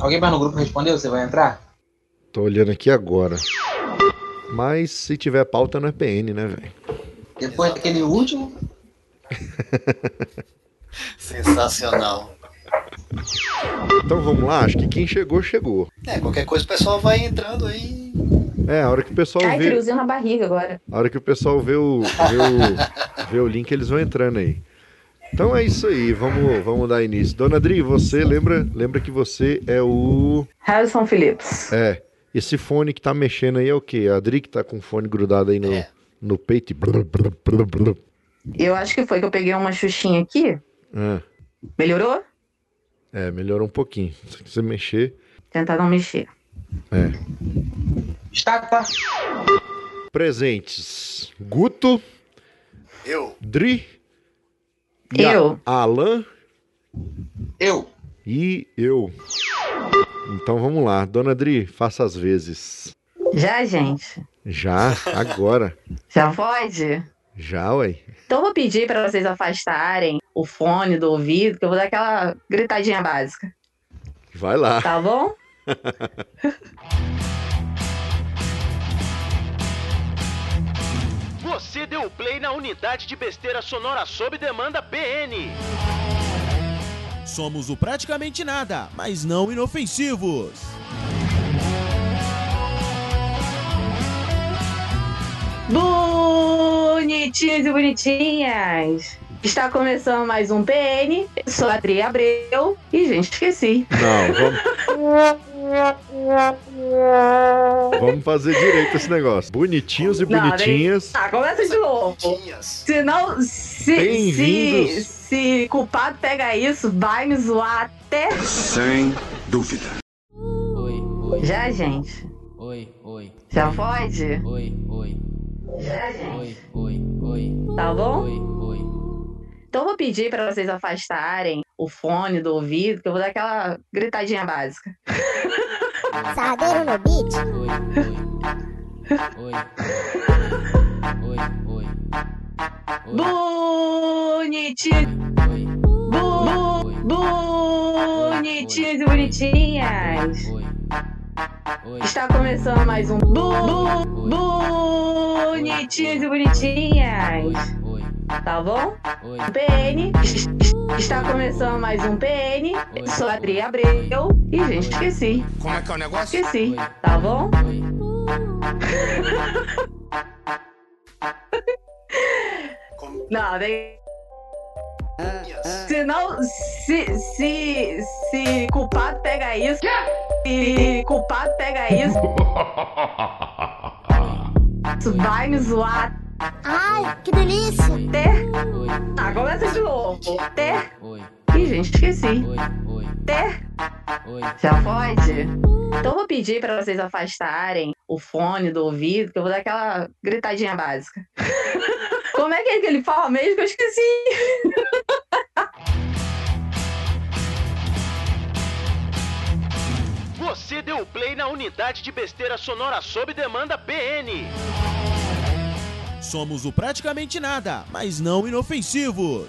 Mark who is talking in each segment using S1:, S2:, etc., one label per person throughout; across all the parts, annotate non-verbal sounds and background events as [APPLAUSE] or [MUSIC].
S1: Alguém mais no grupo respondeu? Você vai entrar?
S2: Tô olhando aqui agora. Mas se tiver pauta no EPN, né, velho?
S1: Depois
S3: Exato.
S1: daquele último,
S3: Sensacional.
S2: Então vamos lá, acho que quem chegou, chegou.
S3: É, qualquer coisa o pessoal vai entrando aí.
S2: É, a hora que o pessoal
S4: Ai,
S2: vê.
S4: friozinho na barriga agora.
S2: A hora que o pessoal vê o, vê o, vê o link, eles vão entrando aí. Então é isso aí, vamos, vamos dar início. Dona Adri, você lembra, lembra que você é o.
S4: Harrison Phillips.
S2: É, esse fone que tá mexendo aí é o quê? A Adri que tá com o fone grudado aí no,
S3: É.
S2: no peito e. blub, blub, blub, blub.
S4: Eu acho que foi que eu peguei uma xuxinha aqui.
S2: Ah,
S4: Melhorou?
S2: É, melhorou um pouquinho. Se você mexer.
S4: Tentar não mexer.
S2: É.
S1: Stata,
S2: Presentes: Guto,
S3: Eu.
S2: Dri. e a-
S4: Eu.
S2: Alan
S1: eu.
S2: e eu. Então vamos lá. Dona Dri, faça as vezes.
S4: Já, gente?
S2: Já, agora.
S4: Já pode?
S2: Já, ué.
S4: Então eu vou pedir para vocês afastarem o fone do ouvido, que eu vou dar aquela gritadinha básica,
S2: Vai lá.
S4: tá bom?
S5: Você deu play na unidade de besteira sonora sob demanda PN.
S6: Somos o praticamente nada, mas não inofensivos.
S4: Bonitinhos e bonitinhas! Está começando mais um PN, eu sou a Adri Abreu e, gente, esqueci.
S2: Não, vamos. Vamos fazer direito esse negócio. Bonitinhos e
S4: Não, nem-
S2: bonitinhas.
S4: Ah, começa de novo!
S3: Tinhas.
S4: Se não, se, se,
S2: Bem-vindos.
S4: se culpado pega isso, vai me zoar até.
S7: Sem dúvida.
S8: Oi, oi,
S4: Já, gente?
S8: oi, oi,
S4: Já pode?
S8: oi, oi,
S4: Já, gente.
S8: oi, oi, oi,
S4: Tá bom?
S8: oi, oi.
S4: Então eu vou pedir para vocês afastarem o fone do ouvido, que eu vou dar aquela gritadinha básica.
S9: Sardeiro no beat.
S8: Oi, oi. Oi. Oi, oi. Oi.
S4: Bonitinho,
S8: Oi.
S4: bu, bonitinhos e bonitinhas.
S8: Oi. Oi.
S4: Está começando mais um bu, bu, bonitinhos e bonitinhas.
S8: Oi.
S4: Tá bom?
S8: Oi.
S4: PN. Está começando mais um PN. Eu sou a Adri Abreu. E gente, esqueci. Como é que é o negócio? Esqueci. Tá bom?
S8: Oi.
S3: Como
S4: Não, daí.
S3: tinhas.
S4: Se não, se, se, se culpado pega isso, se culpado pega isso, isso vai me zoar
S9: Ai, que delícia!
S4: até.
S8: Oi.
S4: Ah, começa de novo. Até.
S8: Oi.
S4: Ih, gente, esqueci.
S8: Oi, oi,
S4: Até.
S8: oi.
S4: Já pode? Então eu vou pedir pra vocês afastarem o fone do ouvido, que eu vou dar aquela gritadinha básica. [LAUGHS] Como é que, é que ele fala mesmo? Eu esqueci.
S5: Você deu play na unidade de besteira sonora sob demanda PN.
S6: Somos o praticamente nada, mas não inofensivos.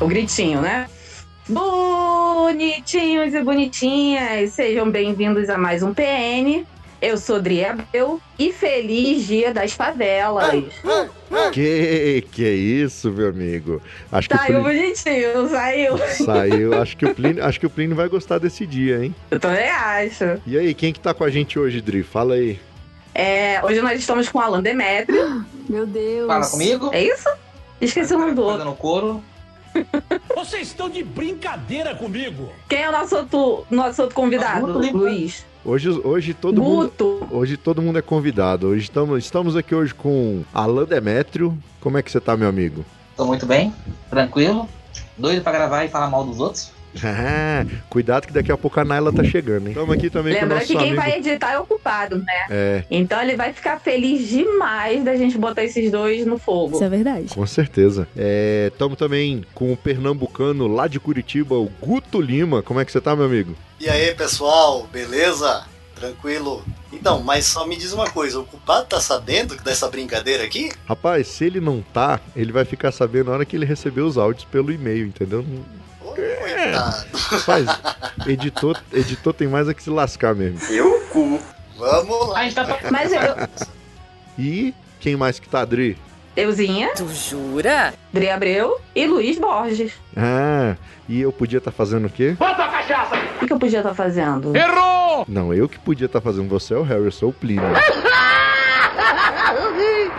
S4: O gritinho, né? Bonitinhos e bonitinhas, sejam bem-vindos a mais um PN. Eu sou Dri Abreu e feliz Dia das Favelas. Ah.
S2: Que que é isso, meu amigo? Acho que o
S4: Saiu
S2: Plínio
S4: bonitinho, não saiu.
S2: saiu. Acho que o Plínio, acho que o Plínio vai gostar desse dia, hein?
S4: Eu também acho.
S2: E aí, quem que tá com a gente hoje, Dri? Fala aí.
S4: É, hoje nós estamos com o Alan Demetrio,
S9: Meu Deus!
S1: Fala comigo.
S4: é isso? Esqueci o nome do outro.
S1: Fazendo coro.
S6: Vocês estão de brincadeira comigo.
S4: Quem é o nosso outro, nosso outro convidado,
S1: Guto Limpa.
S4: Luiz?
S2: Hoje, hoje todo mundo.
S4: Guto.
S2: Hoje todo mundo é convidado. Hoje estamos, estamos aqui hoje com Alan Demétrio. Como é que você tá, meu amigo? [LAUGHS]
S1: Tô muito bem, tranquilo. Doido pra gravar e falar mal dos outros.
S2: Ah, cuidado que daqui a pouco a Naila tá chegando, hein? Estamos aqui também com o
S4: Lembrando
S2: nosso
S4: que quem
S2: amigo.
S4: vai editar é o culpado, né?
S2: É.
S4: Então ele vai ficar feliz demais da gente botar esses dois no fogo.
S9: Isso é verdade.
S2: Com certeza. Estamos também com o pernambucano lá de Curitiba, o Guto Lima. Como é que você tá, meu amigo?
S3: E aí, pessoal, beleza? Tranquilo. Então, mas só me diz uma coisa, o culpado tá sabendo dessa brincadeira aqui?
S2: Rapaz, se ele não tá, ele vai ficar sabendo na hora que ele receber os áudios pelo e-mail, entendeu?
S3: Ô, coitado.
S2: [LAUGHS] Rapaz, editor, editor tem mais a que se lascar mesmo.
S7: Seu cu.
S3: Vamos lá.
S1: A gente tá pra
S4: Mas eu,
S2: E quem mais que tá, Dri?
S4: Euzinha,
S10: Tu jura?
S4: Dri Abreu e Luiz Borges.
S2: Ah, e eu podia estar fazendo o quê?
S5: Bota a cachaça!
S4: O que, que eu podia estar fazendo?
S5: Errou!
S2: Não, eu que podia estar fazendo. Você é o Harry, eu sou o
S4: [LAUGHS]
S2: Plínio.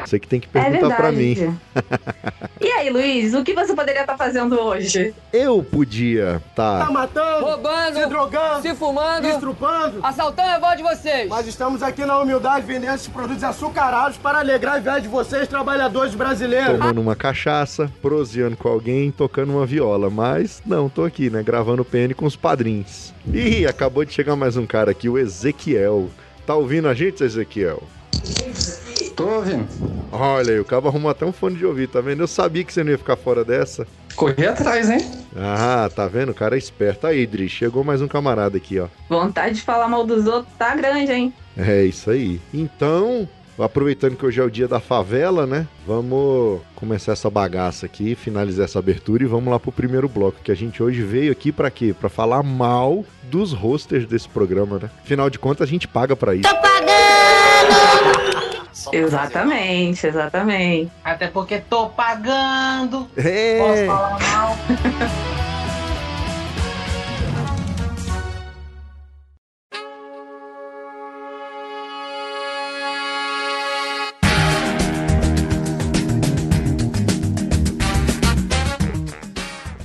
S2: Você que tem que
S4: é
S2: perguntar
S4: verdade.
S2: pra mim.
S4: [LAUGHS] E aí, Luiz, o que você poderia estar fazendo hoje?
S2: Eu podia tá estar.
S5: Tá matando,
S10: Roubando,
S5: drogando,
S10: se fumando,
S5: estrupando.
S10: assaltando a avó de vocês.
S5: Mas estamos aqui na humildade vendendo esses produtos açucarados para alegrar a inveja de vocês, trabalhadores brasileiros.
S2: Tomando uma cachaça, proseando com alguém, tocando uma viola. Mas não, tô aqui, né? Gravando PN com os padrinhos. Ih, acabou de chegar mais um cara aqui, o Ezequiel. Tá ouvindo a gente, Ezequiel?
S1: Tô ouvindo.
S2: Olha aí, o cabo arrumou até um fone de ouvido, tá vendo? Eu sabia que você não ia ficar fora dessa.
S1: Corri atrás, hein?
S2: Ah, tá vendo? O cara é esperto. Aí, Dri, chegou mais um camarada aqui, ó.
S4: Vontade de falar mal dos outros tá grande, hein?
S2: É isso aí. Então, aproveitando que hoje é o dia da favela, né? Vamos começar essa bagaça aqui, finalizar essa abertura e vamos lá pro primeiro bloco, que a gente hoje veio aqui pra quê? Pra falar mal dos hosters desse programa, né? Afinal de contas, a gente paga pra isso.
S3: Só pra
S4: Exatamente, exatamente.
S1: Até porque tô pagando. Posso
S2: É.
S1: falar mal?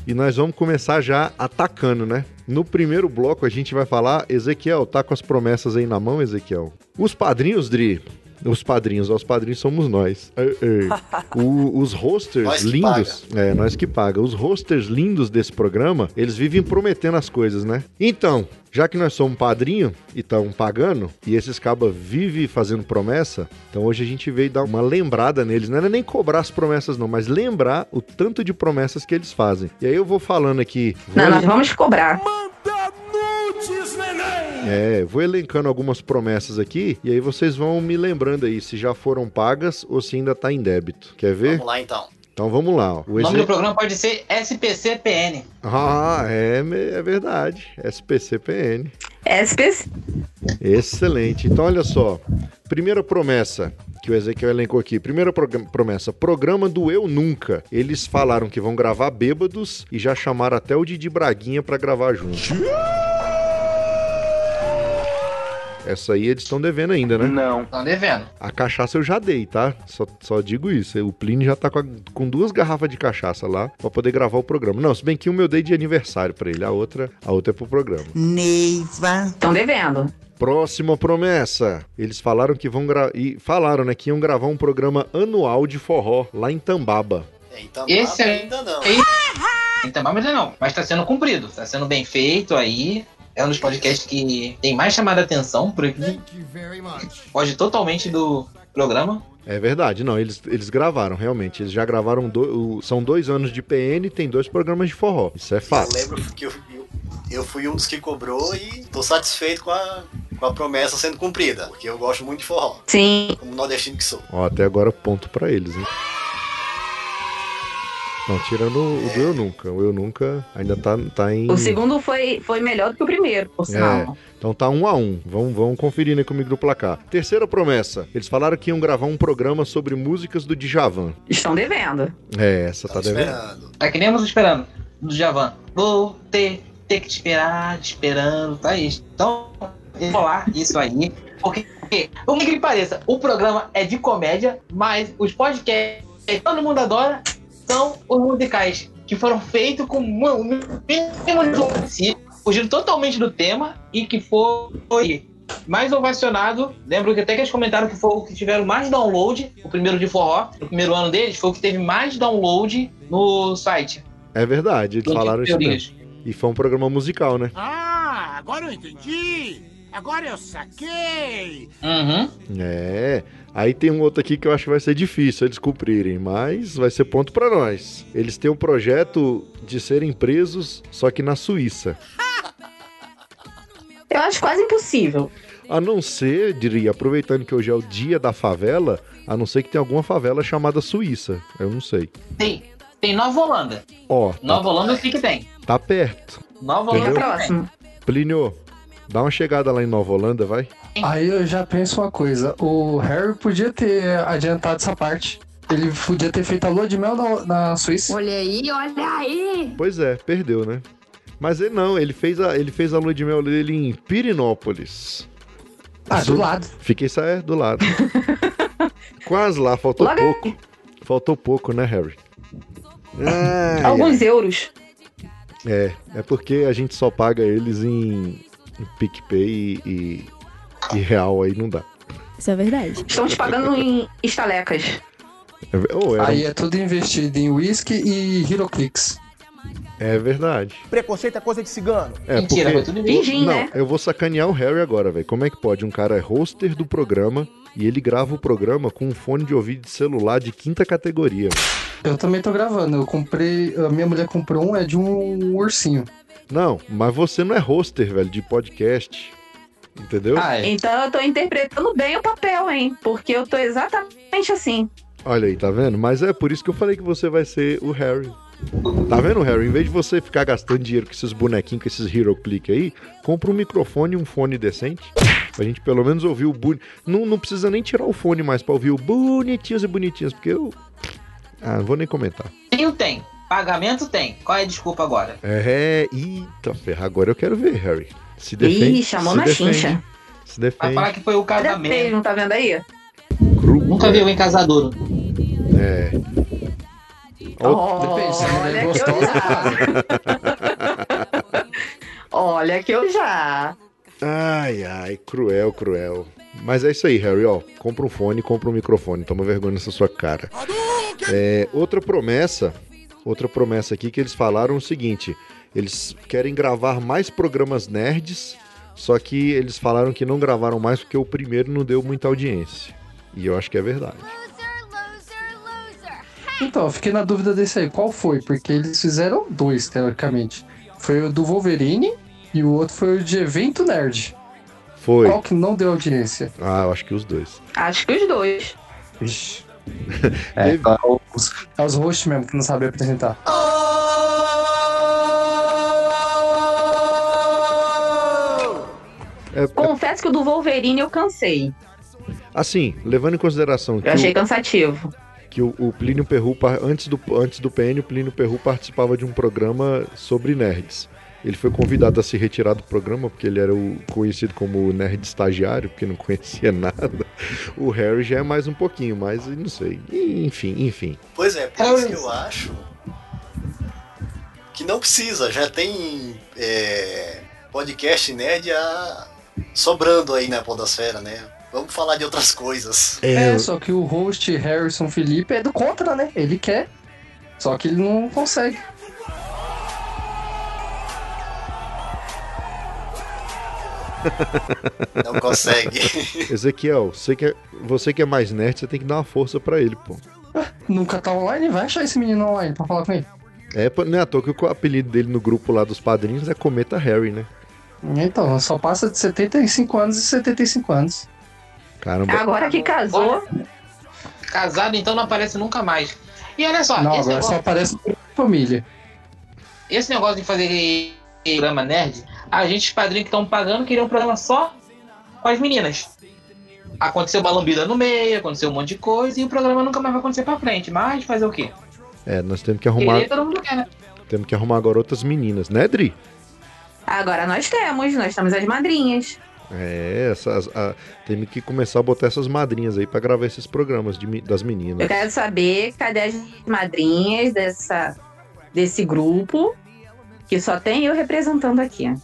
S2: E nós vamos começar já atacando, né? No primeiro bloco a gente vai falar, Ezequiel, tá com as promessas aí na mão, Ezequiel? Os padrinhos, Dri. Os padrinhos, ó, os padrinhos somos nós. Ei, ei. O- os hosters
S3: Nós que
S2: lindos. É, nós que paga. Os hosters lindos desse programa, eles vivem prometendo as coisas, né? Então, já que nós somos padrinho e estamos pagando, e esses cabas vivem fazendo promessa, então hoje a gente veio dar uma lembrada neles. Não era nem cobrar as promessas, não, mas lembrar o tanto de promessas que eles fazem. E aí eu vou falando aqui. vou
S4: Não, nós vamos cobrar.
S2: é, vou elencando algumas promessas aqui e aí vocês vão me lembrando aí se já foram pagas ou se ainda tá em débito. Quer ver?
S3: Vamos lá então.
S2: Então vamos lá. ó. O
S1: O nome do
S2: Eze-
S1: programa pode ser SPCPN.
S2: Ah, é, me- é verdade. SPCPN.
S4: É, SPC.
S2: Excelente. Então olha só. Primeira promessa que o Ezequiel elencou aqui. Primeira progra- promessa, programa do Eu Nunca. Eles falaram que vão gravar bêbados e já chamaram até o Didi Braguinha pra gravar junto. Essa aí eles estão devendo ainda, né?
S7: Não.
S1: Estão devendo.
S2: A cachaça eu já dei, tá? Só, só digo isso. O Plínio já tá com, a- com duas garrafas de cachaça lá pra poder gravar o programa. Não, se bem que uma eu dei de aniversário pra ele, a outra, a outra é pro programa.
S10: Neiva.
S4: Estão devendo.
S2: Próxima promessa. Eles falaram que vão gravar. E falaram, né, que iam gravar um programa anual de forró lá em Tambaba.
S3: É, Então,
S1: Esse é-
S3: ainda não.
S1: Então, mas não. Mas tá sendo cumprido. Tá sendo bem feito aí. É um dos podcasts que tem mais chamado a atenção por aqui. Pode totalmente do programa.
S2: É verdade, não, eles, eles gravaram, realmente. Eles já gravaram. do- o- são dois anos de PN e tem dois programas de forró. Isso é
S3: Eu
S2: fato.
S3: lembro que eu, eu, eu fui um dos que cobrou e tô satisfeito com a, com a promessa sendo cumprida, porque eu gosto muito de forró,
S4: Sim.
S3: como nordestino que sou.
S2: Ó, até agora ponto pra eles, hein? Não, tirando o do Eu Nunca. O Eu Nunca ainda tá, tá em.
S4: O segundo foi, foi melhor do que o primeiro, por sinal.
S2: Então tá um a um. Vão, vão conferindo aí comigo no placar. Terceira promessa. Eles falaram que iam gravar um programa sobre músicas do Djavan.
S4: Estão devendo.
S2: É, essa tá
S3: Tava
S2: devendo.
S3: esperando.
S1: Tá que nem eu esperando. Do Javan. Vou ter, ter que te esperar, te esperando. Tá isso. Então, eu vou lá isso aí. Porque, porque, o que que pareça, o programa é de comédia, mas os podcasts que todo mundo adora são os musicais, que foram feitos com mu- o mínimo de romance, fugindo totalmente do tema e que foi mais ovacionado. Lembro que até que eles comentaram que foi o que tiveram mais download, o primeiro de forró, no primeiro ano deles, foi o que teve mais download no site.
S2: É verdade, eles
S1: do
S2: falaram isso mesmo.
S1: Teorias.
S2: E foi um programa musical, né?
S6: Ah, agora eu entendi. Agora eu saquei.
S1: Uhum.
S2: É. Aí tem um outro aqui que eu acho que vai ser difícil eles cumprirem, mas vai ser ponto pra nós. Eles têm um projeto de serem presos, só que na Suíça.
S4: Eu acho quase impossível.
S2: A não ser, diria, aproveitando que hoje é o dia da favela, a não ser que tenha alguma favela chamada Suíça. Eu não sei.
S1: Tem, tem Nova Holanda.
S2: Ó, tá,
S1: Nova Holanda eu sei que tem.
S2: tá perto.
S1: Nova
S2: Entendeu?
S1: Holanda tem.
S4: é Próximo.
S2: Plínio, dá uma chegada lá em Nova Holanda, vai.
S11: Aí eu já penso uma coisa: o Harry podia ter adiantado essa parte. Ele podia ter feito a lua de mel na, na Suíça.
S9: Olha aí, olha aí.
S2: Pois é, perdeu, né? Mas ele não, ele fez a, ele fez a lua de mel dele em Pirinópolis.
S11: Ah, do lado.
S2: Fiquei sa- é, do
S11: [LAUGHS]
S2: lado. Quase lá, faltou
S4: Logo
S2: pouco. Faltou pouco, né, Harry? Ai,
S4: Alguns euros.
S2: É, é porque a gente só paga eles em, em PicPay e, e- e real aí não dá.
S9: Isso é verdade.
S4: Estão te pagando em estalecas.
S2: É, ve- ou era-
S11: Aí é tudo investido em whisky e Heroclix.
S2: é verdade.
S5: Preconceito é coisa de cigano.
S2: É,
S1: Mentira, foi
S2: porque...
S1: tudo em
S4: Fingir,
S2: não,
S4: né?
S2: eu vou sacanear o Harry agora, velho. Como é que pode? Um cara é hoster do programa e ele grava o programa com um fone de ouvido de celular de quinta categoria. velho.
S11: Eu também tô gravando. Eu comprei. A minha mulher comprou um, é de um ursinho.
S2: Não, mas você não é hoster, velho, de podcast. Entendeu?
S1: Ah, é.
S4: Então eu tô interpretando bem o papel, hein? Porque eu tô exatamente assim.
S2: Olha aí, tá vendo? Mas é por isso que eu falei que você vai ser o Harry. Tá vendo, Harry? Em vez de você ficar gastando dinheiro com esses bonequinhos, com esses Hero Click aí, compra um microfone e um fone decente. Pra gente pelo menos ouvir o bonito. Não, não precisa nem tirar o fone mais pra ouvir o bonitinhos e bonitinhas, porque eu. Ah, não vou nem comentar.
S1: Tem, tem. Pagamento tem. Qual é a desculpa agora?
S2: É, eita ferra, agora eu quero ver, Harry. Se defende.
S4: Ih, chamou
S2: se
S4: na
S2: defende,
S4: chincha.
S2: Se
S1: Vai
S2: defende.
S1: falar que foi o
S4: Tretei,
S1: casamento.
S4: não tá vendo aí?
S2: Cru.
S1: Nunca viu em casadouro.
S2: É. Ó,
S11: Depende, se a mulher é
S4: Olha que eu
S11: gostosa,
S4: já. [LAUGHS] Olha que eu já.
S2: Ai, ai, cruel, cruel. Mas é isso aí, Harry, ó. Compra um fone, compra um microfone. Toma vergonha nessa sua cara. É, outra promessa, outra promessa aqui que eles falaram é o seguinte: eles querem gravar mais programas nerds, só que eles falaram que não gravaram mais porque o primeiro não deu muita audiência. E eu acho que é verdade.
S11: Então, eu fiquei na dúvida desse aí. Qual foi? Porque eles fizeram dois, teoricamente. Foi o do Wolverine e o outro foi o de Evento Nerd.
S2: Foi.
S11: Qual que não deu audiência?
S2: Ah, eu acho que os dois.
S4: Acho que os dois.
S11: Ixi.
S2: É, Teve-
S11: É os hosts mesmo que não sabem apresentar.
S2: É, é-
S4: Confesso que o do Wolverine eu cansei.
S2: assim, levando em consideração que
S4: Eu
S2: o-
S4: achei cansativo.
S2: que o, o Plínio Perru, par- antes do, antes do PN, o Plínio Perru participava de um programa sobre nerds. Ele foi convidado a se retirar do programa porque ele era o conhecido como o nerd estagiário, porque não [LAUGHS] conhecia nada. O Harry já é mais um pouquinho, mas não sei. Enfim, enfim.
S3: Pois é,
S2: Ah,
S3: por isso que eu acho que não precisa, já tem é, podcast nerd a- sobrando aí na podosfera, né? Vamos falar de outras coisas.
S11: É, só que o host Harrison Felipe é do contra, né? Ele quer. Só que ele não consegue.
S3: Não consegue.
S2: Ezequiel, você que, é, você que é mais nerd, você tem que dar uma força pra ele, pô.
S11: Nunca tá online, vai achar esse menino online pra falar com ele.
S2: É, pô, não é à toa que o apelido dele no grupo lá dos padrinhos é Cometa Harry, né?
S11: Então, só passa de 75 anos e 75 anos.
S2: Caramba.
S4: Agora que casou,
S1: Casado então não aparece nunca mais. E olha só,
S11: não,
S1: Ah, esse, é
S11: agora só
S1: negócio,
S11: aparece família.
S1: esse negócio de fazer programa nerd, a gente, os padrinhos que estão pagando, queria um programa só com as meninas. Aconteceu balambida no meio, aconteceu um monte de coisa e o programa nunca mais vai acontecer pra frente. Mas fazer o quê?
S2: É, nós temos que arrumar,
S1: Querer todo mundo quer, né?
S2: temos que arrumar agora outras meninas, né, Dri?
S4: agora nós temos, nós temos as madrinhas.
S2: É, essas, a- temos que começar a botar essas madrinhas aí pra gravar esses programas de me- das meninas.
S4: Eu quero saber cadê as madrinhas dessa, desse grupo, que só tem eu representando aqui.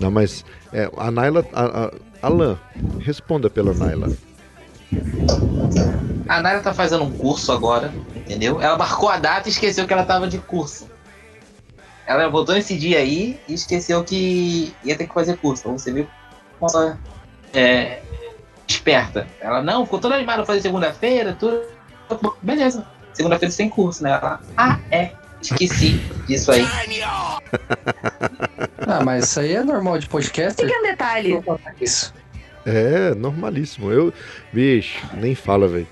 S2: Não, mas é, a Naila. A, a- Alan, responda pela Naila.
S1: A Nara tá fazendo um curso agora, entendeu? Ela marcou a data e esqueceu que ela tava de curso. Ela voltou nesse dia aí e esqueceu que ia ter que fazer curso. Então, Você viu como ela é esperta. Ela não, ficou toda animada pra fazer segunda-feira, tudo. Beleza, segunda-feira você tem curso, né? Ela, ah, é. Esqueci disso aí.
S11: Ah, mas isso aí é normal de podcast.
S4: Fica um detalhe.
S11: Isso.
S2: É, normalíssimo. Eu, bicho, nem fala, velho.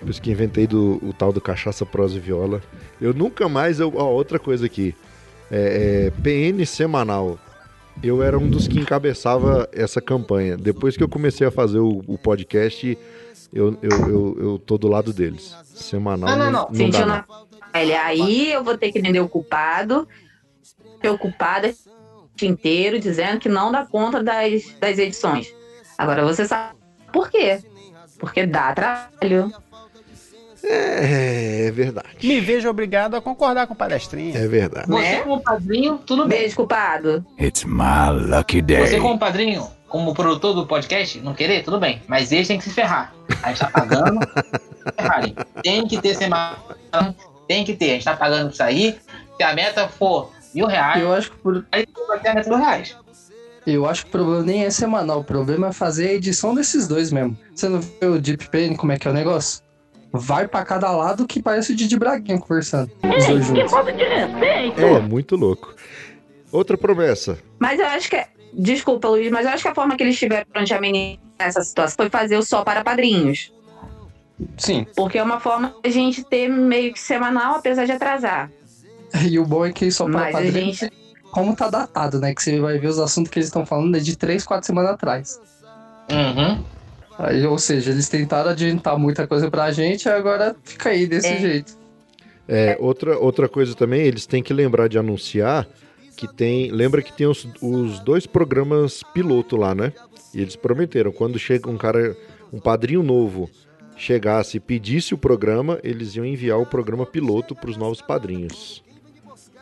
S2: Por isso que inventei do, o tal do cachaça, prosa e viola. Eu nunca mais. Eu, ó, outra coisa aqui. É, é, PN semanal. Eu era um dos que encabeçava essa campanha. Depois que eu comecei a fazer o, o podcast, eu, eu, eu, eu tô do lado deles. Semanal.
S4: Não, não, não.
S2: dá,
S4: Sentiu
S2: não.
S4: na pele. Aí eu vou ter que vender o culpado. Preocupada o dia inteiro, dizendo que não dá conta das, das edições. Agora você sabe por quê. Porque dá trabalho.
S2: É, é verdade.
S12: Me vejo obrigado a concordar com o palestrinha.
S2: É verdade.
S1: Você como padrinho, tudo bem.
S4: Beijo, culpado.
S7: It's my lucky day.
S1: Você como padrinho, como produtor do podcast, não querer, tudo bem. Mas eles têm que se ferrar. A gente tá pagando. ferrarem. Tem que ter semana. Tem que ter. A gente tá pagando isso aí. Se a meta for mil reais,
S11: Eu acho que por-
S1: aí tu vai ter a meta mil reais.
S11: Eu acho que o problema nem é semanal, o problema é fazer a edição desses dois mesmo. Você não vê o Deep Pain, como é que é o negócio? Vai pra cada lado que parece o Didi Braguinha conversando. Os dois juntos.
S4: de respeito!
S2: É, muito louco. Outra promessa.
S4: Mas eu acho que. é- Desculpa, Luiz, mas eu acho que a forma que eles tiveram de amenizar essa situação foi fazer o só para padrinhos.
S11: Sim.
S4: Porque é uma forma a gente ter meio que semanal, apesar de atrasar.
S11: [LAUGHS] E o bom é que só pra
S4: Mas a
S11: padrinho,
S4: gente.
S11: como tá datado, né? Que você vai ver os assuntos que eles estão falando é de três, quatro semanas atrás.
S1: Uhum.
S11: Aí, ou seja, eles tentaram adiantar muita coisa pra gente, agora fica aí desse
S4: É.
S11: jeito.
S2: É, outra, outra coisa também, eles têm que lembrar de anunciar que tem. Lembra que tem os, os dois programas piloto lá, né? E eles prometeram, quando chega um cara, um padrinho novo chegasse e pedisse o programa, eles iam enviar o programa piloto pros novos padrinhos.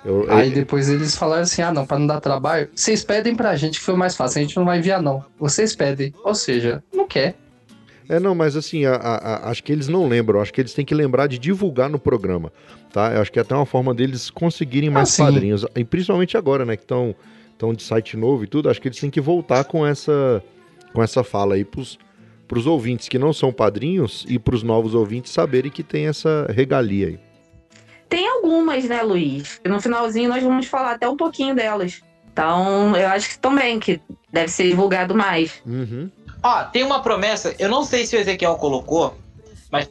S2: Eu- é-
S11: Aí depois Ah, eles falaram assim: ah, não, pra não dar trabalho, vocês pedem pra gente que foi mais fácil, a gente não vai enviar, não. Vocês pedem. Ou seja, não quer.
S2: É, não, mas assim, a- a- a- acho que eles não lembram, acho que eles têm que lembrar de divulgar no programa, tá? Eu acho que é até uma forma deles conseguirem mais
S11: sim.
S2: padrinhos, e principalmente agora, né, que estão tão de site novo e tudo, acho que eles têm que voltar com essa, com essa fala aí pros, pros ouvintes que não são padrinhos e pros novos ouvintes saberem que tem essa regalia aí.
S4: Tem algumas, né, Luiz? No finalzinho nós vamos falar até um pouquinho delas. Então, eu acho que também que deve ser divulgado mais.
S2: Uhum.
S1: Ó, tem uma promessa, eu não sei se o Ezequiel colocou, mas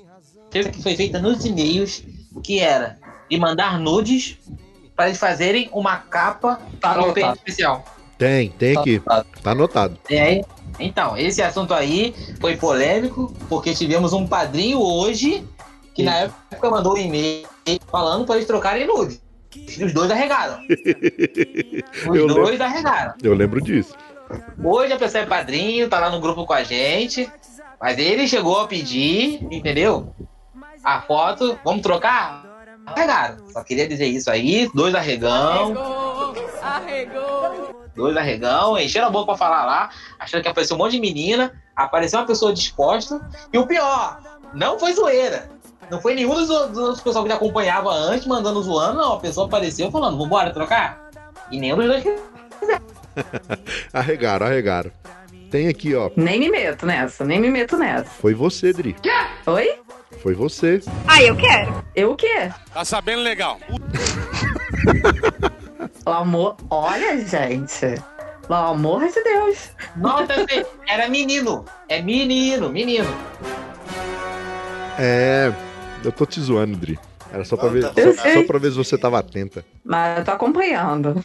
S1: teve que foi feita nos e-mails, que era de mandar nudes para eles fazerem uma capa para o PN
S11: Anotado.
S1: especial.
S2: Tem, tem aqui, tá anotado.
S1: E aí, então, esse assunto aí foi polêmico, porque tivemos um padrinho hoje que na época mandou um e-mail falando para eles trocarem nudes. E os dois
S2: [LAUGHS]
S1: arregaram. Os
S2: Eu
S1: dois
S2: lembro.
S1: arregaram.
S2: Eu lembro disso.
S1: Hoje a pessoa é padrinho, tá lá no grupo com a gente. Mas ele chegou a pedir, entendeu? A foto, vamos trocar? Pegaram. Só queria dizer isso aí. Dois arregão,
S10: Arregou!
S1: dois arregão, encheram a boca pra falar lá, achando que apareceu um monte de menina. Apareceu uma pessoa disposta. E o pior, não foi zoeira. Não foi nenhum dos, dos outros pessoal que acompanhava antes, mandando zoando, não. A pessoa apareceu falando, vambora trocar? E nenhum dos dois
S2: Arregaram, arregaram. Tem aqui, ó,
S4: Nem me meto nessa, nem me meto nessa.
S2: foi você, Dri,
S4: Oi?
S2: foi você.
S4: Ah, eu quero. Eu o quê?
S6: Tá sabendo legal.
S4: Pelo amor. Olha, gente. Pelo amor de Deus.
S1: [LAUGHS] Nota B, assim, era menino. É menino, menino.
S2: É, eu tô te zoando, Dri. Era só pra, ver,
S3: Eu
S2: só,
S4: sei.
S2: só pra ver se você tava atenta.
S4: Mas eu tô acompanhando.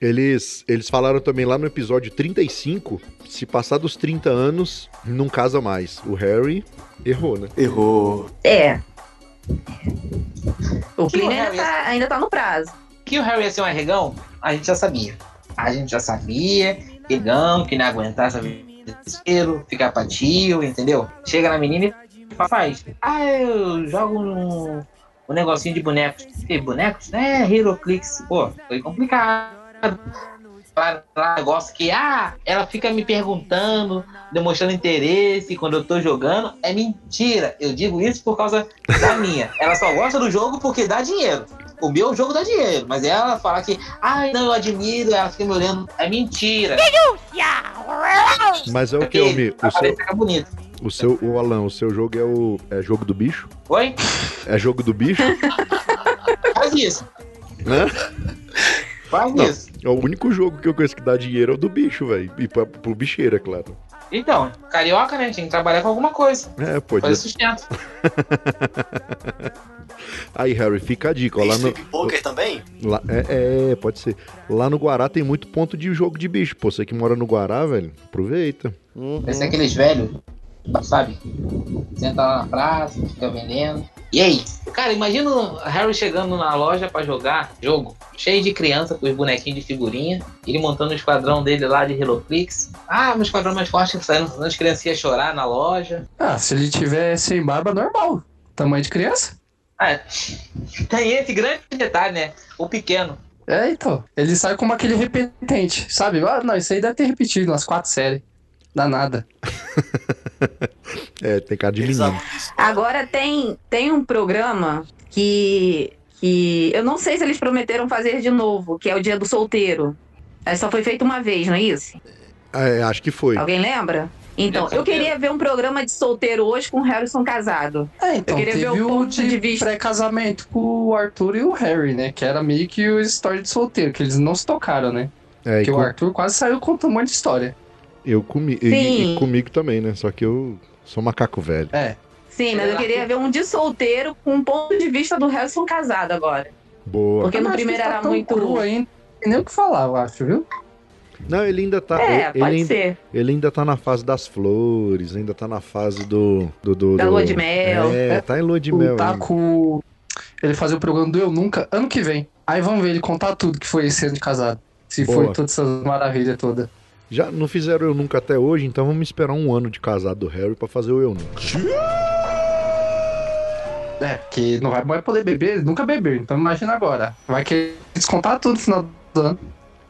S2: Eles, eles falaram também lá no episódio 35, se passar dos 30 anos, não casa mais. O Harry [LAUGHS] errou, né?
S7: Errou.
S4: É. O
S1: Que
S4: Plínio ainda
S1: horror
S11: é
S4: tá, ainda tá no prazo.
S1: Que o Harry ia ser um arregão, a gente já sabia. A gente já sabia. Arregão, que não ia aguentar essa desespero, ficar pra tio, entendeu? Chega na menina e faz. Ah, eu jogo um, um negocinho de bonecos. Que bonecos? É, Heroclix. Pô, foi complicado. Falaram lá um negócio que, ah, ela fica me perguntando, demonstrando interesse quando eu tô jogando. É mentira. Eu digo isso por causa da minha. Ela só gosta do jogo porque dá dinheiro. O meu jogo dá dinheiro, mas é ela fala que, ai, não, eu admiro, ela fica me olhando. É mentira.
S2: Mas é o que, Almi?
S1: A
S2: O seu,
S1: aparência fica bonita.
S2: o seu, o Alan, o seu jogo é o é jogo do bicho?
S1: Oi?
S2: É jogo do bicho?
S1: É Faz isso.
S2: Né?
S1: Faz
S2: Não,
S1: isso.
S2: É o único jogo que eu conheço que dá dinheiro é o do bicho, velho. E pra, pro bicheiro, é claro.
S1: Então, carioca, né? Tinha que trabalhar com alguma coisa.
S2: É, pode
S1: Fazer sustento.
S2: Aí, Harry, fica a dica. Ó, lá no,
S3: Poker também?
S2: lá- é, é, pode ser. Lá no Guará tem muito ponto de jogo de bicho. Pô, você que mora no Guará, velho, aproveita.
S1: Esse é aqueles velhos, sabe? Senta lá na praça, fica vendendo. E aí? Cara, imagina o Harry chegando na loja pra jogar jogo, cheio de criança com os bonequinhos de figurinha, ele montando o esquadrão dele lá de Heloplex. Ah, meu esquadrão mais forte, saindo as criancinhas chorar na loja.
S11: Ah, se ele tiver sem barba, normal. Tamanho de criança?
S1: Ah, tem esse grande detalhe, né? O pequeno.
S11: É, então. Ele sai como aquele repetente, sabe? Ah, não, isso aí deve ter repetido umas quatro séries. Danada.
S2: É, tem cara de menino.
S4: Agora tem, tem um programa que, que eu não sei se eles prometeram fazer de novo, que é o Dia do Solteiro. Aí só foi feito uma vez, não é isso?
S2: É, acho que foi.
S11: Ah,
S4: Alguém lembra? Então, eu queria ver um programa de solteiro hoje com o Harrison casado.
S11: É,
S4: eu
S11: então,
S4: queria
S11: teve
S4: ver o
S11: o
S4: ponto
S11: de,
S4: de vista.
S11: pré-casamento com o Arthur e o Harry, né? Que era meio que o história de solteiro, que eles não se tocaram, né?
S2: É, e
S11: Porque
S2: com-
S11: o Arthur quase saiu contando um monte de história.
S2: Eu comi. e- E,
S4: Sim.
S2: comigo também, né? Só que eu sou macaco velho.
S11: É.
S4: Sim, mas eu queria ver um de solteiro com um ponto de vista do Harrison casado agora.
S2: Boa.
S4: Porque no
S11: Mas acho que
S4: primeiro
S11: tá
S4: era
S11: tão
S4: muito.
S11: cru ainda, não tem nem o que falar, eu acho, viu?
S2: Não, ele ainda tá.
S4: É,
S2: ele,
S4: pode
S2: ele ainda,
S4: ser.
S2: Ele ainda tá na fase das flores, ainda tá na fase do. do, do-
S4: Da
S2: do-
S4: lua de mel.
S2: É, tá em lua de mel.
S11: O
S2: ainda.
S11: Taco. Ele fazer o programa do Eu Nunca ano que vem. Aí vamos ver ele contar tudo que foi esse ano de casado. Se
S2: Boa.
S11: foi todas essas maravilhas todas.
S2: Já não fizeram eu nunca até hoje, então vamos esperar um ano de casado do Harry pra fazer o eu nunca.
S11: É, porque não vai mais poder beber, ele nunca bebeu, então imagina agora. Vai querer descontar tudo no final do ano.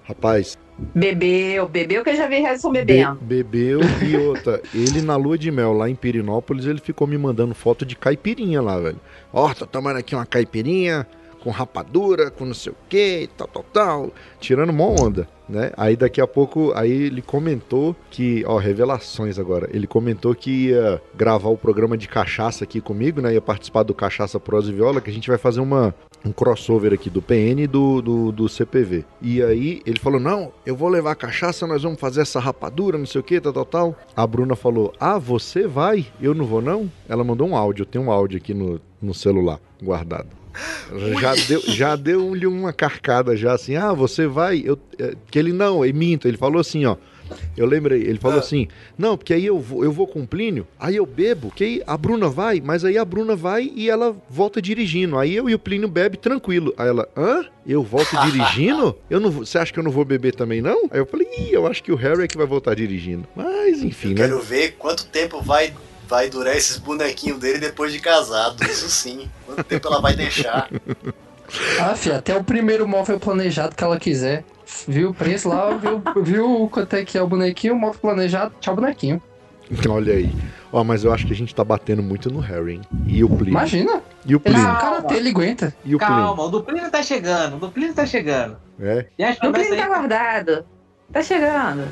S2: Rapaz,
S4: Bebeu, bebeu que eu já vi Harrison
S2: be-
S4: bebendo.
S2: bebeu e outra. Ele na lua de mel lá em Pirinópolis, ele ficou me mandando foto de caipirinha lá, velho. Ó, tô tomando aqui uma caipirinha com rapadura, com não sei o que, tal, tal, tal. Tirando mó onda, né? Aí daqui a pouco, aí ele comentou que, ó, revelações agora. Ele comentou que ia gravar o programa de cachaça aqui comigo, né? Ia participar do Cachaça Prosa e Viola, que a gente vai fazer uma, um crossover aqui do PN e do, do, do CPV. E aí ele falou, não, eu vou levar a cachaça, nós vamos fazer essa rapadura, não sei o que, tal, tal, tal. A Bruna falou, ah, você vai? Eu não vou não? Ela mandou um áudio, eu tenho um áudio aqui no, no celular, guardado. Já deu, já deu lhe uma carcada já assim, ah, você vai? Eu, é, que ele não, ele minta, ele falou assim, ó. Eu lembrei, ele falou assim, não, porque aí eu vou, eu vou com o Plínio, aí eu bebo, que aí a Bruna vai, mas aí a Bruna vai e ela volta dirigindo. Aí eu e o Plínio bebe tranquilo. Aí ela, hã? Eu volto dirigindo? Eu não, vou- você acha que eu não vou beber também, não? Aí eu falei, Ih, eu acho que o Harry é que vai voltar dirigindo. Mas enfim, né?
S3: Quero ver quanto tempo vai, vai durar esses bonequinhos dele depois de casado. Isso sim. Quanto tempo ela
S2: [LAUGHS]
S3: vai deixar?
S11: Ah, filha, até o primeiro móvel é planejado que ela quiser. Viu o preço lá, viu, viu quanto é que é o bonequinho, o móvel planejado, tchau, bonequinho.
S2: Olha aí. Ó, mas eu acho que a gente tá batendo muito no Harry, hein? E o Plínio.
S11: Imagina.
S2: E o
S11: Ele
S2: Plínio.
S11: é um cara dele, aguenta.
S2: E o
S1: Calma, o Duplino tá chegando, o Duplino tá chegando.
S2: Plínio. É.
S1: E as
S4: O
S1: promessas
S4: primo
S1: aí.
S4: tá guardado. Tá chegando.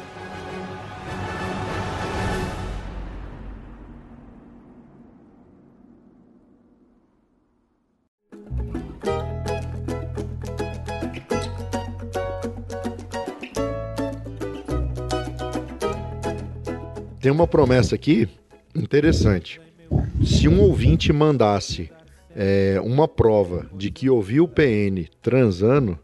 S2: Tem uma promessa aqui interessante. Se um ouvinte mandasse é, uma prova de que ouviu o PN transando,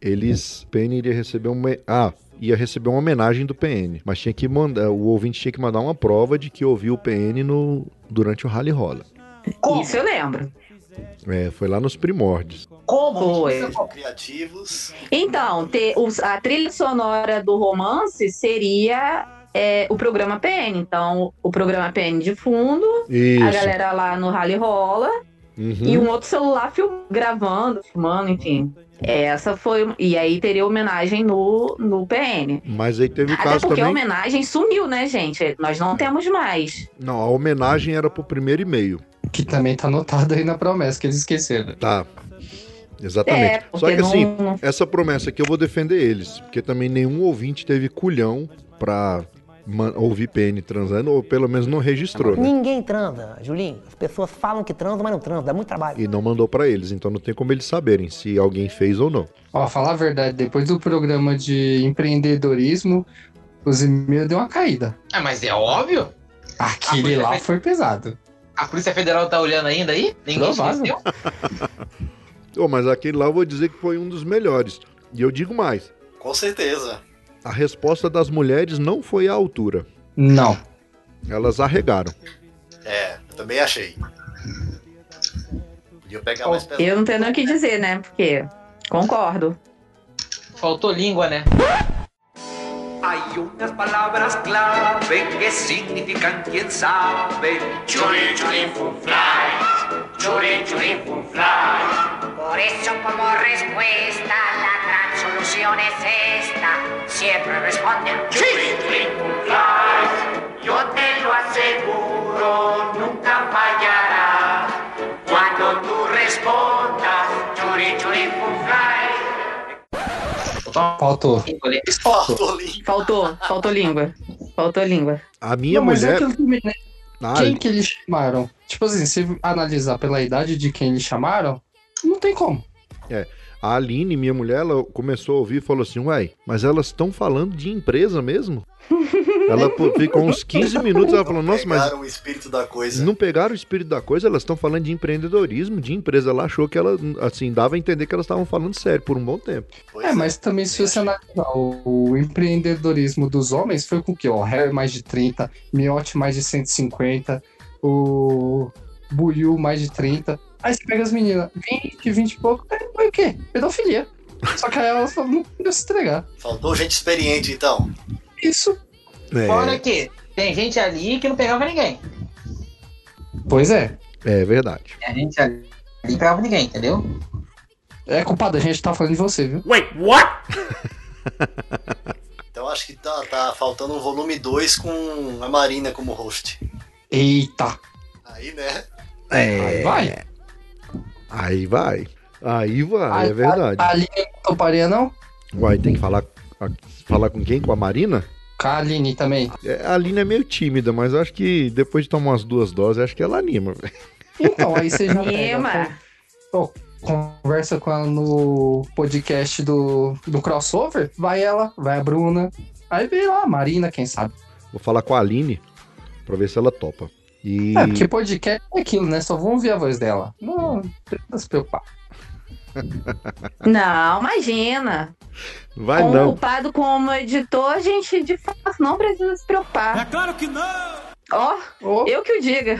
S2: eles PN iria receber uma ah ia receber uma homenagem do PN, mas tinha que mandar o ouvinte tinha que mandar uma prova de que ouviu o PN no durante o rally rola.
S4: Isso eu lembro.
S2: É, foi lá nos primórdios.
S1: Como?
S2: É.
S4: Foi.
S3: Criativos.
S4: Então, ter, os- a trilha sonora do romance seria é, o programa PN. Então, o programa PN de fundo,
S2: Isso.
S4: a galera lá no Rally Rola
S2: Uhum.
S4: e um outro celular film, gravando, filmando, enfim. É, Essa foi. E aí teria homenagem no, no PN.
S2: Mas aí teve o
S4: Até
S2: caso
S4: porque a
S2: também.
S4: homenagem sumiu, né, gente? Nós não temos mais.
S2: Não, a homenagem era pro primeiro e-mail.
S11: Que também tá anotado aí na promessa, que eles esqueceram.
S2: Tá. Exatamente.
S4: É,
S2: Só
S4: porque
S2: que assim,
S4: não-
S2: essa promessa aqui eu vou defender eles, porque também nenhum ouvinte teve culhão pra man- ouvir PN transando, ou pelo menos não registrou, né?
S13: Ninguém transa, Julinho. As pessoas falam que transam, mas não transam. Dá muito trabalho.
S2: E não mandou pra eles, então não tem como eles saberem se alguém fez ou não.
S11: Ó, falar a verdade, depois do programa de empreendedorismo, os e-mails deu uma caída.
S1: Ah, mas é óbvio.
S11: Aquele lá foi pesado.
S1: A Polícia Federal tá olhando ainda aí? Ninguém
S11: Provável.
S1: esqueceu?
S2: Ô, mas aquele lá eu vou dizer que foi um dos melhores. E eu digo mais,
S3: Com certeza.
S2: a resposta das mulheres não foi à altura.
S11: Não.
S2: Elas arregaram.
S3: É, eu também achei. Podia pegar mais pesado.
S4: Eu não tenho nem o que dizer, né? Porque concordo.
S1: Faltou língua, né?
S14: Hay unas palabras clave que significan quién sabe. Churi, churi, fun, fly. Churi, churi, fun, fly.
S15: Por eso como respuesta la gran solución es esta. Siempre responden.
S14: Churi, churi, fun, fly. Yo te lo aseguro, nunca fallará. Cuando tú respondas, churi, churi, fun, fly.
S11: Faltou.
S3: [LAUGHS] Faltou
S4: língua. Faltou, faltou língua. Faltou língua.
S2: A minha
S11: Não, mas é
S2: mulher.
S11: aquilo também, né?
S2: Ah,
S11: Quem que eles chamaram? Tipo assim, se analisar pela idade de quem eles chamaram, não tem como.
S2: É. A Aline, minha mulher, ela começou a ouvir e falou assim: Uai, mas elas estão falando de empresa
S11: [LAUGHS]
S2: mesmo? ela pô, ficou uns 15 minutos, ela falou: Nossa, mas
S3: Pegaram o espírito da coisa.
S2: não pegaram o espírito da coisa, elas estão falando de empreendedorismo, de empresa. Ela achou que ela, assim, dava a entender que elas estavam falando sério por um bom tempo.
S11: é, mas também se você analisar o, o empreendedorismo dos homens, foi com o quê? Ó, Harry mais de 30, Miotti mais de 150, o Buiu mais de 30. Aí você pega as meninas, 20, 20 e pouco, é, foi o quê? Pedofilia. Só que aí elas falam, não conseguiu se entregar.
S3: Faltou gente experiente, então.
S11: Isso. É.
S1: Fora
S2: É.
S1: que tem gente ali que não pegava ninguém.
S11: Pois é.
S2: É verdade.
S1: Tem gente ali que não pegava ninguém, entendeu?
S11: É culpado, a gente tá falando de você, viu?
S1: Wait, what?
S3: Então acho que tá, tá faltando um volume 2 com a Marina como host.
S11: Eita.
S3: Aí, né?
S2: É.
S11: Aí vai.
S2: Aí vai. Aí vai,
S11: Aí
S2: é verdade.
S11: A, a Aline não toparia, não?
S2: Uai, tem que falar, a- falar com quem? Com a Marina?
S11: Com a Aline também.
S2: É, A Aline é meio tímida, mas acho que depois de tomar umas duas doses, acho que ela anima. velho.
S11: Então, aí você já
S4: Nima.
S11: Pô, conversa com ela no podcast do, do crossover, vai ela, vai a Bruna, aí vem lá a Marina, quem sabe.
S2: Vou falar com a Aline pra ver se ela topa. E
S11: É, porque podcast é aquilo, né? Só vão ouvir a voz dela. Não, não precisa se preocupar.
S4: Não, imagina.
S2: vai
S4: com o
S2: não.
S4: culpado como editor, a gente de fato não precisa se preocupar. É claro que não! Ó, eu que o diga.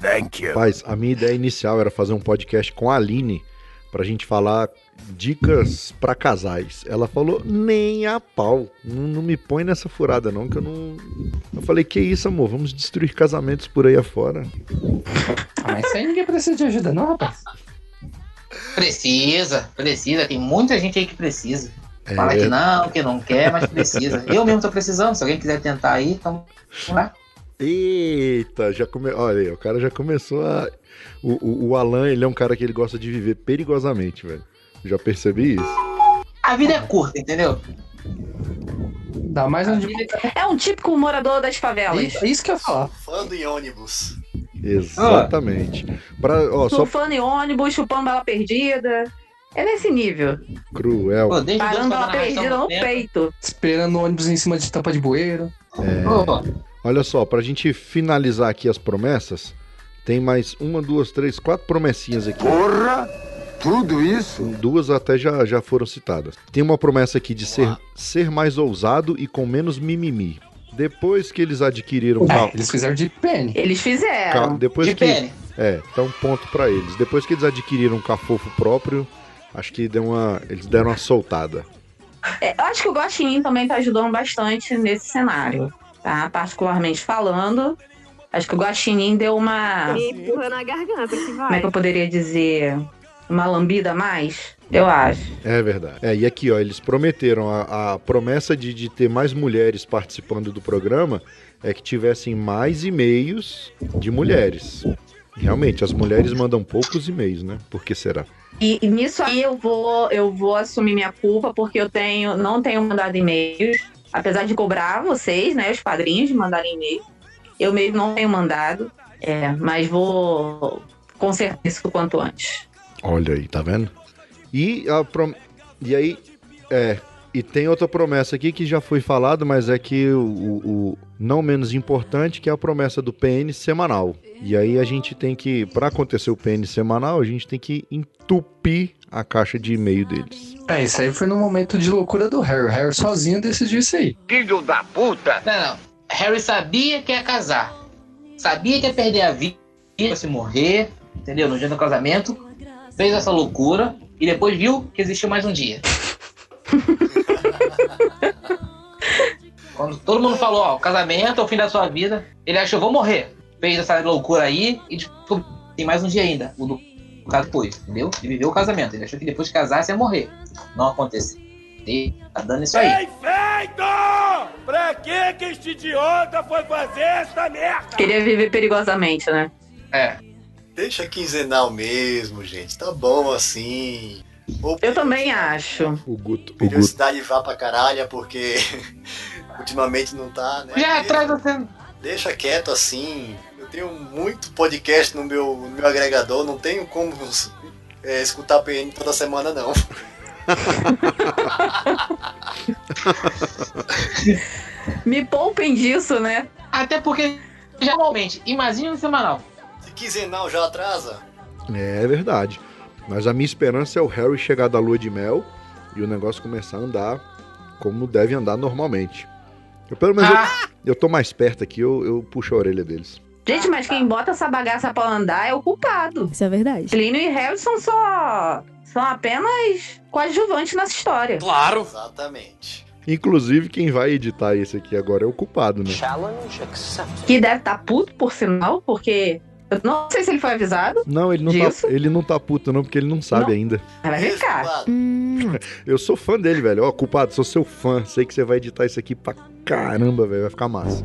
S7: Thank you.
S2: Rapaz, a minha ideia inicial era fazer um podcast com a Aline pra gente falar dicas pra casais. Ela falou, nem a pau. Não, não me põe nessa furada, não, que eu não. Eu falei, que isso, amor? Vamos destruir casamentos por aí afora.
S11: Ah, mas isso aí ninguém precisa de ajuda, não, rapaz.
S1: Precisa, precisa. Tem muita gente aí que precisa.
S2: É.
S1: Fala que não, que não quer, mas
S2: [LAUGHS]
S1: precisa. Eu mesmo tô precisando. Se alguém quiser tentar aí, então vamos lá.
S2: Eita, já come... Olha aí, o cara já começou a. O, o, o Alan, ele é um cara que ele gosta de viver perigosamente, velho. Já percebi isso.
S1: A vida é curta, entendeu?
S11: Dá mais um dia.
S4: É um típico morador das favelas.
S11: Isso, isso que eu ia falar.
S3: Fando em ônibus.
S2: Exatamente. Pra, ó,
S4: [LAUGHS]
S2: só
S4: Surfando em ônibus, chupando bala perdida. É nesse nível.
S2: cruel.
S4: Parando bala perdida no peito.
S11: Esperando o ônibus em cima de tampa de bueiro.
S2: É. Olha só, pra gente finalizar aqui as promessas, tem mais uma, duas, três, quatro promessinhas aqui. Porra! Tudo isso? Duas até já, já foram citadas. Tem uma promessa aqui de ser, ser mais ousado e com menos mimimi. Depois que eles adquiriram.
S11: É, eles fizeram de pene.
S4: Eles
S2: Ca-
S4: fizeram.
S2: depois
S4: de
S2: que,
S4: pene.
S2: É, então ponto pra eles. Depois que eles adquiriram um cafofo próprio, acho que deu uma, eles deram uma soltada.
S4: É, eu acho que o Gostinho também tá ajudando bastante nesse cenário, tá? Particularmente falando. Acho que o Guaxinim deu uma.
S10: empurra na garganta que
S4: Como é que eu poderia dizer? Uma lambida a mais? Eu acho.
S2: É verdade. É, e aqui, ó, eles prometeram a, a promessa de, de ter mais mulheres participando do programa é que tivessem mais e-mails de mulheres. Realmente, as mulheres mandam poucos e-mails, né? Por que será?
S4: E, e nisso aí eu vou, eu vou assumir minha culpa, porque eu tenho, não tenho mandado e-mails. apesar de cobrar vocês, né, os padrinhos, de mandarem e-mail. Eu mesmo não tenho mandado, é, mas vou consertar isso o quanto antes.
S2: Olha aí, tá vendo? E, a prom... e aí, é. E tem outra promessa aqui que já foi falado, mas é que o, o- o não menos importante, que é a promessa do PN semanal. E aí a gente tem que, para acontecer o PN semanal, a gente tem que entupir a caixa de e-mail deles.
S11: É, isso aí foi no momento de loucura do Harry. O Harry sozinho decidiu isso aí.
S1: Filho da puta! Não, não. Harry sabia que ia casar. Sabia que ia perder a vida, ia se morrer, entendeu? No dia do casamento. Fez essa loucura e depois viu que existiu mais um dia. Quando todo mundo falou, ó, o casamento é o fim da sua vida, ele achou, vou morrer. Fez essa loucura aí e descobriu que tem mais um dia ainda, o do o caso depois, entendeu? Ele viveu o casamento, ele achou que depois de casar, você ia morrer. Não aconteceu. E tá dando isso
S5: É.
S1: aí.
S7: Perfeito! Pra que que este idiota foi fazer essa merda?
S4: Queria viver perigosamente, né?
S1: É.
S3: Deixa quinzenal mesmo, gente. Tá bom assim.
S4: Eu também acho.
S2: O Guto.
S3: Periodicidade vá pra caralho, é porque [LAUGHS] ultimamente não tá, né?
S1: Já atrás
S3: Deixa quieto assim. Eu tenho muito podcast no meu, no meu agregador, não tenho como é, escutar PN toda semana, não.
S4: Me poupem disso, né?
S1: Até porque, geralmente, imagina o semanal.
S3: Se quinzenal já atrasa,
S2: É verdade. Mas a minha esperança é o Harry chegar da lua de mel e o negócio começar a andar como deve andar normalmente. Eu, pelo menos eu, eu tô mais perto aqui, eu, eu puxo a orelha deles.
S4: Gente, mas quem bota essa bagaça pra andar é o culpado.
S9: Isso é verdade.
S4: Plínio e Harry são só. são apenas coadjuvantes nessa história.
S3: Claro. Exatamente.
S2: Inclusive, quem vai editar esse aqui agora é o culpado, né?
S3: Challenge accepted.
S4: Que deve estar puto, por sinal, porque. Eu não sei se ele foi avisado.
S2: Não, ele não,
S4: disso.
S2: tá, ele não tá puto, não, porque ele não sabe ainda.
S4: Mas Vai ficar.
S2: Eu sou fã dele, velho. Ó, culpado, sou seu fã. Sei que você vai editar isso aqui pra caramba, velho. Vai ficar massa.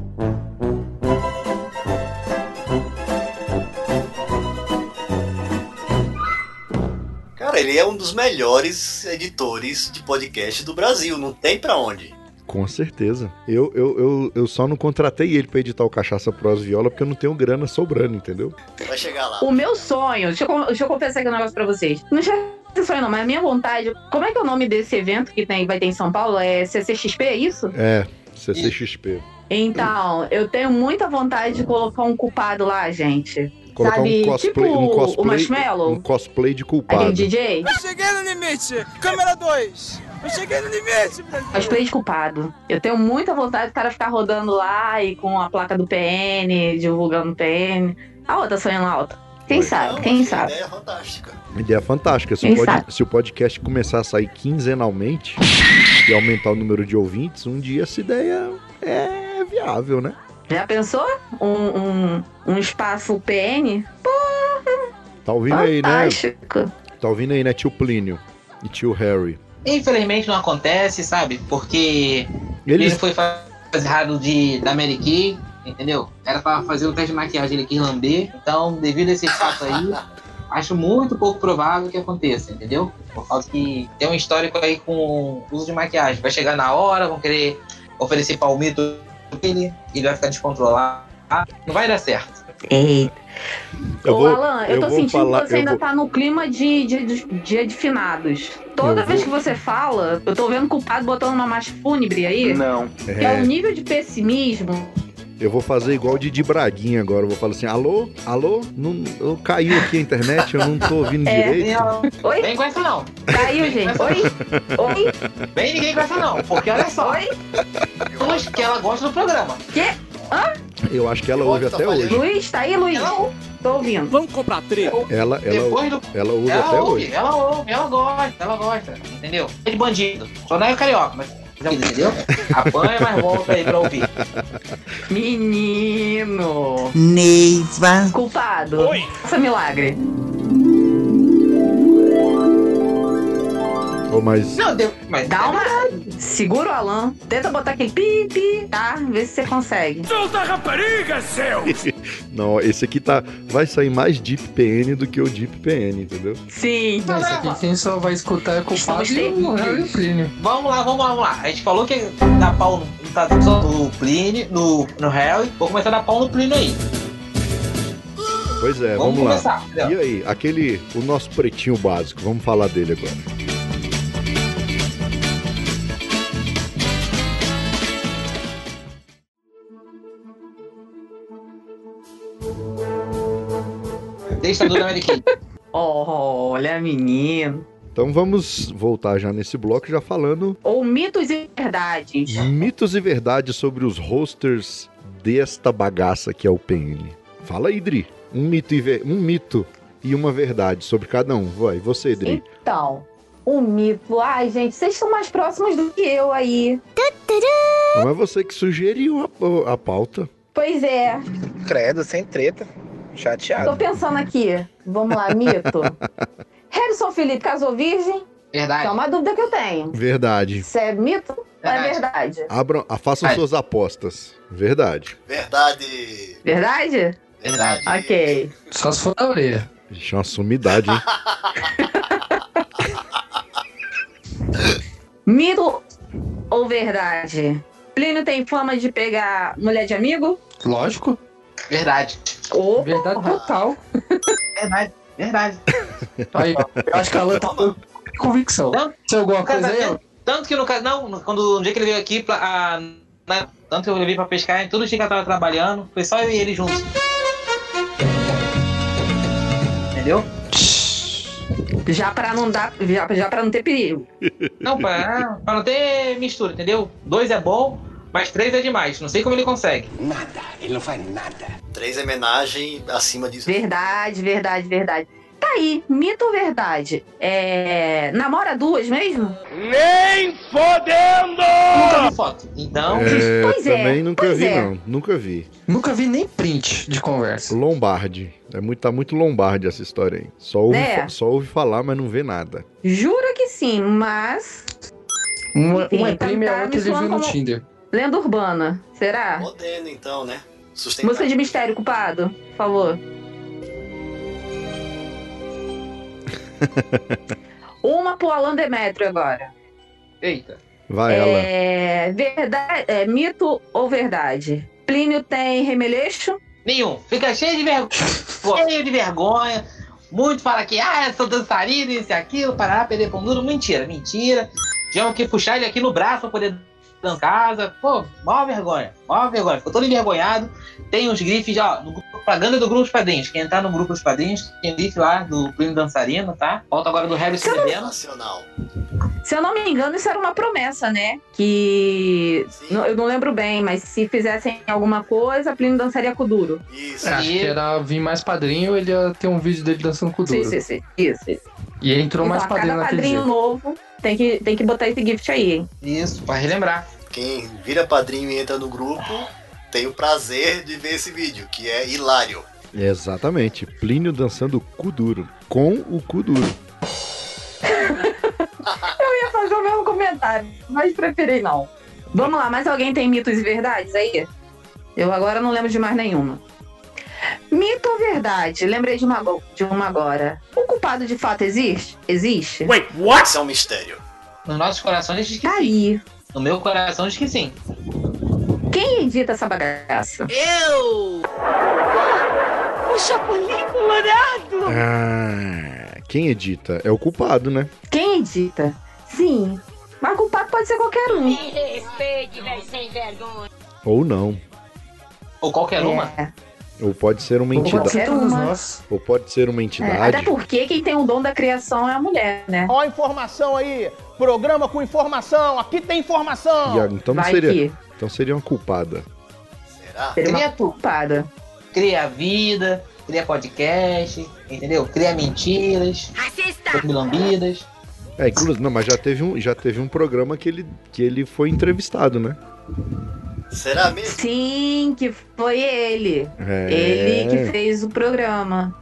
S3: Cara, ele é um dos melhores editores de podcast do Brasil. Não tem pra onde.
S2: Com certeza. Eu, eu, eu, eu só não contratei ele pra editar o Cachaça Pros Viola porque eu não tenho grana sobrando, entendeu?
S3: Vai chegar lá.
S4: O meu sonho, deixa eu, con- deixa eu confessar aqui um negócio pra vocês. Não chega a ser sonho, não, mas a minha vontade. Como é que é o nome desse evento que tem, vai ter em São Paulo? É CCXP, é isso?
S2: É, CCXP.
S4: Então, eu tenho muita vontade de colocar um culpado lá, gente.
S2: Colocar
S4: Sabe,
S2: um cosplay,
S4: tipo
S2: um cosplay,
S4: o Marshmallow,
S2: um cosplay de culpado.
S4: aquele DJ.
S16: Eu cheguei no limite! Câmera 2! Eu cheguei no limite, Brasil!
S4: Cosplay de culpado. Eu tenho muita vontade do cara ficar rodando lá e com a placa do PN, divulgando o PN. A outra sonhando alta. Quem sabe, quem sabe.
S3: é
S2: Uma ideia é fantástica. Se o,
S4: Quem
S2: pod-
S4: sabe?
S2: se o podcast começar a sair quinzenalmente e aumentar o número de ouvintes, um dia essa ideia é viável, né?
S4: Já pensou? Um, um, um espaço PN? Porra!
S2: Tá ouvindo aí, né?
S4: Fantástico.
S2: Tá ouvindo aí, né, tio Plínio e tio Harry?
S1: Infelizmente não acontece, sabe? Porque ele, foi fa- fazer errado de, da Mary Kay, entendeu? Era pra fazer o teste de maquiagem, ele quis lamber. Então, devido a esse fato aí, acho muito pouco provável que aconteça, entendeu? Por causa que tem um histórico aí com uso de maquiagem. Vai chegar na hora, vão querer oferecer palmito dele, ele vai ficar descontrolado. Não vai dar certo.
S4: Ô, Alan, eu, tô sentindo que você ainda tá no clima de de- de- dia de, finados. Toda
S2: Eu
S4: vez
S2: vou-
S4: que você fala, eu tô vendo o culpado botando uma marcha fúnebre aí.
S2: Não.
S4: Que
S2: É.
S4: é o nível de pessimismo
S2: Eu vou fazer igual o Didi Braguinha agora. Eu vou falar assim: alô, alô? Não, eu- caiu aqui a internet, eu não tô ouvindo
S4: É,
S2: direito.
S4: Oi?
S1: Vem com essa não.
S4: Caiu,
S2: [LAUGHS]
S4: Tá gente. Oi? Oi?
S1: Vem ninguém com essa não, porque olha só.
S4: Oi?
S1: Duas que ela gosta do programa.
S4: Quê? Hã?
S2: Eu acho que ela ouve até hoje.
S4: Luiz, tá aí, Luiz? Tô ouvindo.
S16: Vamos comprar três?
S2: Ela,
S1: Depois
S2: ela, ela ouve
S1: Ela
S2: até
S1: ouve,
S2: hoje.
S1: ela ouve, ela gosta, ela gosta, entendeu? É de bandido. Só não é carioca, mas entendeu? Apanha, mas volta aí pra ouvir.
S4: Menino. Neiva. Culpado. Oi. Faça milagre.
S2: Ou mais.
S1: Não, deu, mas
S4: Dá uma. Segura o Alan. Tenta botar aquele pi, pi, tá? Vê se você consegue.
S7: Solta a rapariga, seu!
S2: Não, esse aqui tá. Vai sair mais Deep PN do que o Deep PN, entendeu?
S4: Sim.
S11: Mas aqui quem só vai escutar é culpado é o Harry e o Plínio.
S1: Vamos lá, vamos lá, vamos lá. A gente falou que dá pau no, tá só no Plínio, no, no Harry. Vou começar a dar pau no Plínio aí.
S2: Pois é,
S1: Vamos
S2: vamos, lá.
S1: começar, Léo.
S2: E aí, aquele. O nosso pretinho básico, vamos falar dele agora.
S1: Deixadura americana.
S4: Olha, menino.
S2: Então vamos voltar já nesse bloco, já falando
S4: Ou mitos e verdades.
S2: mitos e verdades sobre os rosters desta bagaça que é o PN. Fala aí, Dri. Um mito e, ve- um mito e uma verdade sobre cada um. Vai, você, Dri.
S4: Então, o mito. Ai, gente, vocês estão mais próximos do que eu aí.
S2: Não é você que sugeriu a, a pauta.
S4: Pois é.
S17: Credo, sem treta. Chateado.
S4: Tô pensando aqui. Vamos
S17: [LAUGHS]
S4: lá, mito. Harrison Felipe casou virgem?
S1: Verdade.
S4: Que é uma dúvida que eu tenho.
S2: Verdade.
S4: Isso é mito? Ou É verdade.
S2: Abram, ah, façam suas apostas. Verdade.
S3: Verdade.
S4: Verdade?
S1: Verdade.
S4: Ok.
S11: Só se for na orelha.
S2: Ixi, é uma sumidade, hein?
S4: Mito ou verdade? Plínio tem fama de pegar mulher de amigo?
S11: Lógico.
S1: Verdade.
S4: Opa,
S11: Verdade total.
S1: Verdade. Verdade.
S11: Aí, ó. Eu acho que a Alan tá falando com convicção.
S1: Não.
S11: Se alguma coisa aí, ó.
S1: Casamento, tanto que no caso. Não, no- quando no dia que ele veio aqui, pra- a- na- tanto que eu levei pra pescar, em tudo o dia que eu tava trabalhando, foi só eu e ele juntos. Entendeu?
S4: já pra não dar, já, já para não ter perigo.
S1: Não, pra, pra não ter mistura, entendeu? Dois é bom, mas três é demais. Não sei como ele consegue.
S14: Nada, ele não faz nada.
S3: Três homenagem acima disso.
S4: Verdade, verdade, verdade. Tá aí, mito ou verdade? É, namora duas mesmo?
S7: Nem fodendo!
S1: Nunca vi foto. Então,
S2: É,
S4: [LAUGHS] Pois é,
S2: também nunca
S4: pois
S2: vi,
S4: é.
S2: não. Nunca vi.
S11: Nunca vi nem print de conversa.
S2: Lombardi. É muito, tá muito Lombardi essa história aí. Só ouve,
S4: Né?
S2: fa- só ouve falar, mas não vê nada.
S4: Jura que sim, mas
S11: Uma,
S4: Enfim,
S11: uma é prima e
S4: tá-
S11: a
S4: tá
S11: outra ele
S4: me
S11: viu
S4: soando
S11: no
S4: como-
S11: Tinder.
S4: lenda urbana, será?
S3: Podendo, então, né? Sustentar.
S4: Música de mistério, culpado, por
S11: [LAUGHS]
S4: favor. Uma pro Alan Demetrio agora.
S1: eita.
S11: Ah,
S2: Vai, ela.
S4: É, verdade, é, mito ou verdade? Plínio tem remeleixo?
S1: Nenhum. Fica cheio de [LAUGHS] vergonha. cheio de vergonha. Muito fala que, ah, eu sou dançarino, isso e aquilo, parará, perder pão duro. Mentira, mentira. Tivemos que puxar ele aqui no braço pra poder dançar em casa. Pô, maior vergonha. Maior vergonha. Ficou todo envergonhado. Tem os grifes, ó, no grupo- propaganda do Grupo dos Padrinhos. Quem entrar no Grupo dos Padrinhos, tem um grife lá do Primo Dançarino, tá? Falta agora do Harrison Helena.
S3: Nacional.
S4: Se eu não me engano, isso era uma promessa, né? Que.
S3: Sim.
S4: não- eu não lembro bem, mas se fizessem alguma coisa, Plínio dançaria com o duro.
S3: Isso.
S11: É, acho que era vir mais padrinho, ele ia ter um vídeo dele dançando com o
S4: Sim,
S11: Duro.
S4: sim, sim. Isso, isso.
S11: E
S4: Então,
S11: entrou mais
S4: a
S11: padrinho
S4: cada
S11: naquele
S4: padrinho
S11: dia.
S4: novo tem que, tem que botar esse gift aí, hein?
S1: Isso, pra relembrar.
S3: Quem vira padrinho e entra no grupo tem o prazer de ver esse vídeo, que é hilário.
S2: Exatamente. Plínio dançando cu duro. Com o cu duro.
S4: Eu ia fazer o mesmo comentário, mas preferei não. Vamos lá, mais alguém tem mitos e verdades aí? Eu agora não lembro de mais nenhuma. Mito ou verdade? Lembrei de uma, go- de uma agora. O culpado de fato existe? Existe?
S7: Wait, what?
S3: Isso é um mistério.
S1: Nos nossos corações diz que
S4: Tá aí.
S1: No meu coração diz que sim.
S4: Quem edita essa bagaça?
S10: Eu! O Chapolin
S18: né?
S10: Colorado!
S2: Ah, quem edita é o culpado, né?
S4: Quem edita? Sim. Mas culpado pode ser qualquer um.
S10: respeite, velho, sem vergonha!
S2: Ou não.
S1: Ou qualquer uma.
S4: É.
S2: Ou pode ser uma
S11: Pode
S2: entidade.
S11: ser
S4: Era
S11: todos
S4: uma-
S11: nós.
S2: Ou pode ser uma
S4: É, Até
S2: entidade.
S4: porque quem tem o dom da criação é a mulher, né?
S12: Ó, a informação aí. Programa com informação. Aqui tem informação.
S2: E a- então não
S4: Vai
S2: seria.
S4: que
S2: Então seria uma culpada.
S3: Será?
S4: seria
S1: Seria
S4: uma culpada.
S1: Cria vida, cria podcast, entendeu? Cria mentiras,
S10: Assista!
S1: lambidas.
S2: É, inclusive, não, mas já teve um, já teve um programa que ele, que ele foi entrevistado, né?
S3: Será mesmo?
S4: Sim, que foi ele.
S2: É,
S4: Ele que fez o programa.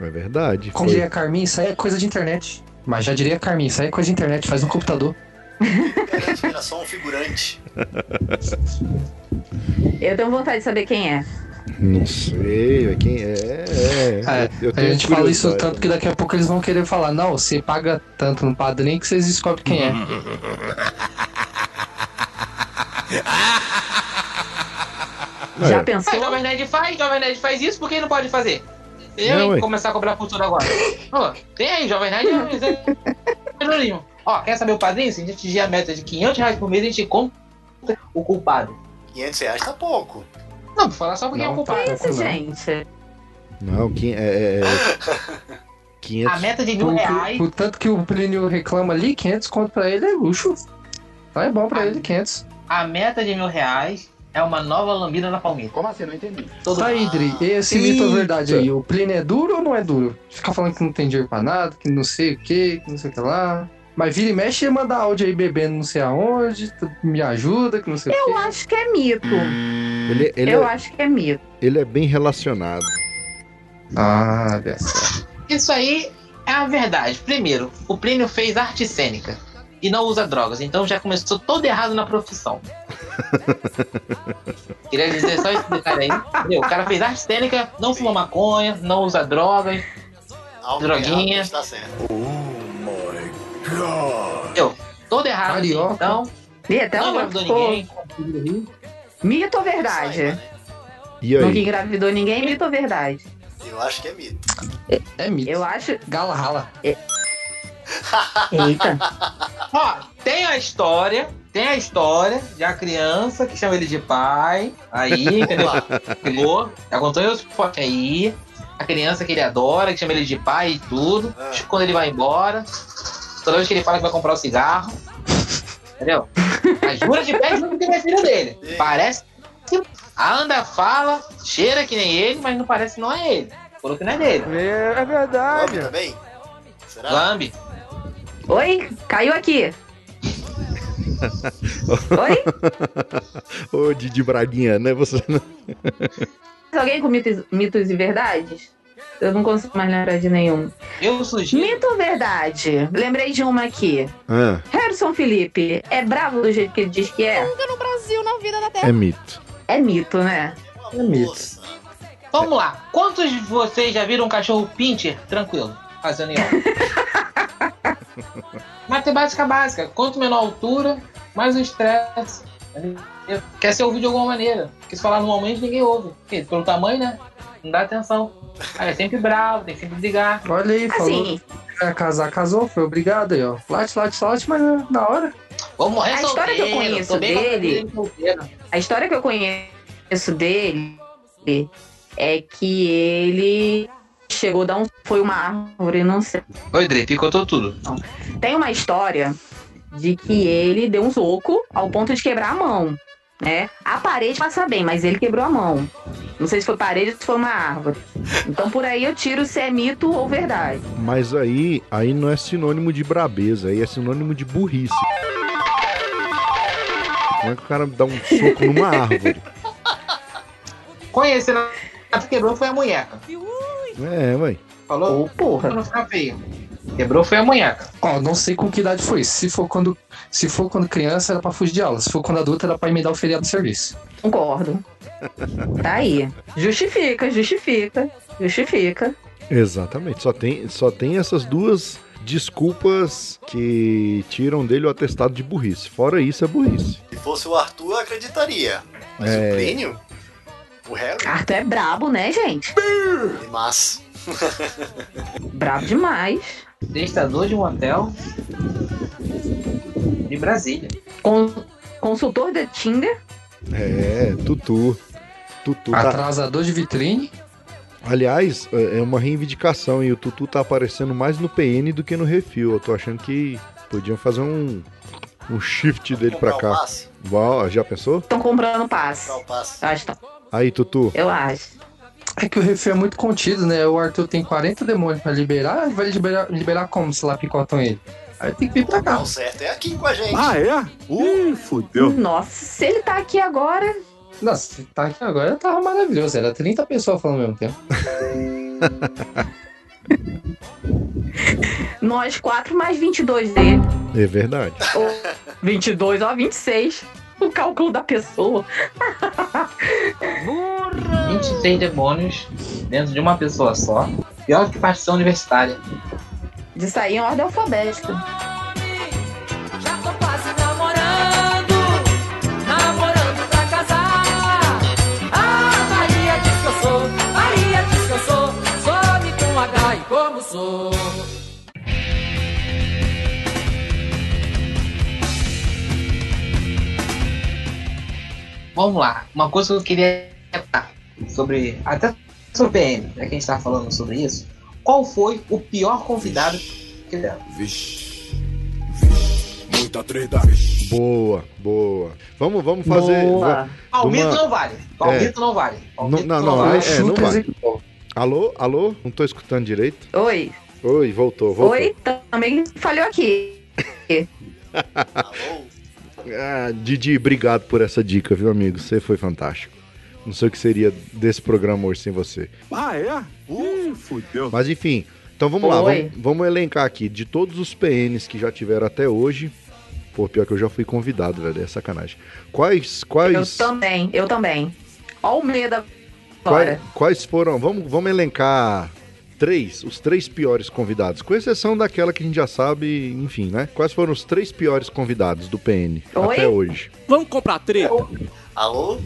S2: é verdade.
S11: Como
S2: foi.
S11: é? diria a Carminha, isso aí é coisa de internet. Mas já diria, Carmin, sai com as internet, faz no computador.
S3: Internet era só um figurante.
S4: Eu tenho vontade de saber quem é.
S2: Não sei, velho, quem é. é,
S11: É,
S2: eu
S11: a
S2: tenho
S11: gente fala isso
S2: curiosidade.
S11: tanto que daqui a pouco eles vão querer falar, não, você paga tanto no padrinho que vocês descobrem quem é.
S4: Já
S2: Ah,
S11: É.
S4: pensou?
S1: Mas Jovem Nerd faz, Jovem Nerd faz isso, por que não pode fazer? Eu
S2: Não,
S1: hein,
S2: ué.
S1: começar a cobrar cultura
S2: [LAUGHS]
S1: agora. Ô, tem aí, Jovem Nerd. é Jovem Nerd, melhorinho. Ó, quer saber o padrinho? Se a gente atingir a meta de 500 reais por mês, a gente compra o culpado.
S3: 500 reais tá pouco.
S1: Não, vou falar só porque é o culpado.
S4: Que isso, gente?
S2: Não, quem é. é, é 500.
S11: O- o- O, tanto que o Plínio reclama ali, 500 conto pra ele é luxo. Então é bom
S4: Ah,
S11: pra ele 500.
S1: A meta de mil reais é uma nova lambida na palmita. Como assim? Não entendi.
S11: Tá aí, Dri. Esse mito é verdade aí. O Plínio é duro ou não é duro? Fica falando que não tem dinheiro pra nada, que não sei o que, que não sei o que lá. Mas vira e mexe e manda áudio aí bebendo não sei aonde, tu me ajuda, que não sei o que.
S4: Eu acho que é mito.
S2: Ele, Hum, ele
S4: Eu
S2: é,
S4: acho que é mito.
S2: ele é bem relacionado.
S11: Ah, dessa.
S1: Isso aí é a verdade. Primeiro, o Plínio fez arte cênica e não usa drogas, então já começou todo errado na profissão. Queria dizer só isso do cara aí. Entendeu? O cara fez arte cênica, não fuma maconha, não usa drogas,
S3: Algo
S1: Droguinha.
S3: errado está certo.
S1: entendeu? Todo errado.
S11: Carioca.
S1: Então,
S4: E até
S1: não
S4: agora
S1: engravidou
S4: ficou-
S1: ninguém.
S4: Mito ou verdade?
S2: E
S4: Nunca
S2: aí?
S4: engravidou ninguém, mito ou verdade?
S3: Eu acho que é mito.
S11: É mito.
S4: Eu acho.
S11: Gala rala.
S4: Eita.
S1: Ó, tem a história, tem a história de a criança que chama ele de pai. Aí, entendeu? Pegou, já contou tipo, em outro podcast aí. é A criança que ele adora, que chama ele de pai e tudo. tipo, Quando ele vai embora, toda vez que ele fala que vai comprar o cigarro. Entendeu? A jura de pé junto que ele é filho dele. Parece. que Anda, fala, cheira que nem ele, mas não parece que não é ele. Falou que não é dele.
S16: É verdade.
S3: Lambe também? Será?
S1: Lambe.
S4: Oi?
S2: [LAUGHS]
S4: Caiu aqui.
S2: Oi? Ô, Didi Braguinha, né? Você não.
S4: Alguém com mitos, mitos e verdades? Eu não consigo mais lembrar de nenhum.
S1: Eu sugiro.
S4: Mito ou verdade? Lembrei de uma aqui.
S2: [LAUGHS] Ah,
S4: Harrison Felipe é bravo do jeito que ele diz que é?
S18: Nunca no Brasil, na vida da Terra.
S2: é mito.
S4: É mito, né?
S11: É mito.
S1: Vamos lá. Quantos de vocês já viram um cachorro pincher tranquilo? Fazendo [LAUGHS] yoga. Matemática básica. Quanto menor a altura, mais o estresse. Entendeu? Quer ser ouvido de alguma maneira. Porque se falar normalmente, ninguém ouve. Porque pelo tamanho, né? Não dá atenção. Aí é sempre bravo, tem que sempre brigar.
S11: Olha aí, falou.
S1: Assim.
S11: Vai casar, casou, foi obrigado aí, ó. Late, late, late, mas né, na hora.
S1: Vamos morrer
S4: A história que eu
S1: solteiro, tô
S4: conheço
S1: bem
S4: dele. A história que eu conheço dele é que ele chegou a dar um. Foi uma árvore, não sei.
S1: Oi, Dre, picotou tudo.
S4: Tem uma história de que ele deu um soco ao ponto de quebrar a mão. Né? A parede passa bem, mas ele quebrou a mão. Não sei se foi parede ou se foi uma árvore. Então por aí eu tiro se é mito ou verdade.
S2: Mas aí, aí não é sinônimo de brabeza, aí é sinônimo de burrice. Como é que o cara dá um soco numa
S11: [LAUGHS]
S2: árvore?
S1: Conhecendo a que quebrou foi a munheca.
S2: É, ué.
S1: Falou?
S11: porra.
S1: Não ficar feio. Quebrou foi a munheca.
S11: Ó, não sei com que idade foi. Se for quando, se for quando criança, era pra fugir de aula. Se for quando adulta, era pra emendar o feriado do serviço.
S4: Concordo. Tá aí. Justifica, justifica, justifica.
S2: Exatamente. Só tem, só tem essas duas desculpas que tiram dele o atestado de burrice. Fora isso, é burrice.
S3: Se fosse o Arthur, eu acreditaria. Mas
S2: É.
S3: o Plínio? O Harry?
S4: Arthur é brabo, né, gente?
S3: Mas.
S4: Brabo demais.
S1: Testador de um hotel de Brasília.
S4: Con- consultor da Tinder.
S2: É, tutu. Tutu tá-
S11: Atrasador de vitrine.
S2: Aliás, é é uma reivindicação e o Tutu tá aparecendo mais no PN do que no refil. Eu tô achando que podiam fazer um, um shift dele pra
S4: comprar o
S2: cá.
S4: passe?
S2: Uau, já pensou?
S4: Estão comprando passe.
S3: passe.
S4: Acho que tá.
S2: Aí, Tutu.
S4: Eu acho.
S11: É que o refil é muito contido, né? O Arthur tem 40 demônios pra liberar. Ele vai liberar, liberar como se lá picotam ele? Aí tem que vir pra cá.
S3: O certo é aqui com a gente.
S11: Ah, é?
S7: Ih, fudeu.
S4: Nossa, se ele tá aqui agora.
S11: Nossa, se tá aqui agora, tava maravilhoso. Era 30 pessoas falando ao mesmo tempo.
S4: Nós quatro mais 22 dele.
S2: É verdade.
S4: Ou 22, ó, 26. O cálculo da pessoa.
S1: 26 demônios dentro de uma pessoa só. Pior que partição universitária.
S4: De sair em ordem alfabética.
S14: Já tô quase namorando, namorando pra casar. Ah, Maria diz que eu sou, Maria diz que eu sou, some com H e como sou.
S1: Vamos lá. Uma coisa que eu queria perguntar sobre. Até sobre o PM, já que a gente tá falando sobre isso. Qual foi o pior convidado que deram?
S2: Muita treta. Boa, boa. Vamos, vamos fazer.
S1: Boa.
S2: va-
S1: Palmito
S2: numa-
S1: não vale. Palmito não vale.
S2: É. Não,
S1: Palmito
S2: não, não,
S1: vale.
S2: é, é, não vai. Alô, alô? Não tô escutando direito.
S4: Oi.
S2: Oi, voltou, voltou.
S4: Oi, também falhou aqui.
S2: Ah, Didi, obrigado por essa dica, viu, amigo? Você foi fantástico. Não sei o que seria desse programa hoje sem você.
S7: Ah, é? Ih, fudeu.
S2: Mas enfim, então vamos lá,
S7: Oi.
S2: vamos, vamos elencar aqui. De todos os PNs que já tiveram até hoje. Pô, pior que eu já fui convidado, velho, é sacanagem. Quais,
S4: Eu
S2: quais,
S4: também, eu também. Ó o medo agora.
S2: quais, quais foram? Vamos, vamos elencar três, os três piores convidados, com exceção daquela que a gente já sabe, enfim, né? Quais foram os três piores convidados do PN
S1: Oi?
S2: até hoje?
S1: Vamos comprar treta? Alô?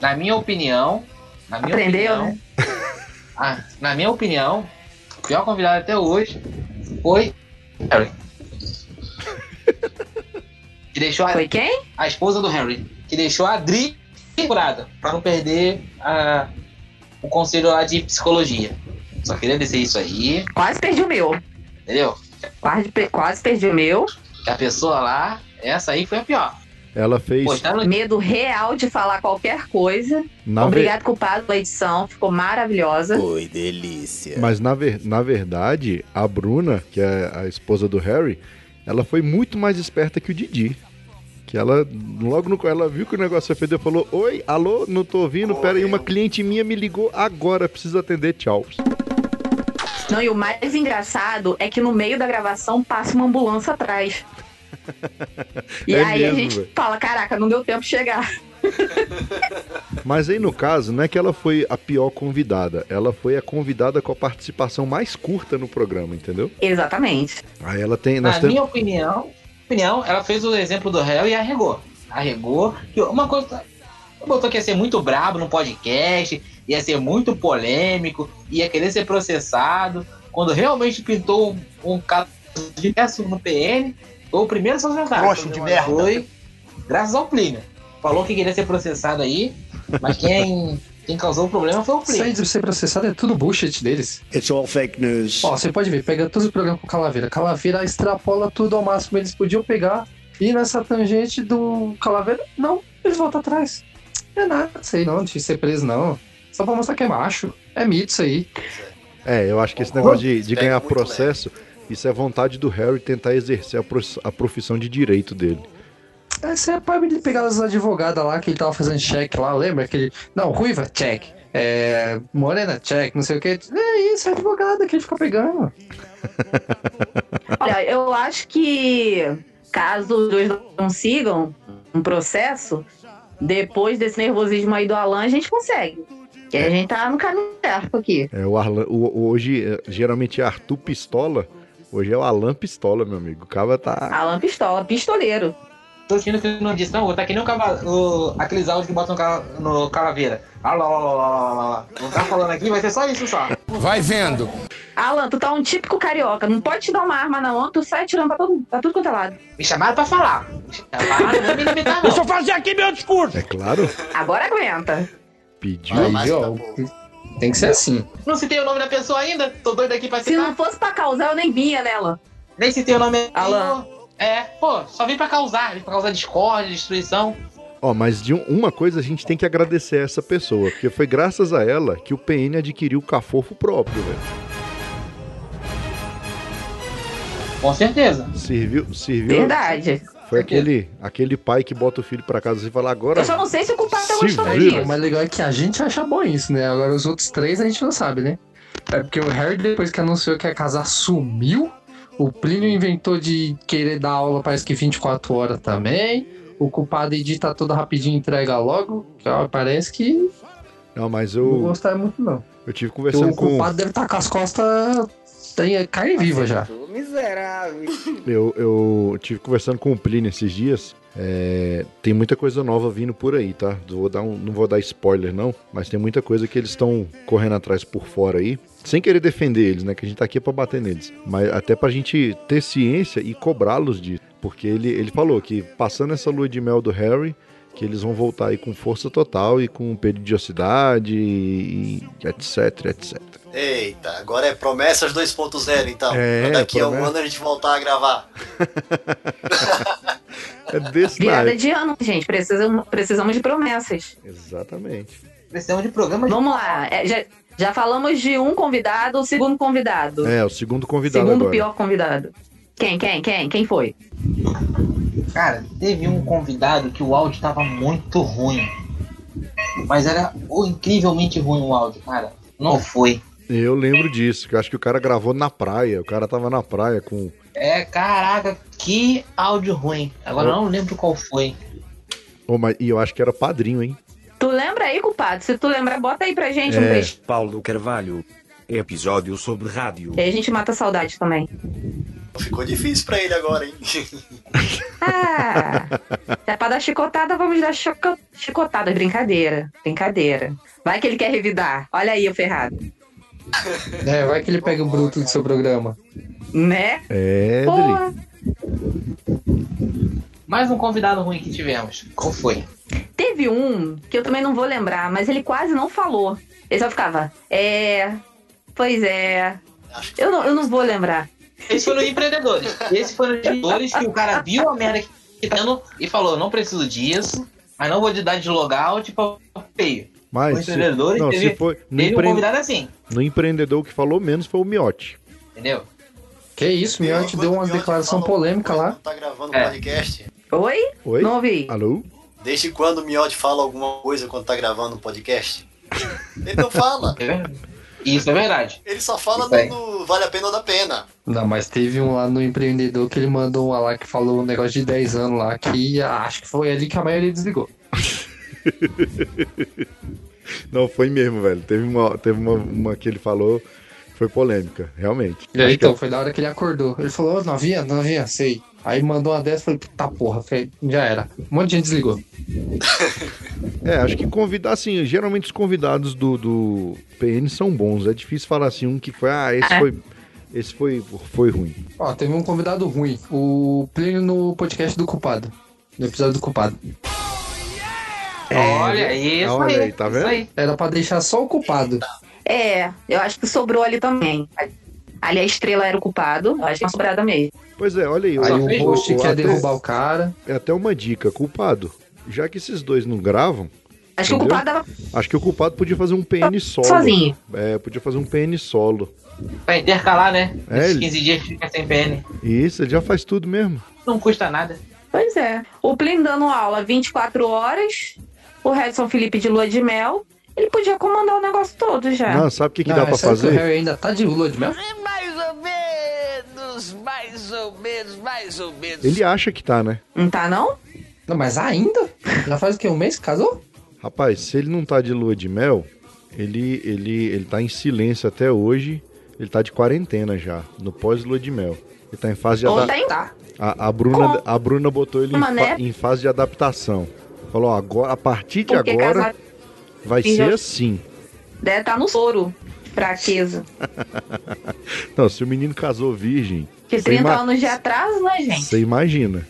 S1: Na minha opinião. Na minha
S4: Aprendeu, né?
S1: opinião, [LAUGHS] Ah, na minha opinião, o pior convidado até hoje foi.
S4: [LAUGHS]
S1: Harry. que deixou a,
S4: Foi quem?
S1: A esposa do Harry. Que deixou a Adri curada. Pra não perder a- o conselho lá de psicologia. Só queria dizer isso aí.
S4: Quase perdi o meu.
S1: Entendeu?
S4: Quase, pe- quase perdi o meu.
S1: Que a pessoa lá, essa aí foi a pior. tá
S2: Ela fez.
S4: Medo real de falar qualquer coisa.
S2: Na
S4: Obrigado, culpado, pela edição. Ficou maravilhosa.
S2: Foi delícia. Mas na, ver- na verdade, a Bruna, que é a esposa do Harry, ela foi muito mais esperta que o Didi. Que ela, logo no ela viu que o negócio é feio, ela falou: Oi, alô, não tô ouvindo, pera aí, uma cliente minha me ligou agora, preciso atender, tchau.
S4: Não, e o mais engraçado é que no meio da gravação passa uma ambulância
S2: [LAUGHS]
S4: atrás. E
S2: É
S4: aí a
S2: mesmo,
S4: gente
S2: velho.
S4: fala: caraca, não deu tempo de chegar. [LAUGHS]
S2: Mas aí no caso, não é que ela foi a pior convidada, ela foi a convidada com a participação mais curta no programa, entendeu?
S4: Exatamente.
S2: Aí ela tem.
S1: Na
S2: Nós temos-
S1: minha opinião, opinião, ela fez o exemplo do réu e arregou. Arregou. E uma coisa. Botou que ia ser muito brabo no podcast, ia ser muito polêmico, ia querer ser processado. Quando realmente pintou um, um caso diverso no PN, foi o primeiro societário.
S12: Trouxa de merda.
S1: Foi graças ao Plínio. Falou que queria ser processado aí, mas quem, quem causou o problema foi o
S11: Isso aí
S1: Plínio.
S11: de ser processado é tudo bullshit deles. It's all fake news. Ó, você pode ver, pega todos os programas com Calaveira. Calaveira extrapola tudo ao máximo. Eles podiam pegar e nessa tangente do Calaveira, não, eles voltam atrás. É nada, isso aí não, de ser preso não. Só pra mostrar que é macho. É mito isso aí.
S2: É, eu acho que esse negócio de, de ganhar processo, isso é vontade do Harry tentar exercer a, prof- a profissão de direito dele.
S11: É, você é pai de pegar as advogadas lá que ele tava fazendo check lá, lembra? Que ele, não, ruiva, check. É, morena, check, não sei o que. É isso, é advogada que ele fica pegando.
S4: Olha, eu acho que caso os dois não consigam um processo, depois desse nervosismo aí do Alan, a gente consegue. Que a gente tá no caminho certo aqui.
S2: É, o Arlan, o- o- hoje, é, geralmente é Arthur Pistola, hoje é o Alan Pistola, meu amigo. O cara tá.
S4: Alan Pistola, pistoleiro.
S1: Tô sentindo que não disse, não, tá que nem o cava- o- aqueles áudios que botam no, cala- no calaveira. Ah, lá, lá, lá, lá, lá, lá. Não tá falando aqui, vai ser só isso só. Vai vendo.
S4: Alan, tu tá um típico carioca. Não pode te dar uma arma na mão, tu sai atirando pra, todo, pra tudo quanto é lado.
S1: Me chamaram pra falar.
S4: Deixa eu fazer aqui meu discurso.
S2: É claro,
S4: Agora aguenta.
S2: pediu.
S11: Aí,
S3: então,
S11: ó, tem que ser assim.
S1: Não citei o nome da pessoa ainda? Tô doido aqui pra
S4: Se não fosse pra causar, eu nem vinha nela.
S1: Nem citei o nome
S4: Alan.
S1: É, pô, só vim pra causar, vim pra causar discórdia, destruição.
S2: Ó, mas de um- uma coisa a gente tem que agradecer a essa pessoa, porque foi graças a ela que o PN adquiriu o cafofo próprio, velho.
S1: Com certeza.
S2: Serviu, serviu.
S4: Verdade.
S2: Foi aquele, aquele pai que bota o filho pra casa e fala agora.
S4: Eu só não sei se o culpado tá
S2: se
S4: gostando
S2: vira.
S11: O mais legal é que a gente acha bom isso, né? Agora os outros três a gente não sabe, né? É porque o Harry, depois que anunciou que ia casar, sumiu. O Plínio inventou de querer dar aula, parece que 24 horas também. O culpado edita tudo rapidinho e entrega logo. Que, ó, parece que
S2: Não, mas
S11: não
S2: eu.
S11: gostaram muito, não.
S2: Eu tive
S11: Porque
S2: conversando
S11: o
S2: com.
S11: culpado deve estar com as costas tem é, carne viva já.
S17: Miserável.
S2: Eu, eu tive conversando com o Plínio esses dias. é, tem muita coisa nova vindo por aí, tá? Vou dar um- não vou dar spoiler, não, mas tem muita coisa que eles estão correndo atrás por fora aí. Sem querer defender eles, né? Que a gente tá aqui pra bater neles. Mas até pra gente ter ciência e cobrá-los disso. Porque ele, ele falou que passando essa lua de mel do Harry, que eles vão voltar aí com força total e com periodicidade e etc, etc.
S3: Eita, agora é promessas 2.0, então.
S2: É,
S3: Pra daqui a um
S2: promessa.
S3: ano a gente voltar a gravar.
S2: É desse
S4: Virada
S2: naipe.
S4: de ano, gente. Precisam, precisamos de promessas.
S2: Exatamente.
S1: Precisamos um de programa de...
S4: Vamos lá. É, já, já falamos de um convidado, o segundo convidado.
S2: É, o segundo convidado
S4: segundo
S2: agora.
S4: pior convidado. Quem, quem, quem? Quem foi?
S1: Cara, teve um convidado que o áudio tava muito ruim. Mas era o- incrivelmente ruim o áudio, cara. Não foi.
S2: Eu lembro disso, que eu acho que o cara gravou na praia. O cara tava na praia com.
S1: É, caraca, que áudio ruim. Agora eu não lembro qual foi.
S2: Oh, mas... E eu acho que era padrinho, hein?
S4: Tu lembra aí, culpado? Se tu lembra, bota aí pra gente um
S2: É.
S4: trecho.
S18: Paulo Carvalho. Episódio sobre rádio.
S4: E aí a gente mata a saudade também.
S3: Ficou difícil pra ele agora, hein?
S2: [LAUGHS]
S4: Ah, é pra dar chicotada, vamos dar chico- chicotada. Brincadeira, brincadeira. Vai que ele quer revidar. Olha aí, o ferrado.
S11: É, vai que ele pega o bruto do seu programa.
S4: Né?
S2: É,
S4: Porra.
S1: Mais um convidado ruim que tivemos. Qual foi?
S4: Teve um que eu também não vou lembrar, mas ele quase não falou. Ele só ficava, é. Pois é. Eu não, eu não vou lembrar.
S1: Esse foi no empreendedores. Esse foi no empreendedores que o cara viu a merda que tá dando e falou: não preciso disso, mas não vou te dar de logout pra feio.
S2: Mas.
S1: Os empreendedores
S2: não,
S1: teve-
S2: se foi. No,
S1: teve um
S2: empre-
S1: convidado assim,
S2: no empreendedor que falou menos foi o Miote.
S1: entendeu?
S11: Que isso, o Miotti deu uma declaração polêmica lá.
S3: Tá gravando podcast?
S4: Oi?
S2: Oi? Ah.
S3: Não
S4: ouvi.
S2: Alô?
S3: Desde quando o Miotti fala alguma coisa quando tá gravando um podcast? Ele não fala.
S1: Isso é verdade.
S3: Ele só fala
S11: Isso aí.
S3: no, no Vale a Pena ou da Pena.
S11: Não, mas teve um lá no empreendedor que ele mandou uma lá que falou um negócio de 10 anos lá, que acho que foi ali que a maioria desligou.
S2: Não, foi mesmo, velho. Teve uma, teve uma, uma que ele falou. Foi polêmica, realmente.
S11: E aí,
S2: Acho que
S11: então, foi da hora que ele acordou. Ele falou, ô, novinha, novinha, sei. Aí mandou uma dessa, falei, tá porra, falei, já era. Um monte de gente desligou.
S2: É, acho que convidar, assim, geralmente os convidados do, do PN são bons. É difícil falar assim, um que foi, ah, esse
S11: É.
S2: foi. Esse foi, foi ruim.
S11: Ó, teve um convidado ruim, o Plínio no podcast do Culpado. No episódio do Culpado.
S1: Olha, isso É, Olha aí, aí, tá isso vendo? aí.
S11: Era pra deixar só o culpado.
S4: É, eu acho que sobrou ali também. Ali a estrela era o culpado, eu acho que é uma sobrada mesmo.
S2: Pois é, olha aí.
S11: Aí o host quer derrubar o cara.
S2: É até uma dica, culpado. Já que esses dois não gravam.
S4: Acho que o
S2: entendeu?
S4: culpado dava-
S2: Acho que o culpado podia fazer um PN solo.
S4: Sozinho.
S2: É, podia fazer um PN solo.
S1: Pra intercalar, né?
S2: É,
S1: Esses
S2: ele-
S1: 15 dias fica sem PN.
S2: Isso, ele já faz tudo mesmo.
S1: Não custa nada.
S4: Pois é. O Plin dando aula 24 horas, o Redson Felipe de lua de mel, ele podia comandar o negócio todo já.
S2: Não, sabe o
S11: Ah,
S2: que, que
S11: é
S2: dá pra fazer?
S11: ainda tá de lua de mel?
S10: Mais ou menos, mais ou menos, mais ou menos.
S2: Ele acha que tá, né?
S4: Não tá, não?
S11: Não, mas ainda? Já faz o quê? Um mês que casou?
S2: Rapaz, se ele não tá de lua de mel, ele, ele, ele tá em silêncio até hoje. Ele tá de quarentena já, no pós-lua de mel. Ele tá em fase de
S4: Ou
S2: ada-
S4: tá em tá.
S2: A, a Bruna, a Bruna botou ele em,
S4: Uma,
S2: fa-
S4: né?
S2: em fase de adaptação. Falou, ó, agora, a partir de
S4: Porque
S2: agora
S4: casar-
S2: vai
S4: e
S2: ser
S4: já-
S2: assim.
S4: Deve tá no soro. Fraqueza.
S2: Não, se o menino casou virgem,
S4: Que
S2: você
S4: 30
S2: ima-
S4: anos de atraso, né, gente?
S2: você imagina.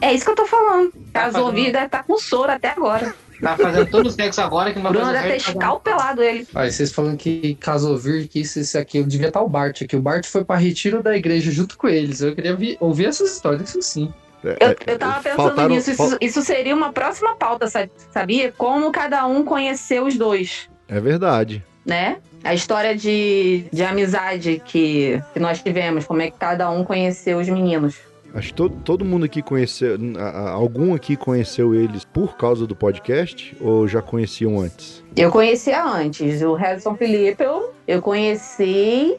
S4: É isso que eu tô falando. Casou
S1: fazendo-
S4: vida, tá com soro até agora.
S1: Tá fazendo todo o sexo agora que não vai
S4: Bruno
S1: fazer
S4: deve ter
S1: sexo.
S4: escalpelado ele.
S11: Aí vocês falando que casou vir, que isso, isso, e aquilo. Devia estar o Bart aqui. O Bart foi pra retiro da igreja junto com eles. Eu queria vi- ouvir essas histórias, isso sim.
S4: Eu, eu tava pensando nisso. Isso, isso seria uma próxima pauta, sa- sabia? Como cada um conheceu os dois,
S2: É verdade.
S4: né? A história de, de amizade que, que nós tivemos, como é que cada um conheceu os meninos.
S2: Acho que todo, todo mundo aqui conheceu. a- a- Algum aqui conheceu eles por causa do podcast ou já conheciam antes?
S4: Eu conhecia antes. O Harrison Felipe, eu, Eu conheci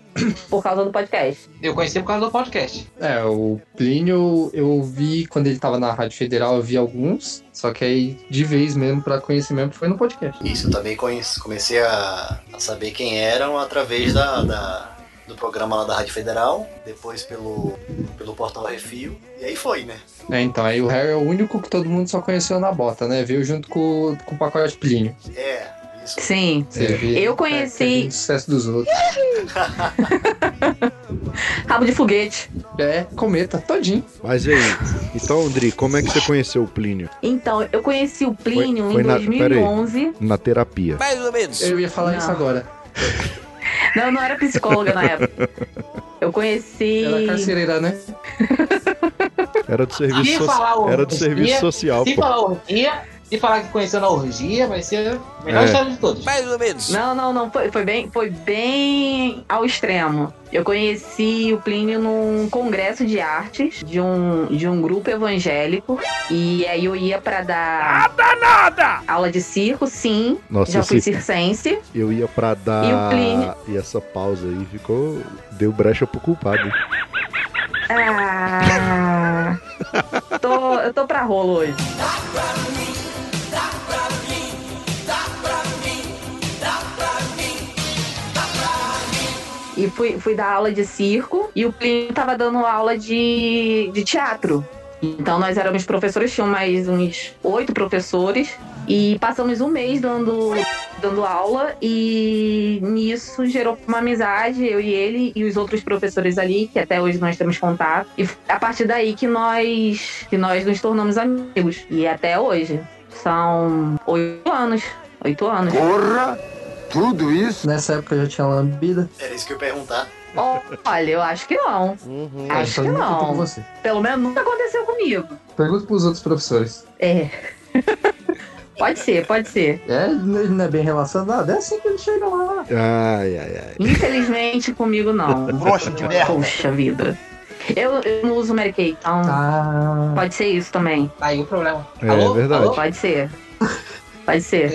S4: por causa do podcast.
S1: Eu conheci por causa do podcast.
S11: É, o Plínio eu vi quando ele tava na Rádio Federal, eu vi alguns, só que aí de vez mesmo pra conhecer mesmo foi no podcast.
S3: Isso, eu também conheci- comecei a, a saber quem eram através da, da- do programa lá da Rádio Federal, depois pelo, pelo portal Refil, e aí foi, né?
S11: É, então, aí o Harry é o único que todo mundo só conheceu na bota, né? Veio junto com, com o pacote Plínio.
S3: É,
S4: Sim.
S11: É.
S4: Eu conheci.
S11: o é sucesso dos outros.
S4: Rabo de foguete.
S11: É, cometa, todinho.
S2: Mas e aí? Então, Andri, como é que você conheceu o Plínio?
S4: Então, eu conheci o Plínio em
S2: na,
S4: 2011.
S2: peraí, na terapia.
S4: Mais ou menos.
S11: Eu ia falar isso agora.
S4: Não, eu não era psicóloga na época.
S2: [LAUGHS]
S4: Eu conheci.
S11: Era carcereira, né?
S2: Era do serviço,
S1: Se
S2: so-
S1: falar orgia,
S2: era do serviço social,
S1: Se
S2: pô.
S1: falar orgia, se falar que conheceu na orgia, vai ser a melhor
S2: É.
S1: história de todos.
S4: Mais ou menos. Não, não, não. Foi, foi bem, foi bem ao extremo. Eu conheci o Plínio num congresso de artes de um, de um grupo evangélico. E aí eu ia pra dar. Nada, nada! Aula de circo, sim.
S2: Ah, Nossa,
S4: Já fui
S2: esse-
S4: circense.
S2: Eu ia pra
S4: E o
S2: dar.
S4: Plínio?
S2: E, essa pausa aí ficou. Deu brecha pro culpado. hein?
S4: Ah. tô, eu tô pra rolo hoje. E fui, fui dar aula de circo e o Plínio tava dando aula de, de teatro. Então nós éramos professores, tinham mais uns oito professores. E passamos um mês dando, dando aula e nisso gerou uma amizade, eu e ele e os outros professores ali, que até hoje nós temos contato. E foi a partir daí que nós, que nós nos tornamos amigos. E até hoje. São oito anos. Oito anos. Porra!
S11: Tudo isso? Nessa época eu já tinha lambida.
S3: Era isso que eu ia perguntar.
S4: Olha, eu acho que não. Acho
S11: Então
S4: que
S11: nunca tô
S4: não.
S11: com você.
S4: Pelo menos nunca aconteceu comigo.
S11: Pergunta pros outros professores.
S4: É. [LAUGHS] pode ser, pode ser.
S11: É, n- não é bem relacionado, é assim que ele chega lá.
S2: Ai, ai, ai.
S4: Infelizmente comigo não.
S2: Broxa de merda.
S4: Poxa vida. Eu, eu não uso Mary Kay,
S11: Ah.
S4: então.
S11: Tá.
S2: Ah,
S4: Pode ser isso também.
S1: Tá Aí o problema.
S2: É Alô? verdade. Alô?
S4: Pode ser. Pode ser.